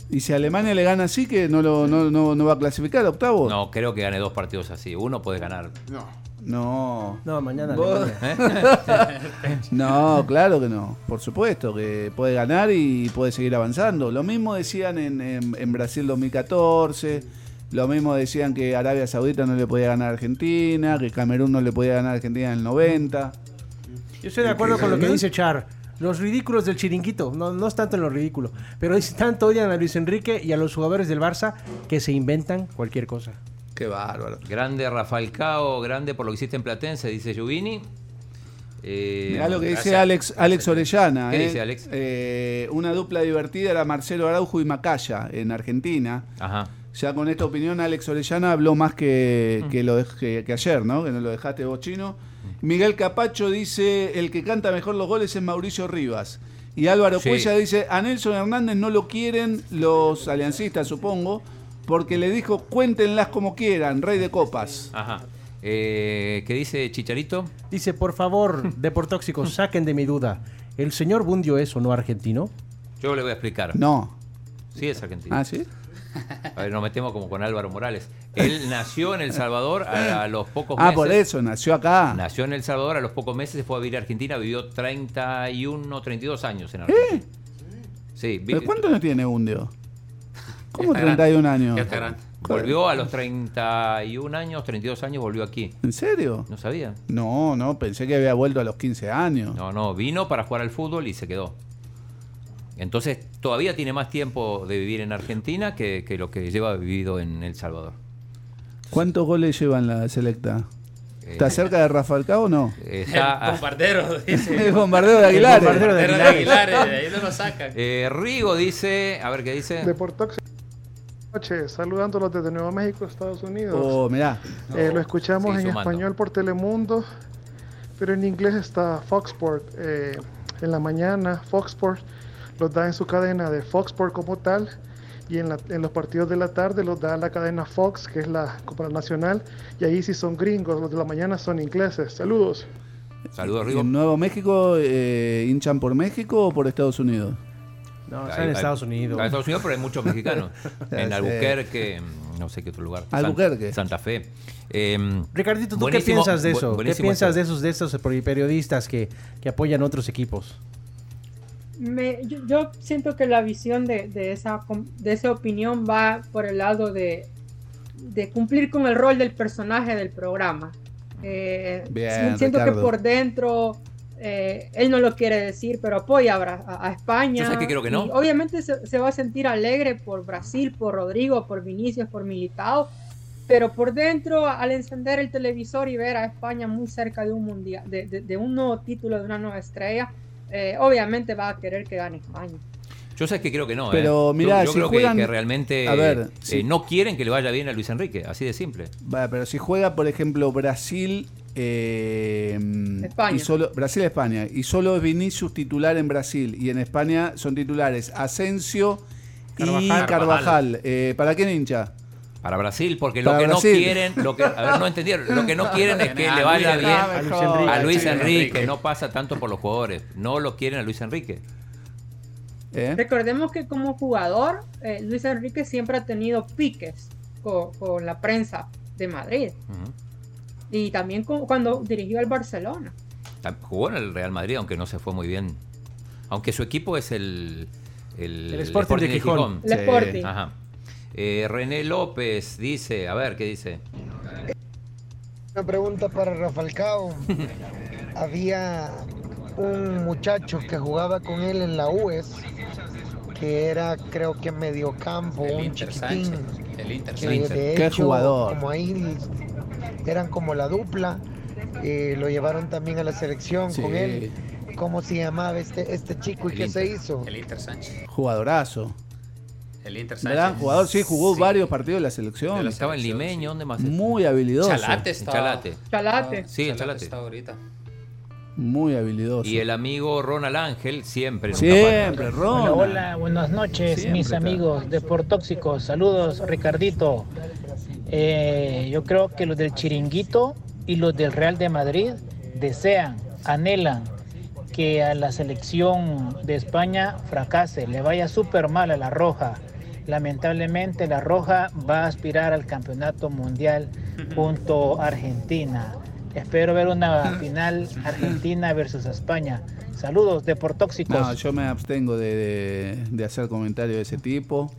Speaker 10: Y si Alemania le gana así, que no, lo, no, no, no va a clasificar a octavos.
Speaker 9: No, creo que gane dos partidos así. Uno puede ganar.
Speaker 12: No.
Speaker 10: No.
Speaker 12: No, mañana
Speaker 10: Vos-
Speaker 12: Alemania.
Speaker 10: no, claro que no. Por supuesto que puede ganar y puede seguir avanzando. Lo mismo decían en, en- en Brasil 2014. Lo mismo decían que Arabia Saudita no le podía ganar a Argentina, que Camerún no le podía ganar a Argentina en el 90.
Speaker 12: Yo estoy de acuerdo con lo que dice Char. Los ridículos del chiringuito, no, no es tanto en lo ridículo, pero es tanto odian a Luis Enrique y a los jugadores del Barça que se inventan cualquier cosa.
Speaker 10: Qué bárbaro.
Speaker 9: Grande Rafael Cao, grande por lo que hiciste en Platense, dice Giovini. Eh,
Speaker 10: Mirá lo que dice
Speaker 9: gracias.
Speaker 10: Alex, Alex Orellana.
Speaker 9: ¿Qué
Speaker 10: eh.
Speaker 9: dice Alex?
Speaker 10: Eh, una dupla divertida era Marcelo Araujo y Macaya en Argentina.
Speaker 9: Ajá.
Speaker 10: Ya con esta opinión, Alex Orellana habló más que, que lo dej- que- que ayer, ¿no? Que no lo dejaste vos chino. Miguel Capacho dice: el que canta mejor los goles es Mauricio Rivas. Y Álvaro
Speaker 9: Sí.
Speaker 10: Cuella dice: a Nelson Hernández no lo quieren los aliancistas, supongo, porque le dijo: cuéntenlas como quieran, rey de copas.
Speaker 9: Ajá. Eh, ¿Qué dice Chicharito?
Speaker 12: Dice, por favor, deportóxicos, saquen de mi duda. ¿El señor Bundio es o no argentino?
Speaker 9: Yo le voy a explicar.
Speaker 10: No.
Speaker 9: Sí, es argentino.
Speaker 10: ¿Ah, sí?
Speaker 9: A ver, nos metemos como con Álvaro Morales. Él nació en El Salvador a, a los pocos
Speaker 10: Ah,
Speaker 9: meses.
Speaker 10: por eso, nació acá.
Speaker 9: Nació en El Salvador, a los pocos meses se fue a vivir a Argentina, vivió 31, 32 años
Speaker 10: ¿Eh?
Speaker 9: en Argentina. Sí, vi-
Speaker 10: ¿Pero cuánto no tiene Bundio? ¿Cómo
Speaker 9: Está grande.
Speaker 10: 31 años?
Speaker 9: Está grande. Volvió a los 31 años, 32 años, volvió aquí.
Speaker 10: ¿En serio?
Speaker 9: No sabía.
Speaker 10: No, no, pensé que había vuelto a los 15 años.
Speaker 9: No, no, vino para jugar al fútbol y se quedó. Entonces todavía tiene más tiempo de vivir en Argentina que, que lo que lleva vivido en El Salvador.
Speaker 10: ¿Cuántos goles lleva en la selecta?
Speaker 9: Eh,
Speaker 10: ¿Está cerca de Rafael Cabo o no?
Speaker 9: Está
Speaker 13: El bombardero, dice.
Speaker 10: El bombardero de Aguilar.
Speaker 13: El bombardero de Aguilar. Aguilar, de ahí no lo sacan.
Speaker 9: Eh, Rigo dice, a ver qué dice.
Speaker 4: Deportox. Noche, saludándolos desde Nuevo México, Estados Unidos.
Speaker 10: Oh, mirá.
Speaker 4: Eh, lo escuchamos
Speaker 10: Sigue
Speaker 4: en
Speaker 10: sumando.
Speaker 4: español por Telemundo, pero en inglés está Foxport. eh, en la mañana, Foxport los da en su cadena de Foxport como tal, y en, la- en los partidos de la tarde los da la cadena Fox, que es la Copa Nacional, y ahí sí son gringos, los de la mañana son ingleses. Saludos.
Speaker 9: Saludos,
Speaker 10: ¿En Nuevo México eh, hinchan por México o por Estados Unidos?
Speaker 12: No,
Speaker 9: Hay- hay- está En Ah, Estados Unidos, pero hay muchos mexicanos. en Albuquerque, mm, no sé qué otro lugar. San-
Speaker 12: Albuquerque.
Speaker 9: Santa Fe. Eh,
Speaker 12: Ricardito, ¿tú qué
Speaker 9: buenísimo-
Speaker 12: piensas de
Speaker 9: bu-
Speaker 12: eso? ¿Qué
Speaker 9: buenísimo este.
Speaker 12: piensas
Speaker 9: esto.
Speaker 12: de esos, de esos peri- periodistas que, que apoyan otros equipos?
Speaker 14: Me- yo, yo siento que la visión de, de esa, com- de esa opinión va por el lado de, de cumplir con el rol del personaje del programa. Eh,
Speaker 10: Bien,
Speaker 14: si- siento
Speaker 10: Ricardo.
Speaker 14: que por dentro eh, él no lo quiere decir, pero apoya a, Bra- a- a España.
Speaker 9: Yo sé que creo que no.
Speaker 14: Y obviamente se, se va a sentir alegre por Brasil, por Rodrigo, por Vinicius, por Militao. Pero por dentro, al encender el televisor y ver a España muy cerca de un mundial, de, de- de un nuevo título, de una nueva estrella, eh, obviamente va a querer que gane España.
Speaker 9: Yo sé que creo que no.
Speaker 10: Pero,
Speaker 9: eh.
Speaker 10: mirá,
Speaker 9: yo, yo
Speaker 10: si
Speaker 9: creo que-
Speaker 10: juegan-
Speaker 9: que, realmente
Speaker 10: A ver,
Speaker 9: eh,
Speaker 10: si-
Speaker 9: no quieren que le vaya bien a Luis Enrique, así de simple.
Speaker 10: Va, pero si juega, por ejemplo, Brasil. eh,
Speaker 14: España.
Speaker 10: Y solo, Brasil España. Y solo es Vinicius titular en Brasil. Y en España son titulares Asensio y
Speaker 9: Carvajal.
Speaker 10: Carvajal. Eh, ¿Para quién hincha?
Speaker 9: Para Brasil, porque lo
Speaker 10: Para
Speaker 9: que
Speaker 10: Brasil.
Speaker 9: no quieren, lo que, a ver, no entendieron, lo que no quieren es que
Speaker 10: A
Speaker 9: le vaya
Speaker 10: Luis
Speaker 9: bien
Speaker 10: Enrique.
Speaker 9: a Luis
Speaker 10: Sí,
Speaker 9: Enrique.
Speaker 10: Enrique.
Speaker 9: No pasa tanto por los jugadores, no lo quieren a Luis Enrique.
Speaker 14: Recordemos que como jugador, eh, Luis Enrique siempre ha tenido piques co- con, la prensa de Madrid y también con- cuando dirigió al Barcelona.
Speaker 9: Tam- Jugó en el Real Madrid, aunque no se fue muy bien. Aunque su equipo es el. El,
Speaker 12: El Sporting de Gijón. El Sí. Sporting.
Speaker 9: Ajá. Eh, René López dice, a ver, ¿qué dice?
Speaker 5: Una pregunta para Rafael Cao. Había un muchacho que jugaba con él en la UES, que era creo que mediocampo, un
Speaker 13: Inter
Speaker 5: chiquitín.
Speaker 13: Sánchez. El Inter
Speaker 5: que
Speaker 13: Sánchez.
Speaker 5: de
Speaker 10: Qué
Speaker 5: hecho,
Speaker 10: jugador.
Speaker 5: Como ahí eran como la dupla, eh, lo llevaron también a la selección
Speaker 10: Sí.
Speaker 5: con él. ¿Cómo se llamaba este, este chico y
Speaker 13: El
Speaker 5: qué se
Speaker 13: Inter.
Speaker 5: hizo?
Speaker 13: El Inter Sánchez.
Speaker 10: Jugadorazo.
Speaker 13: El Inter Sánchez.
Speaker 10: Gran jugador, sí, jugó varios partidos de la selección.
Speaker 9: De la Estaba en selección, Limeño, sí. ¿dónde más?
Speaker 10: Muy habilidoso.
Speaker 9: Chalate está. Chalate.
Speaker 14: Chalate.
Speaker 9: Sí, en Chalate.
Speaker 13: Está ahorita.
Speaker 10: Muy habilidoso.
Speaker 9: Y el amigo Ronald Ángel, siempre. en
Speaker 10: Siempre,
Speaker 9: Tapachula.
Speaker 10: Ron.
Speaker 6: Hola, hola, buenas noches,
Speaker 9: Siempre
Speaker 6: mis
Speaker 9: está.
Speaker 6: amigos de Por Tóxicos. Saludos, Ricardito. Eh, yo creo que los del Chiringuito y los del Real de Madrid desean, anhelan que a la selección de España fracase, le vaya súper mal a la Roja. Lamentablemente, la Roja va a aspirar al campeonato mundial junto a Argentina. Espero ver una final Argentina versus España. Saludos de Por Tóxicos.
Speaker 10: No, yo me abstengo de, de- de hacer comentarios de ese tipo.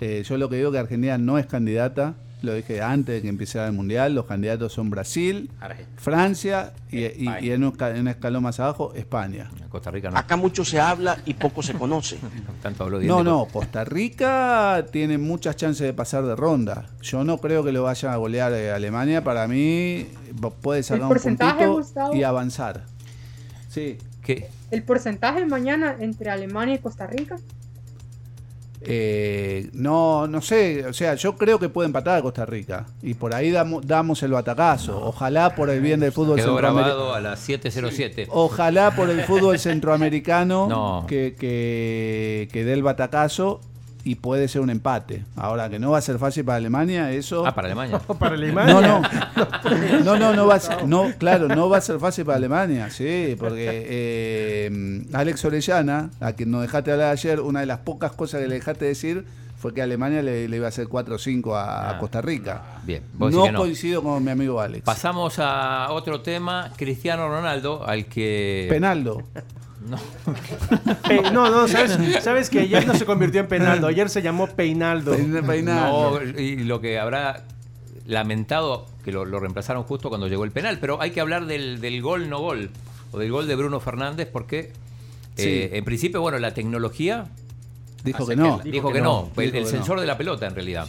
Speaker 10: Eh, yo lo que digo es que Argentina no es candidata. Lo dije antes de que empezara el Mundial. Los candidatos son Brasil, Francia y, y- y en un, esca- en un escalón más abajo, España.
Speaker 9: Costa Rica
Speaker 7: Acá mucho se habla y poco se conoce.
Speaker 9: Tanto habló bien
Speaker 10: No,
Speaker 9: de-
Speaker 10: no, Costa Rica tiene muchas chances de pasar de ronda. Yo no creo que lo vaya a golear eh, Alemania. Para mí bo- puede sacar un
Speaker 14: porcentaje,
Speaker 10: puntito
Speaker 14: Gustavo?
Speaker 10: y avanzar. Sí.
Speaker 9: ¿Qué?
Speaker 14: El porcentaje mañana entre Alemania y Costa Rica.
Speaker 10: Eh, no, no sé, o sea, yo creo que puede empatar a Costa Rica y por ahí damo- damos el batacazo. Ojalá por el bien del fútbol
Speaker 9: Quedó
Speaker 10: centroamericano.
Speaker 9: grabado a las 7.07.
Speaker 10: Ojalá por el fútbol centroamericano
Speaker 9: No.
Speaker 10: que, que- que dé el batacazo y puede ser un empate. Ahora que no va a ser fácil para Alemania, eso.
Speaker 9: Ah, para Alemania.
Speaker 12: Oh,
Speaker 10: para Alemania. No, no. No, no, no va a ser, no, claro, no va a ser fácil para Alemania, sí, porque eh, Alex Orellana, a quien nos dejaste hablar ayer, una de las pocas cosas que le dejaste decir fue que Alemania le, le iba a hacer 4 o 5 a, a Costa Rica.
Speaker 9: Bien, vos decís
Speaker 10: No,
Speaker 9: que no.
Speaker 10: coincido con mi amigo Alex.
Speaker 9: Pasamos a otro tema, Cristiano Ronaldo, al que...
Speaker 10: Penaldo.
Speaker 12: Pe- no, no, ¿sabes, sabes que ayer no se convirtió en Penaldo, ayer se llamó Peinaldo.
Speaker 9: No, y lo que habrá lamentado que lo, lo reemplazaron justo cuando llegó el penal, pero hay que hablar del, del gol no gol o del gol de Bruno Fernández porque
Speaker 10: Sí.
Speaker 9: eh, en principio, bueno, la tecnología
Speaker 10: Dijo
Speaker 9: hace
Speaker 10: que no.
Speaker 9: la- dijo, que, no, el,
Speaker 10: Dijo
Speaker 9: el
Speaker 10: que no.
Speaker 9: sensor de la pelota en realidad.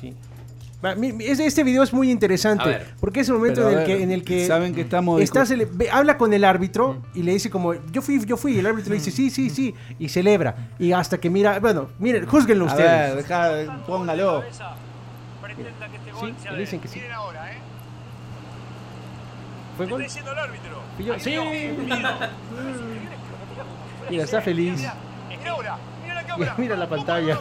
Speaker 12: Va, mi- mi- Este este video es muy
Speaker 9: A
Speaker 12: interesante
Speaker 9: ver.
Speaker 12: porque es el momento
Speaker 10: Pero a
Speaker 12: en el,
Speaker 10: ver,
Speaker 12: que, en el que
Speaker 10: saben que estamos
Speaker 12: está
Speaker 10: discu-
Speaker 12: cele- ve- habla con el árbitro y le dice como yo fui yo fui y el árbitro le dice sí sí sí y celebra y hasta que mira bueno miren juzguenlo
Speaker 10: A ver,
Speaker 12: ustedes
Speaker 10: deja- póngalo.
Speaker 12: Sí, le dicen que sí fue gol
Speaker 8: el árbitro.
Speaker 12: Pilló- sí mira está feliz
Speaker 8: Mira ahora, mira la
Speaker 12: mira,
Speaker 8: cámara.
Speaker 12: mira la pantalla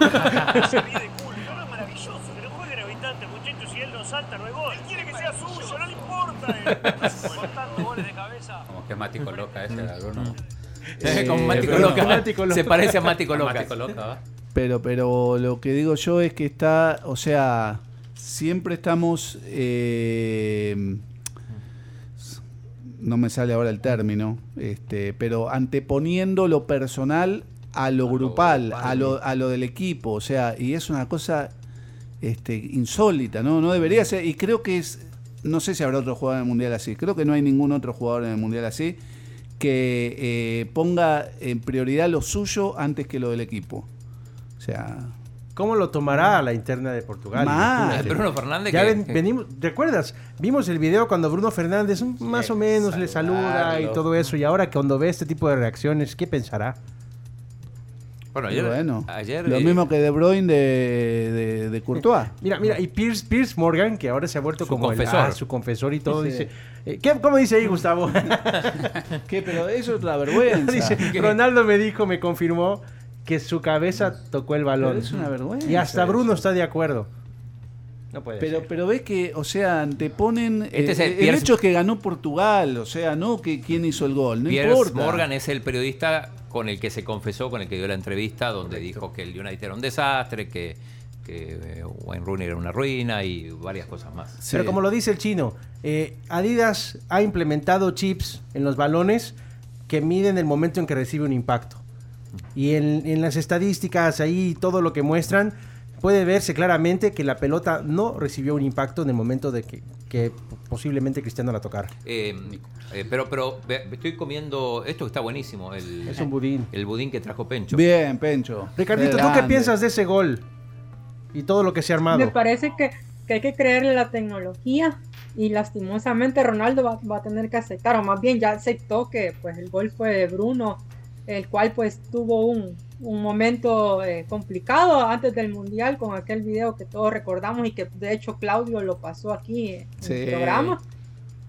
Speaker 8: Se ríe de culo. No, no, es maravilloso. Que no juegue el habitante, muchachos. Si él no salta, no es gol. Él quiere que sea suyo, no le importa. eh. Cortando goles de cabeza.
Speaker 13: Como que es Mati Coloca ese de alguno.
Speaker 9: Eh, Con Mati pero- Coloca. Mati Coloca. Se parece a Mati Coloca.
Speaker 13: Mati Coloca, ¿va?
Speaker 10: Pero, pero lo que digo yo es que está, o sea, siempre estamos, eh, no me sale ahora el término, este, pero anteponiendo lo personal a lo grupal, a lo, a lo del equipo, o sea, y es una cosa este, insólita, ¿no? No debería ser, y creo que es, no sé si habrá otro jugador en el Mundial así, creo que no hay ningún otro jugador en el Mundial así que eh, ponga en prioridad lo suyo antes que lo del equipo. O sea,
Speaker 12: ¿Cómo lo tomará la interna de Portugal?
Speaker 10: Mm. Mal.
Speaker 12: Imagínate.
Speaker 10: Bruno Fernández
Speaker 12: Ya
Speaker 10: que-
Speaker 12: ven- venimos, ¿recuerdas? Vimos el video cuando Bruno Fernández mm, más o menos le saluda y
Speaker 9: saludarlo.
Speaker 12: todo eso. Y ahora cuando ve este tipo de reacciones, ¿qué pensará?
Speaker 9: Bueno, ayer,
Speaker 10: bueno,
Speaker 9: ayer,
Speaker 10: lo
Speaker 9: eh,
Speaker 10: mismo que De Bruyne de, de, de Courtois.
Speaker 12: Eh, Mira, mira, y Pierce, Pierce Morgan, que ahora se ha vuelto como el-
Speaker 10: confesor.
Speaker 12: ah, su confesor y todo,
Speaker 10: Sí.
Speaker 12: dice... eh, ¿qué- ¿Cómo dice ahí, Gustavo?
Speaker 10: ¿Qué? Pero eso es la vergüenza.
Speaker 12: dice,
Speaker 10: ¿Qué?
Speaker 12: Ronaldo me dijo, me confirmó que su cabeza tocó el balón.
Speaker 10: Pues, Pero es una vergüenza
Speaker 12: Y hasta
Speaker 10: eso.
Speaker 12: Bruno está de acuerdo. No puede
Speaker 10: Pero, pero ves que, o sea, anteponen.
Speaker 9: Este
Speaker 10: eh,
Speaker 9: es el
Speaker 10: el,
Speaker 9: Piers-
Speaker 10: hecho es que ganó Portugal, o sea, no que quién hizo el gol, no
Speaker 9: Piers
Speaker 10: importa.
Speaker 9: Morgan es el periodista con el que se confesó, con el que dio la entrevista, donde dijo que el United era un desastre, que, que eh, Wayne Rooney era una ruina y varias cosas más.
Speaker 12: Pero como lo dice el chino, eh, Adidas ha implementado chips en los balones que miden el momento en que recibe un impacto. Y en, en las estadísticas ahí, todo lo que muestran, puede verse claramente que la pelota no recibió un impacto en el momento de que, que posiblemente Cristiano la tocara.
Speaker 9: Eh, eh, pero pero ve- estoy comiendo esto que está buenísimo. El,
Speaker 12: Es un budín.
Speaker 9: El budín que trajo Pencho.
Speaker 10: Bien, Pencho.
Speaker 12: Ricardito, ¿tú qué
Speaker 9: Grande.
Speaker 12: piensas de ese gol? Y todo lo que se ha armado.
Speaker 14: Me parece que, que hay que creerle la tecnología y lastimosamente Ronaldo va, va a tener que aceptar, o más bien ya aceptó que pues el gol fue de Bruno, el cual pues tuvo un, un momento eh, complicado antes del Mundial con aquel video que todos recordamos y que de hecho Claudio lo pasó aquí en
Speaker 10: Sí.
Speaker 14: el programa.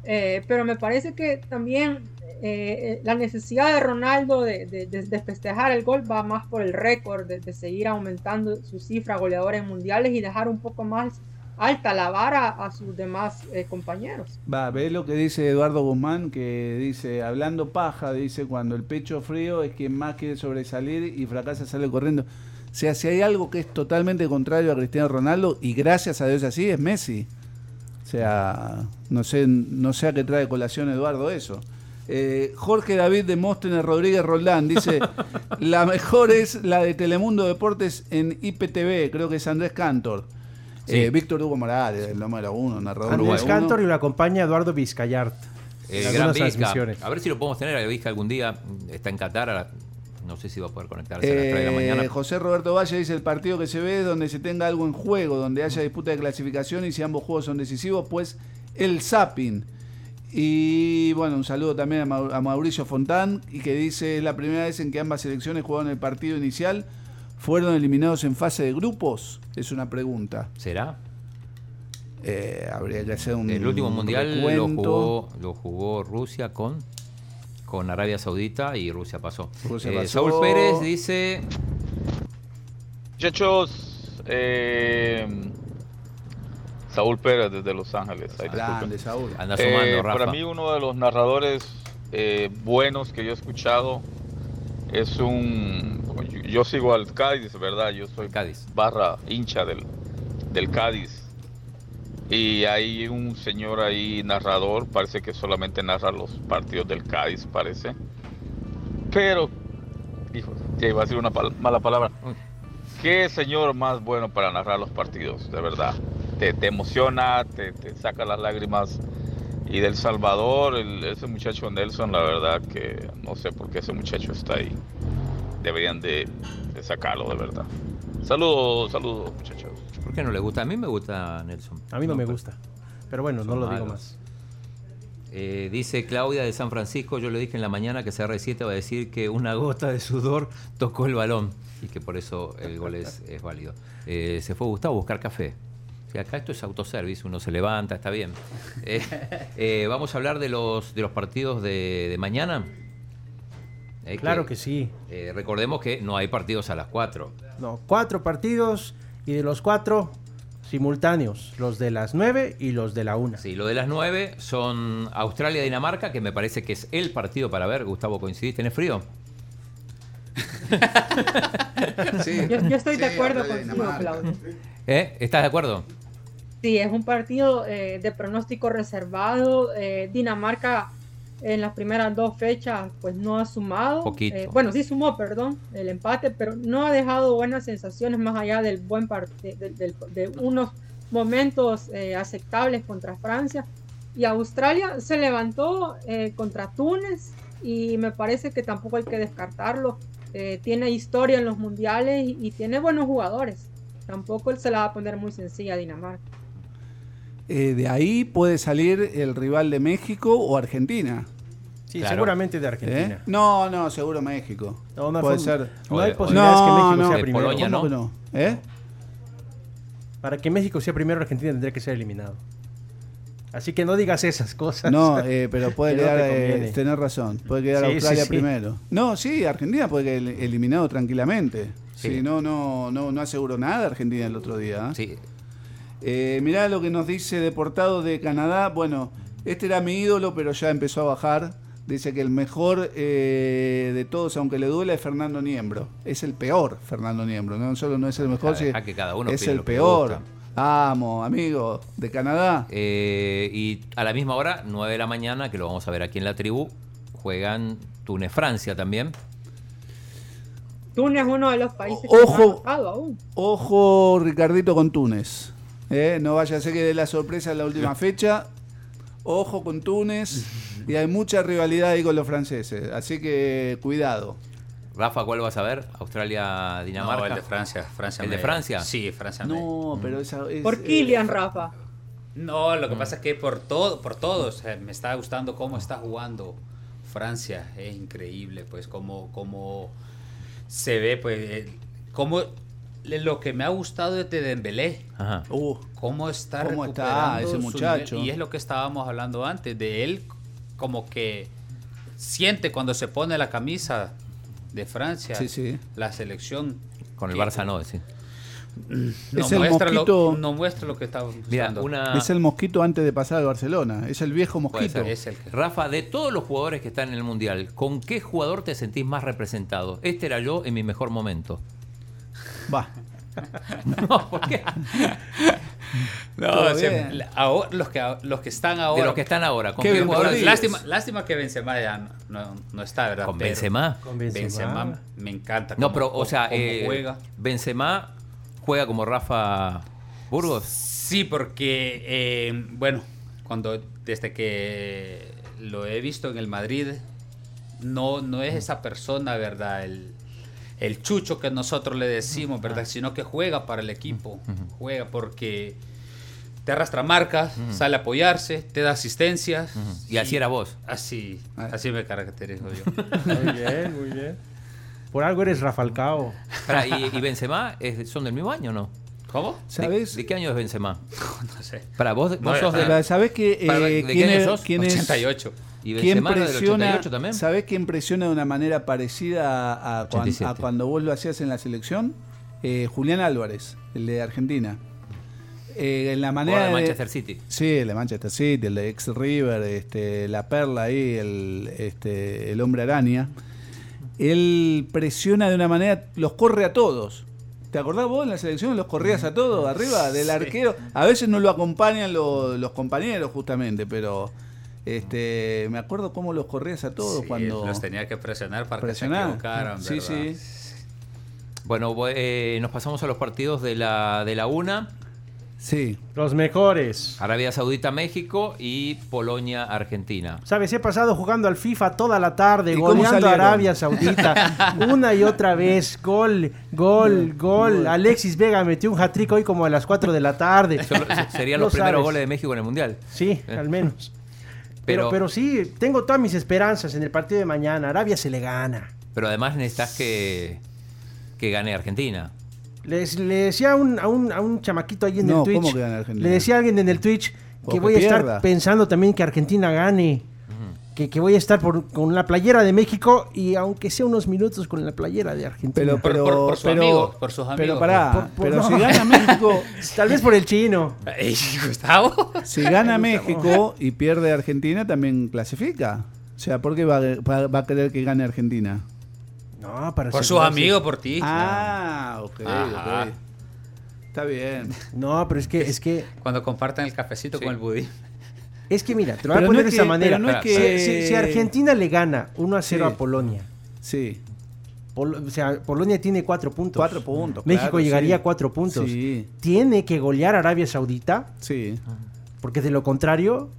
Speaker 14: Eh, pero me parece que también eh, eh, la necesidad de Ronaldo de, de- de- de festejar el gol va más por el récord, de, de seguir aumentando su cifra goleadora en mundiales y dejar un poco más alta la vara a sus demás eh, compañeros.
Speaker 10: Va, ve lo que dice Eduardo Guzmán, que dice, hablando paja, dice, cuando el pecho frío es quien más quiere sobresalir y fracasa sale corriendo. O sea, si hay algo que es totalmente contrario a Cristiano Ronaldo, y gracias a Dios así, es Messi. O sea, no sé, no sé a qué trae colación Eduardo eso. Eh, Jorge David de Móstenes Rodríguez Roldán dice, la mejor es la de Telemundo Deportes en IPTV, creo que es Andrés Cantor.
Speaker 26: Sí.
Speaker 10: Eh, Víctor Hugo Morales, el número uno, narrador
Speaker 12: Andrés
Speaker 10: uno.
Speaker 12: Cantor y lo acompaña Eduardo Vizcayart.
Speaker 9: El
Speaker 12: en
Speaker 9: gran
Speaker 12: algunas
Speaker 9: Vizca.
Speaker 12: transmisiones.
Speaker 9: A ver si lo podemos tener a Vizca algún día. Está en Qatar. a la- No sé si va a poder conectarse a las 3 de la
Speaker 10: Eh,
Speaker 9: mañana.
Speaker 10: José Roberto Valle dice el partido que se ve es donde se tenga algo en juego, donde haya disputa de clasificación y si ambos juegos son decisivos, pues el zapping. Y bueno, un saludo también a, Mau- a Mauricio Fontán y que dice es la primera vez en que ambas selecciones jugaron el partido inicial, fueron eliminados en fase de grupos. Es una pregunta.
Speaker 9: ¿Será?
Speaker 10: Eh, habría que hacer un
Speaker 9: El último mundial lo
Speaker 10: recuento.
Speaker 9: jugó, lo jugó Rusia con, con Arabia Saudita y Rusia pasó.
Speaker 10: Rusia
Speaker 9: Eh,
Speaker 10: pasó.
Speaker 9: Saúl Pérez dice.
Speaker 11: Muchachos, eh, Saúl Pérez desde Los Ángeles. Ay, disculpen.
Speaker 9: Anda sumando,
Speaker 11: Eh,
Speaker 9: Rafa.
Speaker 11: Para mí uno de los narradores eh, buenos que yo he escuchado es un... Yo, yo sigo al Cádiz, ¿verdad? Yo soy barra hincha del, del Cádiz. Y hay un señor ahí narrador, parece que solamente narra los partidos del Cádiz, parece. Pero, hijo, ya iba a decir una pal- mala palabra. Qué señor más bueno para narrar los partidos, de verdad. Te, te emociona, te, te saca las lágrimas. Y del Salvador, el- ese muchacho Nelson, la verdad que no sé por qué ese muchacho está ahí. Deberían de, de sacarlo, de verdad. Saludos, saludos, muchachos.
Speaker 9: ¿Por qué no le gusta? A mí me gusta Nelson.
Speaker 12: A mí no, me gusta. Pero bueno, no
Speaker 9: Son
Speaker 12: lo digo
Speaker 9: malos.
Speaker 12: más.
Speaker 9: Eh, dice Claudia de San Francisco, yo le dije en la mañana que CR7 va a decir que una gota de sudor tocó el balón y que por eso el gol es, es válido. Eh, se fue Gustavo a buscar café. Y acá esto es autoservice, uno se levanta, está bien. Eh, eh, vamos a hablar de los, de los partidos de, de mañana. Eh,
Speaker 12: Claro que sí.
Speaker 9: eh, recordemos que no hay partidos a las 4.
Speaker 12: No, cuatro partidos y de los cuatro simultáneos, los de las nueve y los de la una.
Speaker 9: Sí, lo de las 9 son Australia-Dinamarca, que me parece que es el partido para ver. Gustavo, ¿coincidís? ¿Tenés frío?
Speaker 14: Yo, yo estoy de
Speaker 8: Sí,
Speaker 14: acuerdo
Speaker 8: habla de
Speaker 14: contigo, Claudio.
Speaker 9: ¿Eh? ¿Estás de acuerdo?
Speaker 14: Sí, es un partido eh, de pronóstico reservado. eh, Dinamarca en las primeras dos fechas pues no ha sumado.
Speaker 9: Poquito.
Speaker 14: Eh, bueno, sí sumó, perdón, el empate, pero no ha dejado buenas sensaciones más allá del buen par- de, de- del- de unos momentos eh, aceptables contra Francia. Y Australia se levantó eh, contra Túnez y me parece que tampoco hay que descartarlo. Eh, tiene historia en los mundiales y- y tiene buenos jugadores. Tampoco se la va a poner muy sencilla a Dinamarca.
Speaker 10: Eh, de ahí puede salir el rival de México o Argentina.
Speaker 12: Sí, seguramente de Argentina.
Speaker 10: ¿Eh? No, no, seguro México.
Speaker 12: No, no
Speaker 10: puede
Speaker 12: forma-
Speaker 10: ser.
Speaker 12: no hay posibilidades que México sea primero.
Speaker 10: ¿Cómo que ¿Eh?
Speaker 12: Para que México sea primero, Argentina tendría que ser eliminado. Así que no digas esas cosas.
Speaker 10: No, eh, pero puede
Speaker 12: Que no te
Speaker 10: quedar, eh,
Speaker 12: conviene.
Speaker 10: tener razón, puede quedar
Speaker 12: Sí, sí,
Speaker 10: Australia
Speaker 12: sí.
Speaker 10: primero. No, sí, Argentina puede quedar el- eliminado tranquilamente.
Speaker 9: Sí.
Speaker 10: Sí, no, no, no, no aseguró nada Argentina el otro día. ¿eh?
Speaker 9: Sí.
Speaker 10: Eh, mirá lo que nos dice Deportado de Canadá. Bueno, este era mi ídolo, pero ya empezó a bajar. Dice que el mejor eh, de todos, aunque le duela, es Fernando Niembro. Es el peor Fernando Niembro. No solo no es el mejor,
Speaker 9: Deja-
Speaker 10: sí,
Speaker 9: deja Ah, que cada uno
Speaker 10: es
Speaker 9: opine
Speaker 10: el
Speaker 9: lo que le
Speaker 10: peor.
Speaker 9: gusta.
Speaker 10: Amo, amigo, de Canadá.
Speaker 9: Eh, y a la misma hora, 9 de la mañana, que lo vamos a ver aquí en la tribu, juegan Túnez-Francia también.
Speaker 14: Túnez es uno de los países que no
Speaker 10: Ojo.
Speaker 14: ha bajado aún.
Speaker 10: Ojo, Ricardito, con Túnez. ¿eh? No vaya a ser que dé la sorpresa en la última fecha. Ojo con Túnez. Y hay mucha rivalidad ahí con los franceses. Así que cuidado.
Speaker 9: Rafa, ¿cuál vas a ver? Australia, Dinamarca.
Speaker 13: No, el de Francia. Francia
Speaker 9: ¿El de
Speaker 13: me-
Speaker 9: Francia?
Speaker 13: Sí, Francia. me-
Speaker 10: No, pero esa es. eh,
Speaker 14: Por Kylian, Rafa.
Speaker 13: No, lo que pasa es que por todo, por todos, eh, me está gustando cómo está jugando Francia. Es increíble, pues, cómo, cómo se ve, pues, eh, cómo le- lo que me ha gustado es de Dembélé.
Speaker 9: Ajá.
Speaker 13: Cómo está
Speaker 10: ¿Cómo está
Speaker 13: recuperando
Speaker 10: ese
Speaker 13: su
Speaker 10: muchacho?
Speaker 13: nivel. Y es lo que estábamos hablando antes, de él como que siente cuando se pone la camisa de Francia,
Speaker 10: Sí, sí.
Speaker 13: la selección.
Speaker 9: Con el
Speaker 13: que
Speaker 9: Barça no, sí.
Speaker 13: No,
Speaker 10: Es el
Speaker 13: muestra
Speaker 10: mosquito-
Speaker 13: lo, no muestra lo que está buscando.
Speaker 10: Es el mosquito antes de pasar al Barcelona. Es el viejo mosquito.
Speaker 9: Rafa, de todos los jugadores que están en el Mundial, ¿con qué jugador te sentís más representado? Este era yo en mi mejor momento.
Speaker 10: Va.
Speaker 9: no, ¿por qué?
Speaker 13: No,
Speaker 9: Todo
Speaker 13: o sea,
Speaker 9: bien.
Speaker 13: la- ahora- los, que, a- los que están ahora.
Speaker 9: De los que están ahora, ¿con
Speaker 13: Qué
Speaker 9: qué
Speaker 13: bien,
Speaker 9: jugadores?
Speaker 13: Rodríguez. Lástima, lástima que Benzema ya no, no- no está, ¿verdad?
Speaker 9: ¿Con
Speaker 13: Pero
Speaker 9: Benzema?
Speaker 13: Con Benzema. Benzema me encanta.
Speaker 9: No,
Speaker 13: cómo-
Speaker 9: pero, o
Speaker 13: cómo-
Speaker 9: sea,
Speaker 13: cómo
Speaker 9: eh,
Speaker 13: juega.
Speaker 9: Benzema juega como Rafa Burgos.
Speaker 13: Sí, porque, eh, bueno, cuando desde que lo he visto en el Madrid, no, no es esa persona, ¿verdad? El, el chucho que nosotros le decimos, ¿verdad? Sino que juega para el equipo, juega porque te arrastra marcas, sale a apoyarse, te da asistencias.
Speaker 9: Y así era vos.
Speaker 13: Así,
Speaker 9: Ah.
Speaker 13: así me caracterizo yo.
Speaker 12: Muy bien, muy bien. Por algo eres Rafalcao.
Speaker 9: Pará, ¿y, y Benzema es- son del mismo año o no?
Speaker 13: ¿Cómo?
Speaker 9: ¿Sabes? ¿De, qué año es Benzema?
Speaker 13: no sé.
Speaker 9: Para vos, vos
Speaker 13: No,
Speaker 9: sos
Speaker 13: para-
Speaker 9: de...
Speaker 10: ¿Sabes qué?
Speaker 9: Para-
Speaker 10: eh,
Speaker 9: ¿de qué
Speaker 10: quién
Speaker 9: año
Speaker 10: es-
Speaker 9: sos?
Speaker 10: quién es-
Speaker 9: 88. ¿Y
Speaker 10: ¿Quién
Speaker 9: Benzema era del
Speaker 10: presiona?
Speaker 9: 88 también?
Speaker 10: ¿Sabes quién presiona de una manera parecida a, a cuan-
Speaker 9: 87.
Speaker 10: a cuando vos lo hacías en la selección? Eh, Julián Álvarez, el de Argentina. Eh, en la manera
Speaker 9: Jugador de Manchester City.
Speaker 10: Sí, el de Manchester City, el de ex River, este, la perla ahí, el, este, el hombre araña. Él presiona de una manera, los corre a todos. ¿Te acordás vos en la selección? Los corrías a todos arriba del
Speaker 13: Sí.
Speaker 10: arquero. A veces no lo acompañan lo- los compañeros justamente, pero este me acuerdo cómo los corrías a todos
Speaker 13: Sí,
Speaker 10: cuando...
Speaker 13: Los tenía que presionar para que
Speaker 10: Presionar.
Speaker 13: se equivocaran,
Speaker 10: Sí,
Speaker 13: ¿verdad?
Speaker 10: sí.
Speaker 9: Bueno, bo- eh, nos pasamos a los partidos de la, de la una.
Speaker 10: Sí.
Speaker 12: Los mejores.
Speaker 9: Arabia Saudita, México y Polonia, Argentina.
Speaker 12: Sabes, he pasado jugando al FIFA toda la tarde,
Speaker 9: ¿Y cómo
Speaker 12: goleando a
Speaker 9: salieron?
Speaker 12: Arabia Saudita. Una y otra vez, gol, gol, gol. Alexis Vega metió un hat-trick hoy como a las 4 de la tarde.
Speaker 9: Son los- Serían
Speaker 12: No
Speaker 9: los primeros
Speaker 12: sabes.
Speaker 9: goles de México en el Mundial.
Speaker 12: Sí,
Speaker 9: Eh.
Speaker 12: al menos. Pero,
Speaker 9: Pero-
Speaker 12: pero sí, tengo todas mis esperanzas en el partido de mañana. Arabia se le gana.
Speaker 9: Pero además necesitas que, que gane Argentina.
Speaker 12: Les- Le decía a un, a un, a un chamaquito ahí en
Speaker 9: No,
Speaker 12: el Twitch.
Speaker 9: ¿cómo que gana Argentina?
Speaker 12: Le decía a alguien en el Twitch
Speaker 9: O
Speaker 12: que
Speaker 9: que
Speaker 12: voy a estar
Speaker 9: pierda.
Speaker 12: pensando también que Argentina gane. Que, que voy a estar por- con la playera de México y aunque sea unos minutos con la playera de Argentina.
Speaker 10: Pero,
Speaker 13: Por-
Speaker 10: pero,
Speaker 13: por- por sus
Speaker 10: pero,
Speaker 13: amigos, por sus
Speaker 10: pero
Speaker 13: amigos.
Speaker 10: pará,
Speaker 13: Por- por-
Speaker 10: pero
Speaker 13: no.
Speaker 10: si gana México,
Speaker 12: tal vez por el chino.
Speaker 13: Gustavo.
Speaker 10: Si gana México y pierde Argentina, también clasifica. O sea, ¿por qué va, va- va a querer que gane Argentina?
Speaker 12: No, para
Speaker 13: Por sus
Speaker 12: asegurarse.
Speaker 13: amigos, por ti.
Speaker 10: Ah, ok,
Speaker 13: Ajá.
Speaker 10: ok. Está bien.
Speaker 12: No, pero es que, es que,
Speaker 13: Cuando compartan el cafecito con el budín.
Speaker 12: es que mira, te lo voy a
Speaker 13: Pero no
Speaker 12: poner
Speaker 13: es
Speaker 12: de esa
Speaker 13: que-
Speaker 12: manera.
Speaker 13: pero no es que-
Speaker 12: si, si- si Argentina le gana 1 a 0
Speaker 10: Sí.
Speaker 12: a Polonia.
Speaker 10: Sí.
Speaker 12: Pol- o sea, Polonia tiene cuatro puntos.
Speaker 10: Cuatro puntos,
Speaker 12: México
Speaker 10: claro,
Speaker 12: llegaría
Speaker 10: sí.
Speaker 12: a cuatro puntos.
Speaker 10: Sí.
Speaker 12: Tiene que golear a Arabia Saudita.
Speaker 10: Sí.
Speaker 12: Porque de lo contrario,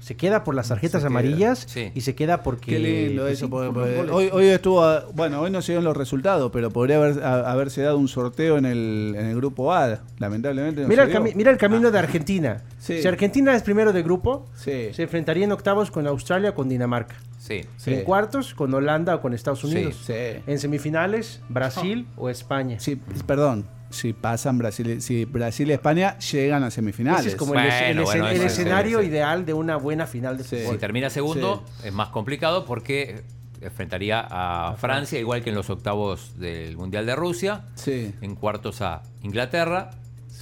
Speaker 12: se queda por las tarjetas amarillas y se queda porque.
Speaker 10: Qué lindo
Speaker 12: pues
Speaker 10: eso.
Speaker 12: sí,
Speaker 10: porque-
Speaker 12: por los
Speaker 10: porque
Speaker 12: goles.
Speaker 10: Eh, hoy, hoy estuvo, a- bueno, hoy no se dieron los resultados, pero podría haber, a- haberse dado un sorteo en el, en el grupo A. Lamentablemente no
Speaker 12: mira,
Speaker 10: se
Speaker 12: el
Speaker 10: dio. Ah.
Speaker 12: cami- mira el camino de Argentina.
Speaker 10: Sí.
Speaker 12: Si Argentina es primero de grupo,
Speaker 10: Sí.
Speaker 12: se enfrentaría en octavos con Australia o con Dinamarca.
Speaker 9: Sí.
Speaker 12: En cuartos con Holanda o con Estados
Speaker 10: Sí,
Speaker 12: Unidos.
Speaker 10: sí.
Speaker 12: En semifinales, Brasil o España.
Speaker 10: Sí, perdón. Si pasan Brasil, si Brasil y España llegan a semifinales.
Speaker 12: Ese es como el, es- el escen- el escenario ideal de una buena final de fútbol.
Speaker 9: Si termina segundo, es más complicado porque enfrentaría a Francia, igual que en los octavos del Mundial de Rusia. En cuartos a Inglaterra.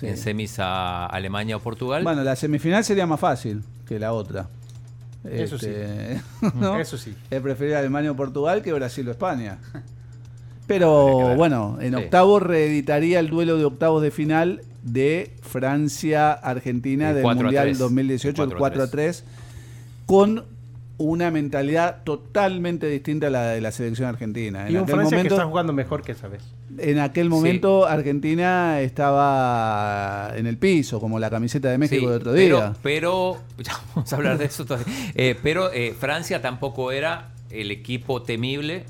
Speaker 9: En semis a Alemania o Portugal.
Speaker 10: Bueno, la semifinal sería más fácil que la otra. Este,
Speaker 12: Eso
Speaker 10: sí.
Speaker 12: Eso sí.
Speaker 10: Es preferir Alemania o Portugal que Brasil o España. Pero bueno, en octavos reeditaría el duelo de octavos de final de Francia-Argentina
Speaker 9: El
Speaker 10: del
Speaker 9: 4 a
Speaker 10: Mundial
Speaker 9: 3.
Speaker 10: 2018, el 4
Speaker 9: 4
Speaker 10: a
Speaker 9: a
Speaker 10: 3, con una mentalidad totalmente distinta a la de la selección argentina. En
Speaker 12: Y un
Speaker 10: aquel
Speaker 12: Francia que
Speaker 10: momento-
Speaker 12: está jugando mejor que esa vez.
Speaker 10: en aquel momento Argentina estaba en el piso, como la camiseta de México del otro día.
Speaker 9: Pero, pero- ya vamos a hablar de eso todavía. Eh, pero eh, Francia tampoco era el equipo temible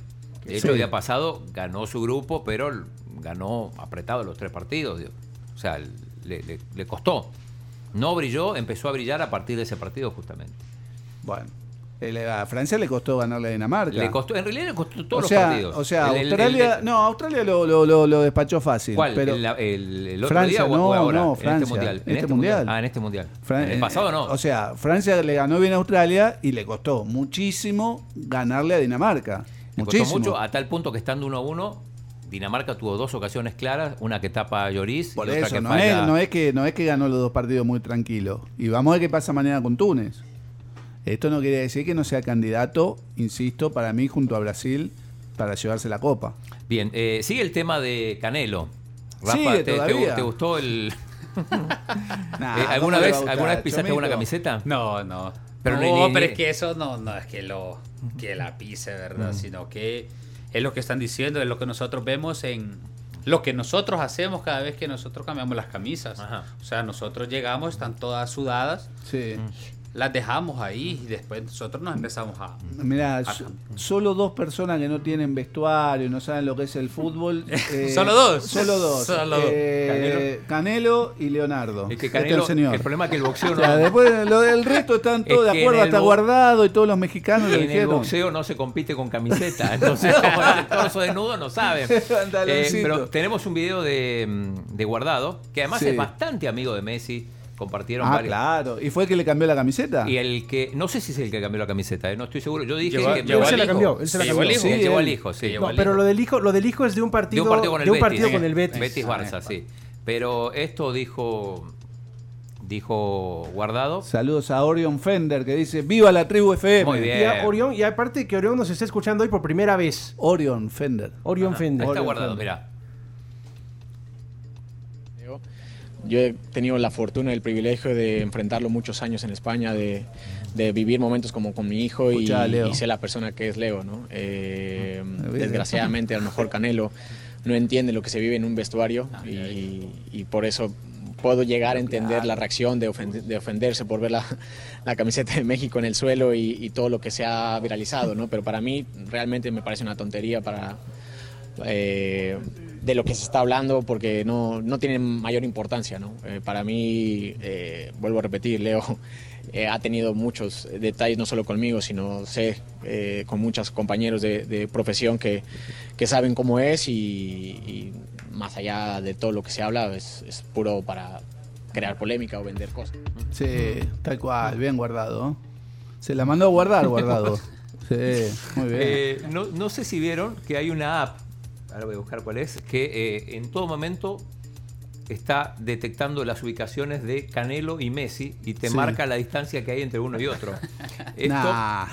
Speaker 9: De hecho,
Speaker 10: Sí.
Speaker 9: el día pasado ganó su grupo, pero l- ganó apretado los tres partidos. digo. O sea, l- le, le- le costó. No brilló, empezó a brillar a partir de ese partido justamente.
Speaker 10: Bueno. El- a Francia le costó ganarle a Dinamarca.
Speaker 9: Le costó, en realidad le costó todos
Speaker 10: o sea,
Speaker 9: los partidos.
Speaker 10: O sea,
Speaker 9: El- el- el-
Speaker 10: Australia,
Speaker 9: el-
Speaker 10: no, Australia lo, lo- lo- lo despachó fácil.
Speaker 9: ¿Cuál?
Speaker 10: Pero
Speaker 9: ¿El, el- el otro
Speaker 10: Francia,
Speaker 9: día o- o
Speaker 10: no,
Speaker 9: ahora?
Speaker 10: no,
Speaker 9: en
Speaker 10: Francia,
Speaker 9: este mundial.
Speaker 10: en este mundial.
Speaker 9: Ah, en este mundial.
Speaker 10: Fran-
Speaker 9: en el pasado no.
Speaker 10: O sea, Francia le ganó bien a Australia y le costó muchísimo ganarle a Dinamarca.
Speaker 9: Le costó
Speaker 10: muchísimo.
Speaker 9: mucho, a tal punto que estando 1 a 1, Dinamarca tuvo dos ocasiones claras, una que tapa a Lloris
Speaker 10: Por
Speaker 9: y otra
Speaker 10: eso,
Speaker 9: que
Speaker 10: no
Speaker 9: falla.
Speaker 10: es, no es que, no es que ganó los dos partidos muy tranquilo. Y vamos a ver qué pasa mañana con Túnez. Esto no quiere decir que no sea candidato, insisto, para mí junto a Brasil para llevarse la copa.
Speaker 9: Bien, eh, sigue el tema de Canelo.
Speaker 10: Sigue
Speaker 9: ¿te- te,
Speaker 10: todavía.
Speaker 9: te gustó el.
Speaker 13: Nah,
Speaker 9: Eh,
Speaker 13: ¿cómo
Speaker 9: ¿alguna,
Speaker 13: le
Speaker 9: vez,
Speaker 13: va a gustar,
Speaker 9: ¿Alguna vez pisaste
Speaker 13: Chomito?
Speaker 9: una camiseta?
Speaker 13: No, no.
Speaker 9: Pero
Speaker 13: no,
Speaker 9: ni- ni-
Speaker 13: pero es que eso no, no es que lo que la pise, ¿verdad?
Speaker 9: Mm.
Speaker 13: Sino que es lo que están diciendo, es lo que nosotros vemos en lo que nosotros hacemos cada vez que nosotros cambiamos las camisas. O sea, nosotros llegamos, están todas sudadas,
Speaker 10: Sí.
Speaker 13: las dejamos ahí y después nosotros nos empezamos a
Speaker 10: Mirá,
Speaker 9: Ah,
Speaker 13: Ajá.
Speaker 10: so- solo dos personas que no tienen vestuario y no saben lo que es el fútbol. eh,
Speaker 13: ¿Solo dos?
Speaker 10: Solo dos.
Speaker 13: Solo dos.
Speaker 10: Eh, Canelo. y Leonardo.
Speaker 9: Es que
Speaker 10: Este el
Speaker 9: Canelo,
Speaker 10: señor.
Speaker 9: el problema es que el boxeo
Speaker 10: O
Speaker 9: no.
Speaker 10: sea, después lo del resto están todos
Speaker 9: Es que
Speaker 10: de acuerdo,
Speaker 9: en el
Speaker 10: hasta
Speaker 9: bo-
Speaker 10: guardado y todos los mexicanos lo
Speaker 9: en el
Speaker 10: dijeron.
Speaker 9: boxeo no se compite con camiseta, entonces como es el torso desnudo no saben.
Speaker 10: Pantaloncito.
Speaker 9: Eh, pero tenemos un video de, mm, de Guardado, que además
Speaker 10: Sí.
Speaker 9: es bastante amigo de Messi, compartieron
Speaker 10: Ah,
Speaker 9: varios.
Speaker 10: claro. ¿Y fue el que le cambió la camiseta?
Speaker 9: Y el que, no sé si es el que cambió la camiseta, eh, no estoy seguro. Yo dije
Speaker 10: Llevó-
Speaker 9: que
Speaker 10: él
Speaker 9: llevó
Speaker 10: se
Speaker 9: al
Speaker 10: la
Speaker 9: hijo.
Speaker 10: cambió, él se la
Speaker 9: Llevó al
Speaker 10: cambió.
Speaker 9: hijo,
Speaker 10: Sí,
Speaker 9: llevó
Speaker 10: él.
Speaker 9: al hijo, sí,
Speaker 10: No,
Speaker 9: llevó
Speaker 12: No,
Speaker 9: al
Speaker 12: pero
Speaker 9: hijo.
Speaker 12: lo del hijo, lo del hijo es de un partido,
Speaker 9: de un partido con el
Speaker 12: de un
Speaker 9: Betis.
Speaker 12: partido con el Betis.
Speaker 9: Betis Barça, sí. Pero esto dijo dijo Guardado.
Speaker 10: Saludos a Orion Fender que dice: ¡Viva la tribu FM!
Speaker 9: Muy bien.
Speaker 12: Y a Orión, y aparte que Orión nos está escuchando hoy por primera vez.
Speaker 10: Orion Fender.
Speaker 12: Orión
Speaker 9: Ajá,
Speaker 12: Fender.
Speaker 9: Ahí está Guardado, mira.
Speaker 15: Yo he tenido la fortuna y el privilegio de enfrentarlo muchos años en España, de, de vivir momentos como con mi hijo y,
Speaker 10: Escuchá, Leo.
Speaker 15: y sé la persona que es Leo, ¿no? Eh, desgraciadamente, a lo mejor Canelo no entiende lo que se vive en un vestuario y, y por eso puedo llegar a entender la reacción de, ofen- de ofenderse por ver la, la camiseta de México en el suelo y, y todo lo que se ha viralizado, ¿no? Pero para mí realmente me parece una tontería para, eh, de lo que se está hablando porque no, no tiene mayor importancia. ¿no? Eh, para mí, eh, vuelvo a repetir, Leo eh, ha tenido muchos detalles, no solo conmigo, sino sé eh, con muchos compañeros de, de profesión que, que saben cómo es y, y más allá de todo lo que se habla, es, es puro para crear polémica o vender cosas.
Speaker 10: Sí, tal cual, bien guardado. Se la mandó a guardar, guardado. Sí, muy bien.
Speaker 9: Eh, no, no sé si vieron que hay una app, ahora voy a buscar cuál es, que eh, en todo momento está detectando las ubicaciones de Canelo y Messi y te
Speaker 10: Sí.
Speaker 9: marca la distancia que hay entre uno y otro. Esto-
Speaker 10: Nah.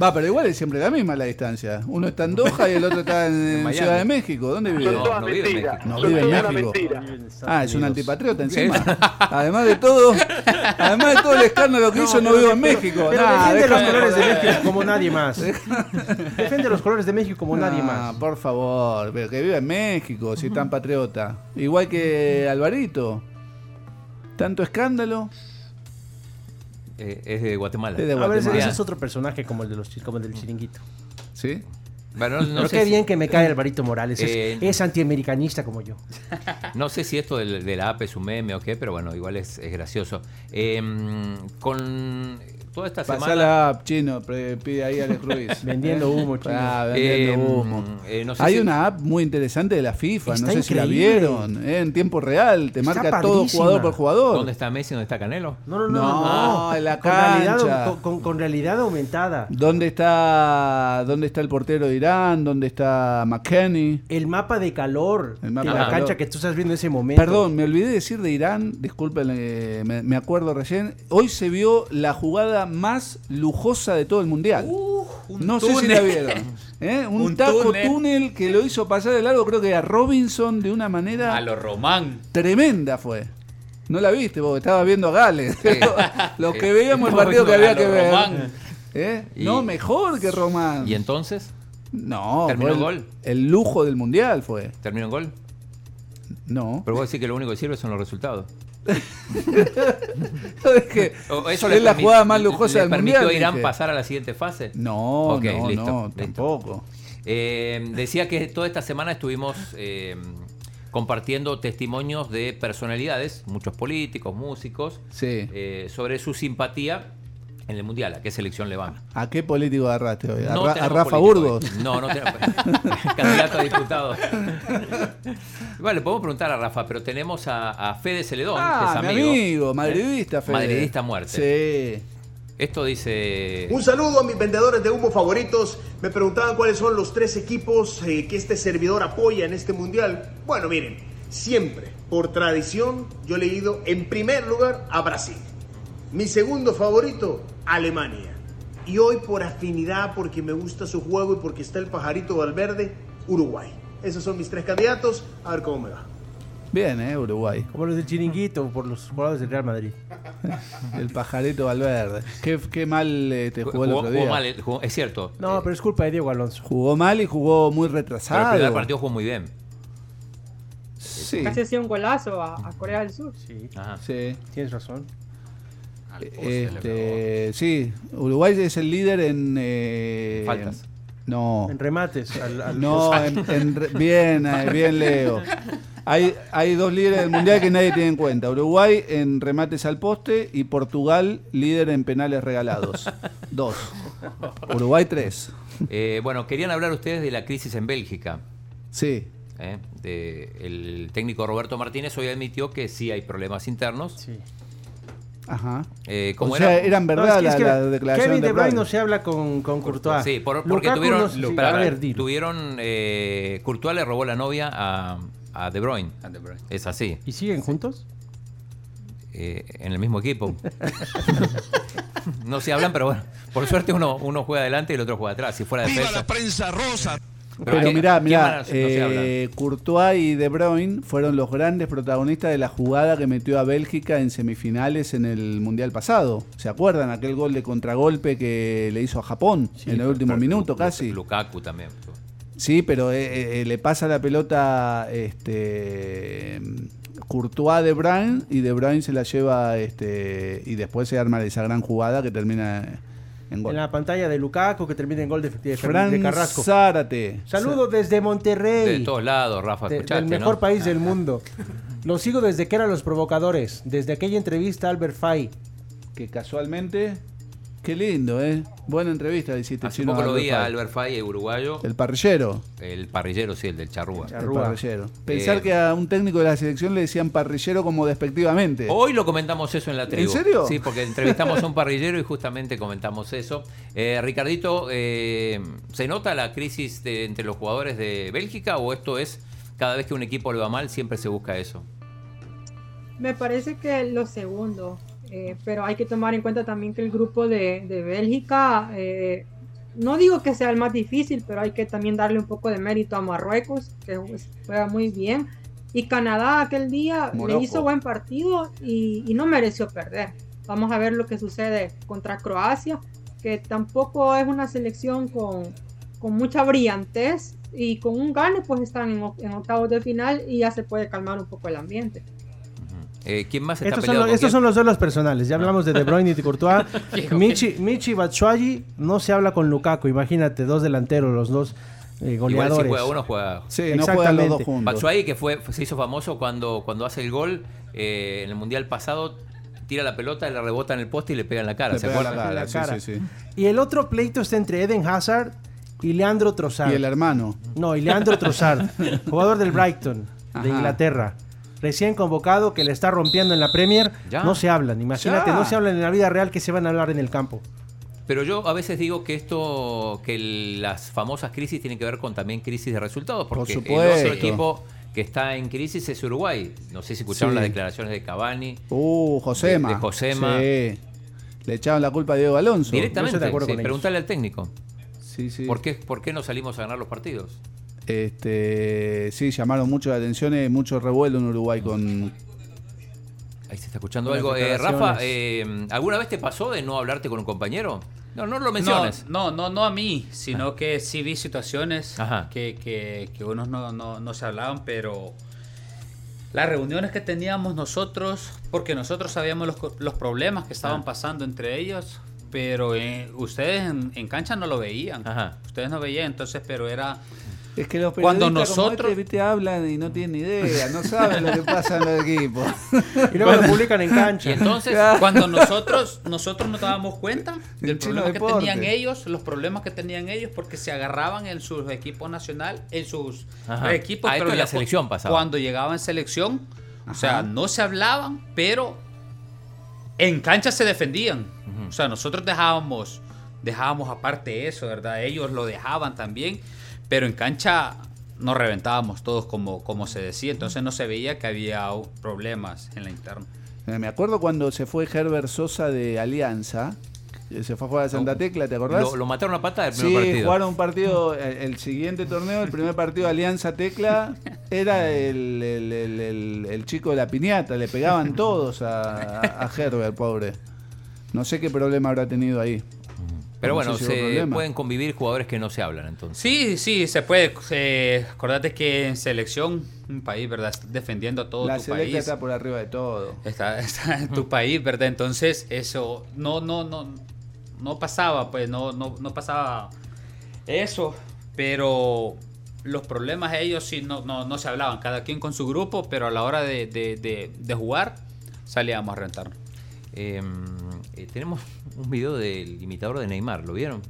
Speaker 10: Va, pero igual es siempre la misma la distancia. Uno está en Doha y el otro está en, en
Speaker 9: Miami.
Speaker 10: Ciudad de México. ¿Dónde vive?
Speaker 9: No, no vive en México.
Speaker 10: No
Speaker 9: Son
Speaker 10: vive en
Speaker 9: todas
Speaker 10: México.
Speaker 9: mentiras.
Speaker 10: Ah, es un antipatriota encima. además de todo, además de todo el escándalo que hizo, no vive en México.
Speaker 12: Pero
Speaker 10: Nah,
Speaker 12: defiende los
Speaker 10: déjame
Speaker 12: colores de
Speaker 10: joder.
Speaker 12: México como nadie más. defiende los colores de México como nadie
Speaker 10: Ah,
Speaker 12: más.
Speaker 10: por favor, pero que viva en México, si es tan patriota. Igual que Alvarito. Tanto escándalo.
Speaker 9: Eh, es de Guatemala.
Speaker 10: Es de
Speaker 12: A ver, ese, ese
Speaker 9: Bien.
Speaker 12: es otro personaje como el de los chi- como el del chiringuito.
Speaker 10: ¿Sí?
Speaker 9: Bueno, no, no
Speaker 12: Pero
Speaker 9: sé
Speaker 12: qué
Speaker 9: si-
Speaker 12: bien que me cae Alvarito Morales. es-
Speaker 9: Eh,
Speaker 12: es, antiamericanista como yo.
Speaker 9: No sé si esto del- de, la app es un meme o qué, pero bueno, igual es, es gracioso. Eh, con toda esta
Speaker 10: Pasá
Speaker 9: semana.
Speaker 10: la app, chino, pre- pide ahí Alex Ruiz.
Speaker 12: Vendiendo humo, chino.
Speaker 10: Ah, vendiendo
Speaker 9: Eh,
Speaker 10: humo.
Speaker 9: eh, no sé
Speaker 10: Hay
Speaker 9: si-
Speaker 10: una app muy interesante de la FIFA,
Speaker 9: Está
Speaker 10: no sé si la
Speaker 9: increíble.
Speaker 10: vieron. eh, en tiempo real, te marca todo jugador por jugador.
Speaker 9: ¿Dónde está Messi? ¿Dónde está Canelo?
Speaker 12: No, no, no.
Speaker 10: No,
Speaker 12: no.
Speaker 10: en la
Speaker 12: con, realidad,
Speaker 10: cancha.
Speaker 12: con, con- con realidad aumentada.
Speaker 10: ¿Dónde está, ¿Dónde está el portero de Irán? ¿Dónde está McKenney?
Speaker 12: El mapa de calor
Speaker 10: El mapa
Speaker 12: de
Speaker 10: de
Speaker 12: la
Speaker 10: calor.
Speaker 12: cancha que tú estás viendo en ese momento.
Speaker 10: Perdón, me olvidé decir de Irán, disculpen, eh, me, me acuerdo recién. Hoy se vio la jugada más lujosa de todo el mundial.
Speaker 12: Uh,
Speaker 10: no sé si
Speaker 13: túnel.
Speaker 10: la vieron. ¿eh? Un,
Speaker 13: Un
Speaker 10: taco túnel.
Speaker 13: túnel.
Speaker 10: que lo hizo pasar de largo, creo que a Robinson de una manera
Speaker 13: a lo román.
Speaker 10: tremenda fue. No la viste, porque estabas viendo a Gales. Los que veíamos el
Speaker 13: Estaba
Speaker 10: partido que
Speaker 13: viendo a
Speaker 10: había que
Speaker 13: lo
Speaker 10: ver.
Speaker 13: Román.
Speaker 10: ¿Eh? No, mejor que Román.
Speaker 9: ¿Y entonces?
Speaker 10: No,
Speaker 9: ¿Terminó
Speaker 10: fue el-
Speaker 9: gol?
Speaker 10: El lujo del mundial fue.
Speaker 9: ¿Terminó en gol?
Speaker 10: No.
Speaker 9: Pero vos decís que lo único que sirve son los resultados.
Speaker 10: ¿Sabes qué?
Speaker 9: O-
Speaker 10: es
Speaker 9: le
Speaker 10: la
Speaker 9: permi-
Speaker 10: jugada más lujosa
Speaker 9: le
Speaker 10: del
Speaker 9: permitió
Speaker 10: mundial.
Speaker 9: a Irán
Speaker 10: dije.
Speaker 9: pasar a la siguiente fase?
Speaker 10: No,
Speaker 9: Ok,
Speaker 10: no,
Speaker 9: listo,
Speaker 10: no,
Speaker 9: listo.
Speaker 10: tampoco.
Speaker 9: Eh, decía que toda esta semana estuvimos eh, compartiendo testimonios de personalidades, muchos políticos, músicos, eh, sobre su simpatía en el Mundial, a qué selección le van.
Speaker 10: ¿A qué político agarraste hoy? Eh, ¿A,
Speaker 9: No
Speaker 10: Ra- a
Speaker 9: tenemos
Speaker 10: Rafa
Speaker 9: político
Speaker 10: Burgos?
Speaker 9: hoy. No, no tenemos. candidato a diputado. Bueno, le podemos preguntar a Rafa, pero tenemos a, a Fede Celedón,
Speaker 10: Ah,
Speaker 9: que
Speaker 10: mi
Speaker 9: es amigo.
Speaker 10: amigo,
Speaker 9: ¿eh?
Speaker 10: madridista, Fede.
Speaker 9: Madridista a muerte. Sí. Esto dice.
Speaker 16: Un saludo a mis vendedores de humo favoritos. Me preguntaban cuáles son los tres equipos eh, que este servidor apoya en este mundial. Bueno, miren, siempre, por tradición, yo le he ido en primer lugar a Brasil. Mi segundo favorito, Alemania. Y hoy por afinidad, porque me gusta su juego y porque está el pajarito Valverde, Uruguay. Esos son mis tres candidatos. A ver cómo me va.
Speaker 10: Bien, ¿eh? Uruguay.
Speaker 12: Como los del Chiringuito, por los jugadores del Real Madrid.
Speaker 10: El pajarito Valverde. Qué, qué mal eh, te jugó, el
Speaker 9: Jugó-
Speaker 10: otro
Speaker 9: jugó
Speaker 10: día.
Speaker 9: mal, eh, jugó- es cierto.
Speaker 12: No, pero es culpa de Diego Alonso.
Speaker 10: Jugó mal y jugó muy
Speaker 9: Pero el primer
Speaker 10: retrasado.
Speaker 9: partido jugó muy bien.
Speaker 10: Sí.
Speaker 14: Casi hacía un golazo a, a Corea del Sur.
Speaker 10: Sí.
Speaker 12: Tienes razón. Eh,
Speaker 10: Este, sí, Uruguay es el líder en... eh,
Speaker 12: Faltas.
Speaker 10: No.
Speaker 12: En remates. al- al-
Speaker 10: No, en, en re- bien, eh, bien Leo. Hay, hay dos líderes del mundial que nadie tiene en cuenta. Uruguay en remates al poste y Portugal líder en penales regalados. Dos. Uruguay tres.
Speaker 9: Eh, bueno, querían hablar ustedes de la crisis en Bélgica.
Speaker 10: Sí.
Speaker 9: ¿eh? De- el técnico Roberto Martínez hoy admitió que sí hay problemas internos.
Speaker 10: Ajá.
Speaker 9: Eh,
Speaker 10: O
Speaker 9: ¿cómo
Speaker 10: sea,
Speaker 9: era?
Speaker 10: eran verdad
Speaker 12: No, es que- es
Speaker 10: las
Speaker 12: que
Speaker 10: declaraciones
Speaker 12: Kevin
Speaker 10: de
Speaker 12: De Bruyne
Speaker 10: Bruyne.
Speaker 12: no se habla con, con Courtois.
Speaker 9: Sí, por- porque
Speaker 12: Lukaku
Speaker 9: tuvieron,
Speaker 12: no se-
Speaker 9: Lu-
Speaker 12: sí,
Speaker 9: pará,
Speaker 12: a ver, dilo.
Speaker 9: tuvieron eh, Courtois le robó la novia a, a De Bruyne. Es así.
Speaker 12: ¿Y siguen juntos?
Speaker 9: eh, en el mismo equipo. no se hablan, pero bueno, por suerte uno, uno juega adelante y el otro juega atrás. Si fuera de la prensa rosa!
Speaker 10: Pero,
Speaker 9: ¿qué-
Speaker 10: mirá,
Speaker 9: qué
Speaker 10: mirá,
Speaker 9: malas- no se hablan?
Speaker 10: eh, Courtois y De Bruyne fueron los grandes protagonistas de la jugada que metió a Bélgica en semifinales en el Mundial pasado. ¿Se acuerdan? Aquel gol de contragolpe que le hizo a Japón en el último minuto casi.
Speaker 9: Lukaku también.
Speaker 10: Sí, pero eh, eh, le pasa la pelota este, Courtois a De Bruyne y De Bruyne se la lleva este, y después se arma esa gran jugada que termina en
Speaker 12: En
Speaker 10: gol.
Speaker 12: la pantalla de Lukaku, que termina en gol de, de- de
Speaker 10: Fran
Speaker 12: Carrasco.
Speaker 10: Zárate.
Speaker 12: Saludos desde Monterrey.
Speaker 9: De todos lados, Rafa,
Speaker 12: de-
Speaker 9: escuchaste,
Speaker 12: del mejor
Speaker 9: ¿no?
Speaker 12: país del mundo. Los sigo desde que eran los provocadores, desde aquella entrevista a Albert Fay.
Speaker 10: que casualmente. Qué lindo, ¿eh? Buena entrevista le hiciste.
Speaker 9: Hace
Speaker 10: Chino,
Speaker 9: poco lo vi a
Speaker 10: Fay.
Speaker 9: Albert Fay, el uruguayo.
Speaker 10: El parrillero.
Speaker 9: El parrillero, sí, el del charrúa. Eh,
Speaker 10: El parrillero. Pensar que a un técnico de la selección le decían parrillero como despectivamente.
Speaker 9: Hoy lo comentamos eso en la tribu.
Speaker 10: serio?
Speaker 9: Sí, porque entrevistamos a un parrillero y justamente comentamos eso. Eh, Ricardito, eh, ¿se nota la crisis de- entre los jugadores de Bélgica o esto es cada vez que un equipo le va mal siempre se busca eso?
Speaker 14: Me parece que lo segundo, eh, pero hay que tomar en cuenta también que el grupo de, de Bélgica, eh, no digo que sea el más difícil, pero hay que también darle un poco de mérito a Marruecos, que pues, juega muy bien. Y Canadá aquel día
Speaker 17: Morocco.
Speaker 14: le hizo buen partido y, y no mereció perder. Vamos a ver lo que sucede contra Croacia, que tampoco es una selección con, con mucha brillantez y con un gane pues están en, oc- en octavos de final y ya se puede calmar un poco el ambiente.
Speaker 9: Eh, ¿Quién más está
Speaker 12: Estos son, los,
Speaker 9: peleado con
Speaker 12: estos
Speaker 9: quién?
Speaker 12: son los duelos personales. Ya hablamos de De Bruyne y de Courtois.
Speaker 9: Hijo,
Speaker 12: Michi, Michi Batshuayi no se habla con Lukaku. Imagínate, dos delanteros, los dos eh,
Speaker 9: Igual
Speaker 12: goleadores.
Speaker 9: si juega uno, juega.
Speaker 12: Exactamente.
Speaker 9: Batshuayi, que fue, se hizo famoso cuando, cuando hace el gol eh, en el Mundial pasado, tira la pelota, le rebota en el poste y le pega en la cara.
Speaker 10: Le
Speaker 9: ¿Se
Speaker 10: pega en la
Speaker 9: acuerdan?
Speaker 10: cara, sí, sí, sí.
Speaker 12: Y el otro pleito está entre Eden Hazard y Leandro Trossard.
Speaker 10: Y el hermano.
Speaker 12: No, y Leandro Trossard, jugador del Brighton,
Speaker 10: Ajá.
Speaker 12: de Inglaterra. Recién convocado, que le está rompiendo en la Premier.
Speaker 9: Ya.
Speaker 12: No se hablan, imagínate,
Speaker 9: Ya.
Speaker 12: no se hablan en la vida real que se van a hablar en el campo.
Speaker 9: Pero yo a veces digo que esto, que el- las famosas crisis tienen que ver con también crisis de resultados, porque el
Speaker 10: supuesto.
Speaker 9: otro equipo que está en crisis es Uruguay. No sé si escucharon
Speaker 10: Sí.
Speaker 9: las declaraciones de Cavani.
Speaker 10: Uh, Josema.
Speaker 9: De- de Josema.
Speaker 10: Sí. Le echaban la culpa a Diego Alonso.
Speaker 9: Directamente, sí, preguntarle al técnico.
Speaker 10: Sí, sí.
Speaker 9: ¿Por qué, ¿Por qué no salimos a ganar los partidos?
Speaker 10: Este, sí, llamaron mucho la atención y mucho revuelo en Uruguay con.
Speaker 9: Ahí se está escuchando
Speaker 10: Buenas
Speaker 9: algo. Eh,
Speaker 10: declaraciones.
Speaker 9: Rafa, eh, ¿alguna vez te pasó de no hablarte con un compañero? No, no lo menciones.
Speaker 13: No, no, no, no a mí, sino que sí vi situaciones
Speaker 9: Ajá.
Speaker 13: que, que, que unos no, no, no se hablaban, pero las reuniones que
Speaker 9: Ah.
Speaker 13: teníamos nosotros, porque nosotros sabíamos los, co- los problemas que estaban pasando entre ellos, pero eh, ustedes en, en cancha no lo veían. Ustedes no veían, entonces, pero era...
Speaker 9: eh,
Speaker 10: Es que los
Speaker 13: Cuando
Speaker 10: periodistas como
Speaker 13: nosotros-
Speaker 10: este, viste, hablan y no tienen ni idea, no saben lo que pasa en los equipos.
Speaker 12: Y luego lo publican en cancha.
Speaker 13: Y entonces,
Speaker 10: Claro.
Speaker 13: cuando nosotros nosotros nos dábamos cuenta del
Speaker 10: El chino
Speaker 13: problema que
Speaker 10: deporte.
Speaker 13: tenían ellos, los problemas que tenían ellos, porque se agarraban en sus equipos nacional, en sus
Speaker 9: Ajá.
Speaker 13: equipos.
Speaker 9: Ah, esto en la
Speaker 13: cu-
Speaker 9: selección pasaba.
Speaker 13: Cuando llegaban selección, o sea, no se hablaban, pero en cancha se defendían. O sea, nosotros dejábamos, dejábamos aparte eso, ¿verdad? Ellos lo dejaban también, pero en cancha nos reventábamos todos, como, como se decía. Entonces no se veía que había problemas en la interna.
Speaker 10: Eh, Me acuerdo cuando se fue Herbert Sosa de Alianza. que Se fue a jugar a Santa Tecla, ¿te acordás?
Speaker 9: Lo, lo mataron a patada el
Speaker 10: sí,
Speaker 9: primer partido.
Speaker 10: jugaron un partido, el, el siguiente torneo, el primer partido Alianza Tecla, era el, el- el- el- el chico de la piñata, le pegaban todos a, a Herbert, pobre. No sé qué problema habrá tenido ahí.
Speaker 9: Pero
Speaker 10: No sé
Speaker 9: bueno,
Speaker 10: si hubo
Speaker 9: se
Speaker 10: problema.
Speaker 9: pueden convivir jugadores que no se hablan entonces.
Speaker 13: Sí, sí, se puede. Eh, acordate que en selección, un país, ¿verdad? Estás defendiendo a todo
Speaker 10: La
Speaker 13: tu
Speaker 10: selecta
Speaker 13: país.
Speaker 10: está por arriba de todo.
Speaker 13: Está, está en tu país, ¿verdad? Entonces, eso no, no, no, no pasaba, pues no, no, no pasaba eso. Pero los problemas ellos sí no, no, no se hablaban, cada quien con su grupo, pero a la hora de, de- de- de jugar salíamos a rentar.
Speaker 9: Eh, tenemos un video del imitador de Neymar, ¿lo vieron?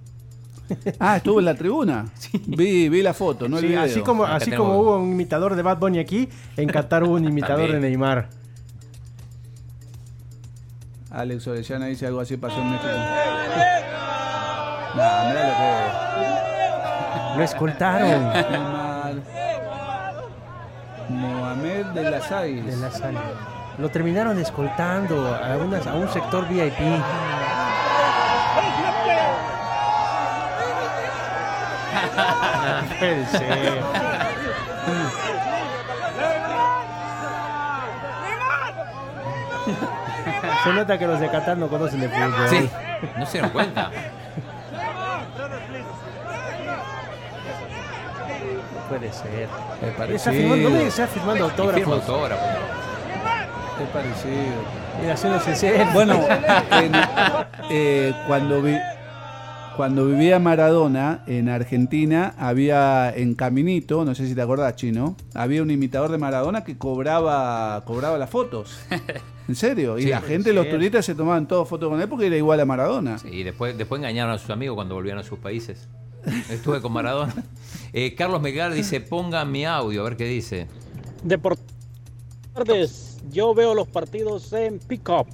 Speaker 10: Ah, estuvo en la tribuna. Vi, vi la foto, no el
Speaker 12: Sí,
Speaker 10: video.
Speaker 12: así
Speaker 9: Ah,
Speaker 12: como, así como hubo un imitador de Bad Bunny aquí, en Qatar hubo un imitador de
Speaker 10: También.
Speaker 12: Neymar.
Speaker 10: Alex Orellana dice algo así pasó en México. Nah, mirá lo que
Speaker 9: Ah,
Speaker 12: Lo escoltaron.
Speaker 10: Neymar. Eh, Mohamed de las Águilas.
Speaker 12: De las Águilas. Lo terminaron escoltando a, unas- a un sector VIP. Puede ser. Se nota que los de Qatar no conocen de fútbol.
Speaker 9: Sí, no se dieron cuenta.
Speaker 12: No puede ser.
Speaker 10: Es
Speaker 12: Está
Speaker 10: parecido.
Speaker 12: firmando, ¿Dónde está firmando
Speaker 10: Y firma
Speaker 12: autógrafos?
Speaker 9: autógrafos. pues.
Speaker 10: Es parecido.
Speaker 12: Mira, haciéndose selfies.
Speaker 10: Bueno, en- eh, cuando, vi- cuando vivía Maradona en Argentina, había en Caminito, no sé si te acordás, Chino, había un imitador de Maradona que cobraba, cobraba las fotos. ¿En serio? Y
Speaker 9: Sí,
Speaker 10: la
Speaker 9: puede
Speaker 10: gente, los
Speaker 9: ser.
Speaker 10: turistas se tomaban todas fotos con él porque era igual a Maradona.
Speaker 9: Y después, después engañaron a sus amigos cuando volvieron a sus países. Estuve con Maradona. Eh, Carlos Melgar dice, ponga mi audio, a ver qué dice.
Speaker 17: tardes. Yo veo los partidos en Pickup,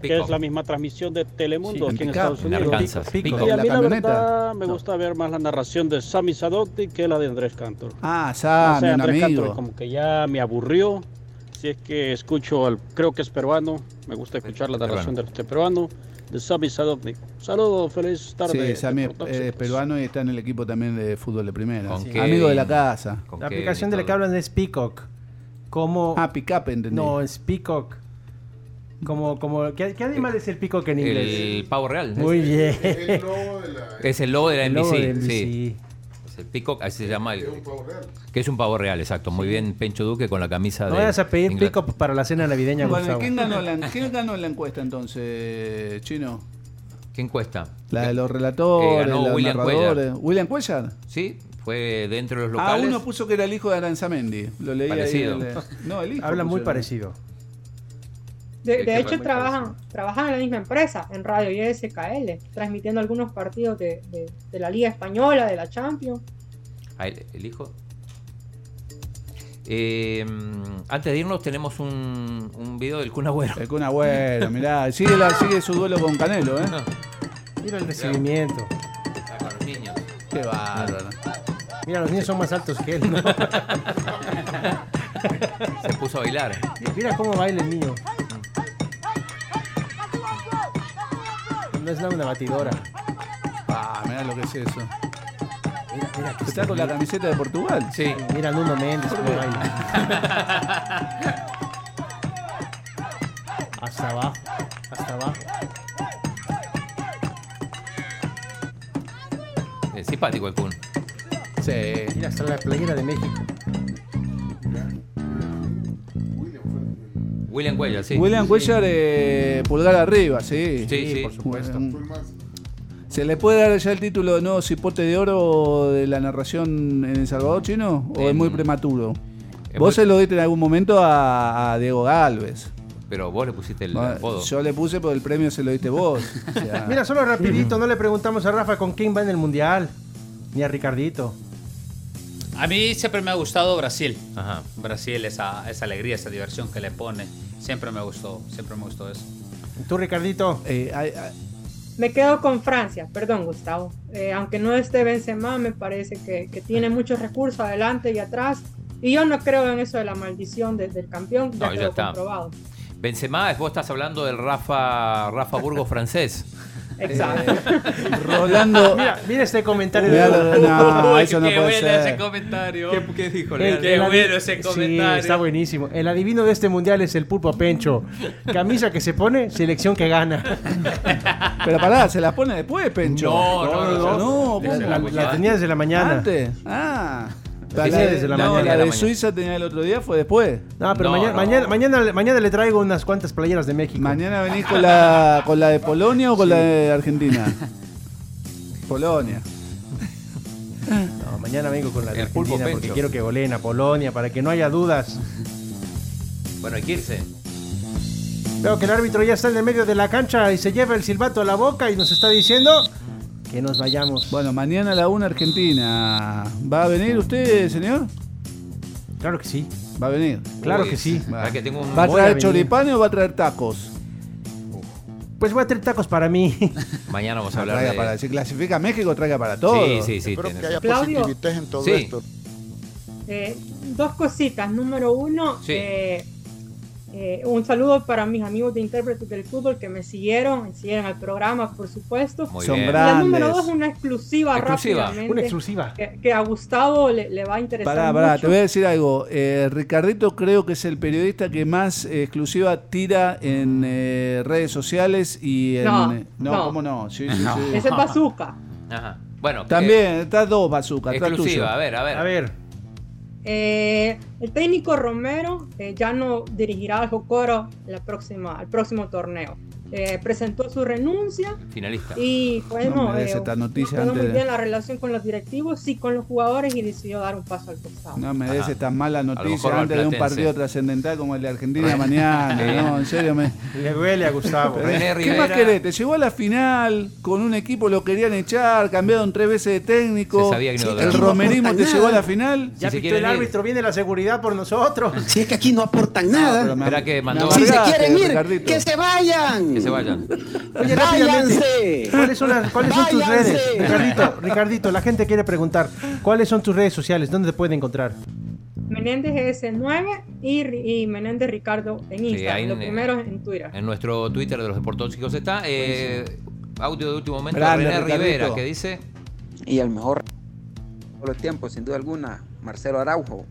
Speaker 17: que
Speaker 9: Pick
Speaker 17: es la misma transmisión de Telemundo
Speaker 9: Sí,
Speaker 17: aquí en
Speaker 9: en
Speaker 17: Estados
Speaker 9: Pick Up, en
Speaker 17: Unidos.
Speaker 9: Arkansas, Pick Up.
Speaker 17: Y
Speaker 9: La
Speaker 17: a mí la
Speaker 9: camioneta.
Speaker 17: verdad me gusta ver más la narración de Sami Sadotti que la de Andrés Cantor.
Speaker 10: Ah, Sami,
Speaker 17: No sé,
Speaker 10: un
Speaker 17: Andrés
Speaker 10: amigo.
Speaker 17: Cantor como que ya me aburrió. Si es que escucho al, creo que es peruano, me gusta escuchar la narración del este peruano de Sami Sadotti. Saludos, feliz tarde.
Speaker 10: Sí, Sammy es, es peruano y está en el equipo también de fútbol de primera. Sí.
Speaker 17: Con Kevin.
Speaker 10: Amigo de la casa.
Speaker 12: La aplicación de la que hablan es Peacock. Como...
Speaker 10: Ah, Pickup, entendí.
Speaker 12: No, es Peacock. Como, como, ¿qué, qué animal es el peacock en inglés?
Speaker 9: El este. pavo real.
Speaker 12: Muy bien.
Speaker 9: Es el logo de la
Speaker 12: El
Speaker 9: NBC.
Speaker 12: logo de
Speaker 9: sí. Es el peacock, así se llama. el- que es un pavo real, exacto. Muy bien, Pencho Duque con la camisa
Speaker 12: No
Speaker 9: de.
Speaker 12: vayas a pedir
Speaker 9: Inglaterra.
Speaker 12: pick-up para la cena navideña,
Speaker 10: Bueno, ¿y
Speaker 12: Gustavo.
Speaker 10: ¿quién ganó, la, quién ganó la encuesta entonces, Chino?
Speaker 9: ¿Qué encuesta?
Speaker 10: La de los relatores,
Speaker 9: Eh, ganó
Speaker 10: los
Speaker 9: William
Speaker 10: narradores. ¿William Cuellar?
Speaker 9: Sí, fue dentro de los
Speaker 10: Ah,
Speaker 9: locales.
Speaker 10: uno puso que era el hijo de Aranzamendi. Lo leí ahí
Speaker 9: Parecido.
Speaker 10: en el- No, el hijo.
Speaker 12: Habla muy
Speaker 10: pusieron.
Speaker 12: parecido.
Speaker 14: De,
Speaker 10: que
Speaker 14: de hecho,
Speaker 10: realmente
Speaker 14: trabajan, trabajan en la misma empresa, en Radio ISKL, transmitiendo algunos partidos de, de- de la Liga Española, de la Champions.
Speaker 9: Ah, el, el hijo. Eh, antes de irnos, tenemos un, un video del Kun Agüero.
Speaker 10: El Kun Agüero, mirá. Sigue, la- sigue su duelo con Canelo, ¿eh?
Speaker 12: Mira el recibimiento.
Speaker 10: Qué bárbaro.
Speaker 12: Mira, los niños son más altos que él, ¿no?
Speaker 9: Se puso a bailar.
Speaker 12: Mira cómo baila el niño. No es nada una batidora.
Speaker 10: Ah, mirá lo que es eso.
Speaker 12: Mira, mira, que
Speaker 10: Está con la camiseta de Portugal.
Speaker 9: Sí.
Speaker 12: Mira Nuno Méndez cómo baila. Hasta abajo, hasta abajo.
Speaker 9: Es Eh, simpático el Kun.
Speaker 10: Sí.
Speaker 12: Mira, hasta la playera de México.
Speaker 9: William Cuellar, sí.
Speaker 10: William
Speaker 9: Sí.
Speaker 10: Cuellar, eh, pulgar arriba, sí.
Speaker 9: Sí, sí, por supuesto.
Speaker 10: ¿Se le puede dar ya el título de nuevo cipote de oro de la narración en El Salvador chino? ¿O es muy prematuro? Vos
Speaker 9: muy-
Speaker 10: se lo diste en algún momento a, a Diego Galvez.
Speaker 9: Pero vos le pusiste el
Speaker 10: Ah,
Speaker 9: apodo.
Speaker 10: Yo le puse, pero el premio se lo diste vos. O sea,
Speaker 12: Mira, solo rapidito, no le preguntamos a Rafa con quién va en el Mundial, ni a Ricardito.
Speaker 13: A mí siempre me ha gustado Brasil. Brasil, esa, esa alegría, esa diversión que le pone. Siempre me gustó, siempre me gustó eso.
Speaker 12: Tú, Ricardito.
Speaker 14: Me quedo con Francia, perdón Gustavo. Eh, aunque no esté Benzema, me parece que, que tiene muchos recursos adelante y atrás. Y yo no creo en eso de la maldición de- del campeón, ya
Speaker 9: No, ya
Speaker 14: quedó
Speaker 9: está.
Speaker 14: comprobado.
Speaker 9: Benzema, vos estás hablando del Rafa, Rafa Burgos francés. Eh,
Speaker 14: Exacto.
Speaker 10: Rolando.
Speaker 12: Mira, mira este comentario.
Speaker 9: Mira lo- no,
Speaker 12: Uy,
Speaker 9: eso no
Speaker 12: qué
Speaker 9: puede
Speaker 12: bueno
Speaker 9: ser.
Speaker 12: ese
Speaker 13: comentario.
Speaker 9: ¿Qué, qué dijo?
Speaker 12: El-
Speaker 9: Leandro?
Speaker 12: el adi- Sí, está buenísimo. El adivino de este mundial es el pulpo a pencho. Camisa que se pone, selección que gana.
Speaker 10: Pero pará, se la pone después, Pencho.
Speaker 12: No, no, no, no.
Speaker 10: no,
Speaker 12: La-
Speaker 10: vos-
Speaker 12: la tenía desde la mañana.
Speaker 10: Antes. Ah.
Speaker 12: La tenía desde la
Speaker 10: no,
Speaker 12: mañana.
Speaker 10: la
Speaker 12: La
Speaker 10: de
Speaker 12: mañana.
Speaker 10: Suiza tenía el otro día, fue después.
Speaker 12: No, pero mañana, mañana, mañana, le- mañana le traigo unas cuantas playeras de México.
Speaker 10: Mañana venís con la, con la de Polonia o con la de Argentina? Polonia.
Speaker 12: No, mañana vengo con la de
Speaker 9: El pulpo
Speaker 12: Argentina porque
Speaker 9: Pencho.
Speaker 12: quiero que goleen a Polonia para que no haya dudas.
Speaker 9: Bueno, hay que irse.
Speaker 12: Veo que el árbitro ya está en el medio de la cancha y se lleva el silbato a la boca y nos está diciendo que nos vayamos.
Speaker 10: Bueno, mañana a la una Argentina. ¿Va a venir usted, señor?
Speaker 12: Claro que sí.
Speaker 10: ¿Va a venir?
Speaker 12: Claro que sí.
Speaker 9: Para que tengo un-
Speaker 10: ¿Va a
Speaker 12: Voy a
Speaker 10: traer
Speaker 12: venir.
Speaker 10: choripanes o va a traer tacos?
Speaker 12: Pues voy a traer tacos para mí.
Speaker 9: Mañana vamos a hablar
Speaker 10: Ah, Traiga
Speaker 9: de...
Speaker 10: para, si clasifica México, traiga para todos.
Speaker 9: Sí, sí, sí, Espero tenés- que haya
Speaker 14: Claudio.
Speaker 9: positividad Pues en todo Sí. esto.
Speaker 14: Eh, dos cositas. Número uno,
Speaker 9: Sí.
Speaker 14: eh, eh, un saludo para mis amigos de Intérpretes del Fútbol que me siguieron, me siguieron al programa, por supuesto.
Speaker 10: Muy Son
Speaker 14: Y
Speaker 10: bien.
Speaker 14: la número
Speaker 10: grandes.
Speaker 14: dos, una exclusiva,
Speaker 10: Exclusiva.
Speaker 14: rápidamente.
Speaker 10: Una exclusiva.
Speaker 14: Que, que a Gustavo le, le va a interesar.
Speaker 10: Pará, pará,
Speaker 14: mucho.
Speaker 10: te voy a decir algo. Eh, Ricardito creo que es el periodista que más eh, exclusiva tira en eh, redes sociales y en. eh,
Speaker 14: No,
Speaker 10: no,
Speaker 14: no.
Speaker 10: ¿cómo no? Sí, sí, sí.
Speaker 14: Ese es Bazooka.
Speaker 9: Ajá. Bueno,
Speaker 10: También, está dos bazookas. está tuyo.
Speaker 9: exclusiva, a ver, a ver.
Speaker 12: A ver.
Speaker 14: Eh, el técnico Romero eh, ya no dirigirá al Jocoro la próxima, al próximo torneo. Eh, presentó su renuncia
Speaker 9: Finalista.
Speaker 14: y bueno,
Speaker 10: no merece
Speaker 14: eh,
Speaker 10: esta noticia
Speaker 14: quedó
Speaker 10: antes
Speaker 14: muy
Speaker 10: de-
Speaker 14: bien la relación con los directivos y con los jugadores y decidió dar un paso al costado.
Speaker 10: No merece
Speaker 9: Ajá.
Speaker 10: tan mala
Speaker 9: lo mejor
Speaker 10: noticia
Speaker 9: va
Speaker 10: antes
Speaker 9: el
Speaker 10: de un
Speaker 9: Platense.
Speaker 10: partido trascendental como el de Argentina mañana. No, en serio me.
Speaker 12: Le duele a Gustavo. ¿eh?
Speaker 10: Pero, ¿Qué más querés? Te llegó a la final con un equipo, lo querían echar, cambiaron tres veces de técnico.
Speaker 9: Se sabía que no lo
Speaker 10: el
Speaker 9: daban.
Speaker 10: romerismo te
Speaker 9: Nada.
Speaker 10: llegó a la final.
Speaker 12: Ya
Speaker 9: Si se
Speaker 12: pitó el
Speaker 9: quieren ir.
Speaker 12: árbitro, viene la seguridad por nosotros.
Speaker 10: Si es que aquí no aportan nada.
Speaker 9: Espera que mandó...
Speaker 10: Si se
Speaker 9: Amargate,
Speaker 10: quieren ir,
Speaker 9: Ricardito.
Speaker 10: que
Speaker 9: se
Speaker 12: vayan.
Speaker 9: vayan.
Speaker 12: Oye, rápidamente, ¿cuáles son, las- cuáles son tus
Speaker 10: Váyanse.
Speaker 12: redes? Ricardito, Ricardito, la gente quiere preguntar, ¿cuáles son tus redes sociales? ¿Dónde te pueden encontrar?
Speaker 14: Menéndez es 9 y, Ri- y Menéndez Ricardo en Instagram.
Speaker 9: ahí
Speaker 14: lo
Speaker 9: en-
Speaker 10: eh,
Speaker 14: primero es en Twitter.
Speaker 9: En nuestro Twitter de los Deportóxicos está eh, audio de último momento
Speaker 1: Grande,
Speaker 9: René
Speaker 1: Ricardito.
Speaker 9: Rivera que dice...
Speaker 1: Y el mejor de los tiempos, sin duda alguna, Marcelo Araujo.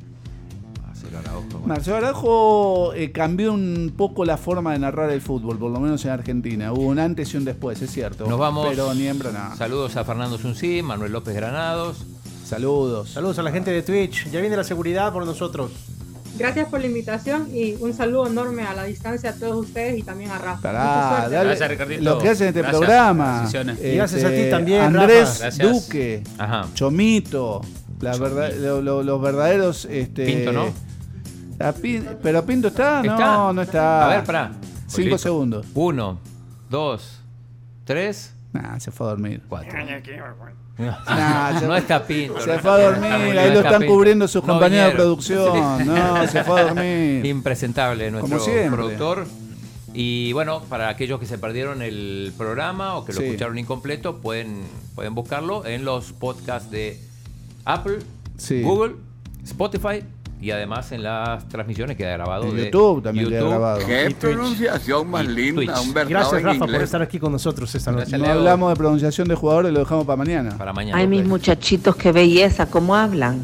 Speaker 9: Marcelo Araujo.
Speaker 10: Marcelo Araujo eh, cambió un poco la forma de narrar el fútbol, por lo menos en Argentina. Hubo un antes y un después, es cierto.
Speaker 9: Nos vamos.
Speaker 10: Pero ni hembra nada.
Speaker 9: Saludos a Fernando Zunzí, Manuel López Granados.
Speaker 10: Saludos.
Speaker 12: Saludos a la gente de Twitch, ya viene la seguridad por nosotros.
Speaker 14: Gracias por la invitación y un saludo enorme a la distancia a todos ustedes y también a Rafa. Mucha
Speaker 10: Pará,
Speaker 14: suerte.
Speaker 10: dale
Speaker 13: Gracias, Ricardito.
Speaker 10: lo que hacen en este
Speaker 13: Gracias.
Speaker 10: programa.
Speaker 13: Decisiones.
Speaker 10: Este,
Speaker 12: Gracias a ti también,
Speaker 10: Andrés
Speaker 12: Rafa. Gracias.
Speaker 10: Duque, Chomito, la verdad- lo- lo- los verdaderos. Este,
Speaker 9: Pinto, ¿no?
Speaker 10: la Pin- pero Pinto está,
Speaker 9: ¿Está?
Speaker 10: no, no está.
Speaker 9: A ver, pará.
Speaker 10: Cinco
Speaker 9: Listo.
Speaker 10: segundos.
Speaker 9: Uno, dos, tres.
Speaker 10: Nah, Ah, se fue a dormir.
Speaker 9: Cuatro.
Speaker 10: No,
Speaker 9: No, no está Pinto.
Speaker 10: Se
Speaker 9: no
Speaker 10: fue a
Speaker 9: está
Speaker 10: dormir,
Speaker 9: Pinto.
Speaker 10: ahí
Speaker 9: No
Speaker 10: lo
Speaker 9: está
Speaker 10: están
Speaker 9: Pinto.
Speaker 10: cubriendo sus
Speaker 9: No
Speaker 10: compañeros de
Speaker 9: vinieron.
Speaker 10: producción. No, se fue a dormir.
Speaker 9: Impresentable nuestro
Speaker 10: Como siempre.
Speaker 9: productor. Y bueno, para aquellos que se perdieron el programa o que lo escucharon incompleto, pueden, pueden buscarlo en los podcasts de Apple,
Speaker 10: Sí.
Speaker 9: Google, Spotify y además en las transmisiones que ha grabado
Speaker 10: En
Speaker 9: de
Speaker 10: YouTube también queda grabado.
Speaker 12: Qué
Speaker 9: pronunciación más
Speaker 10: linda, un verdadero
Speaker 12: Gracias Rafa por
Speaker 10: inglés.
Speaker 12: estar aquí con nosotros esta noche.
Speaker 10: No hablamos de pronunciación de jugadores, lo dejamos para mañana.
Speaker 9: Para
Speaker 18: Ay, mis muchachitos, qué belleza, cómo hablan.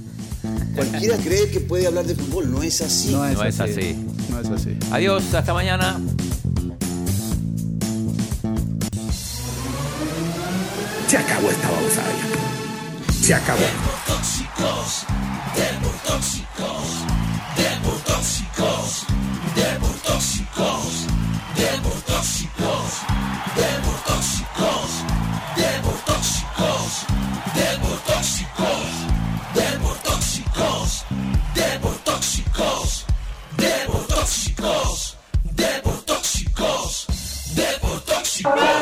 Speaker 7: Cualquiera cree que puede hablar de fútbol, no es así.
Speaker 10: No es,
Speaker 9: No es
Speaker 10: así.
Speaker 9: así.
Speaker 10: No es así.
Speaker 9: Adiós, hasta mañana.
Speaker 21: Se acabó esta bausada. Se acabó.
Speaker 22: Tóxicos, Depor Tóxicos, Depor Tóxicos, Depor Tóxicos.
Speaker 8: Deportóxicos, Deportóxicos, Deportóxicos.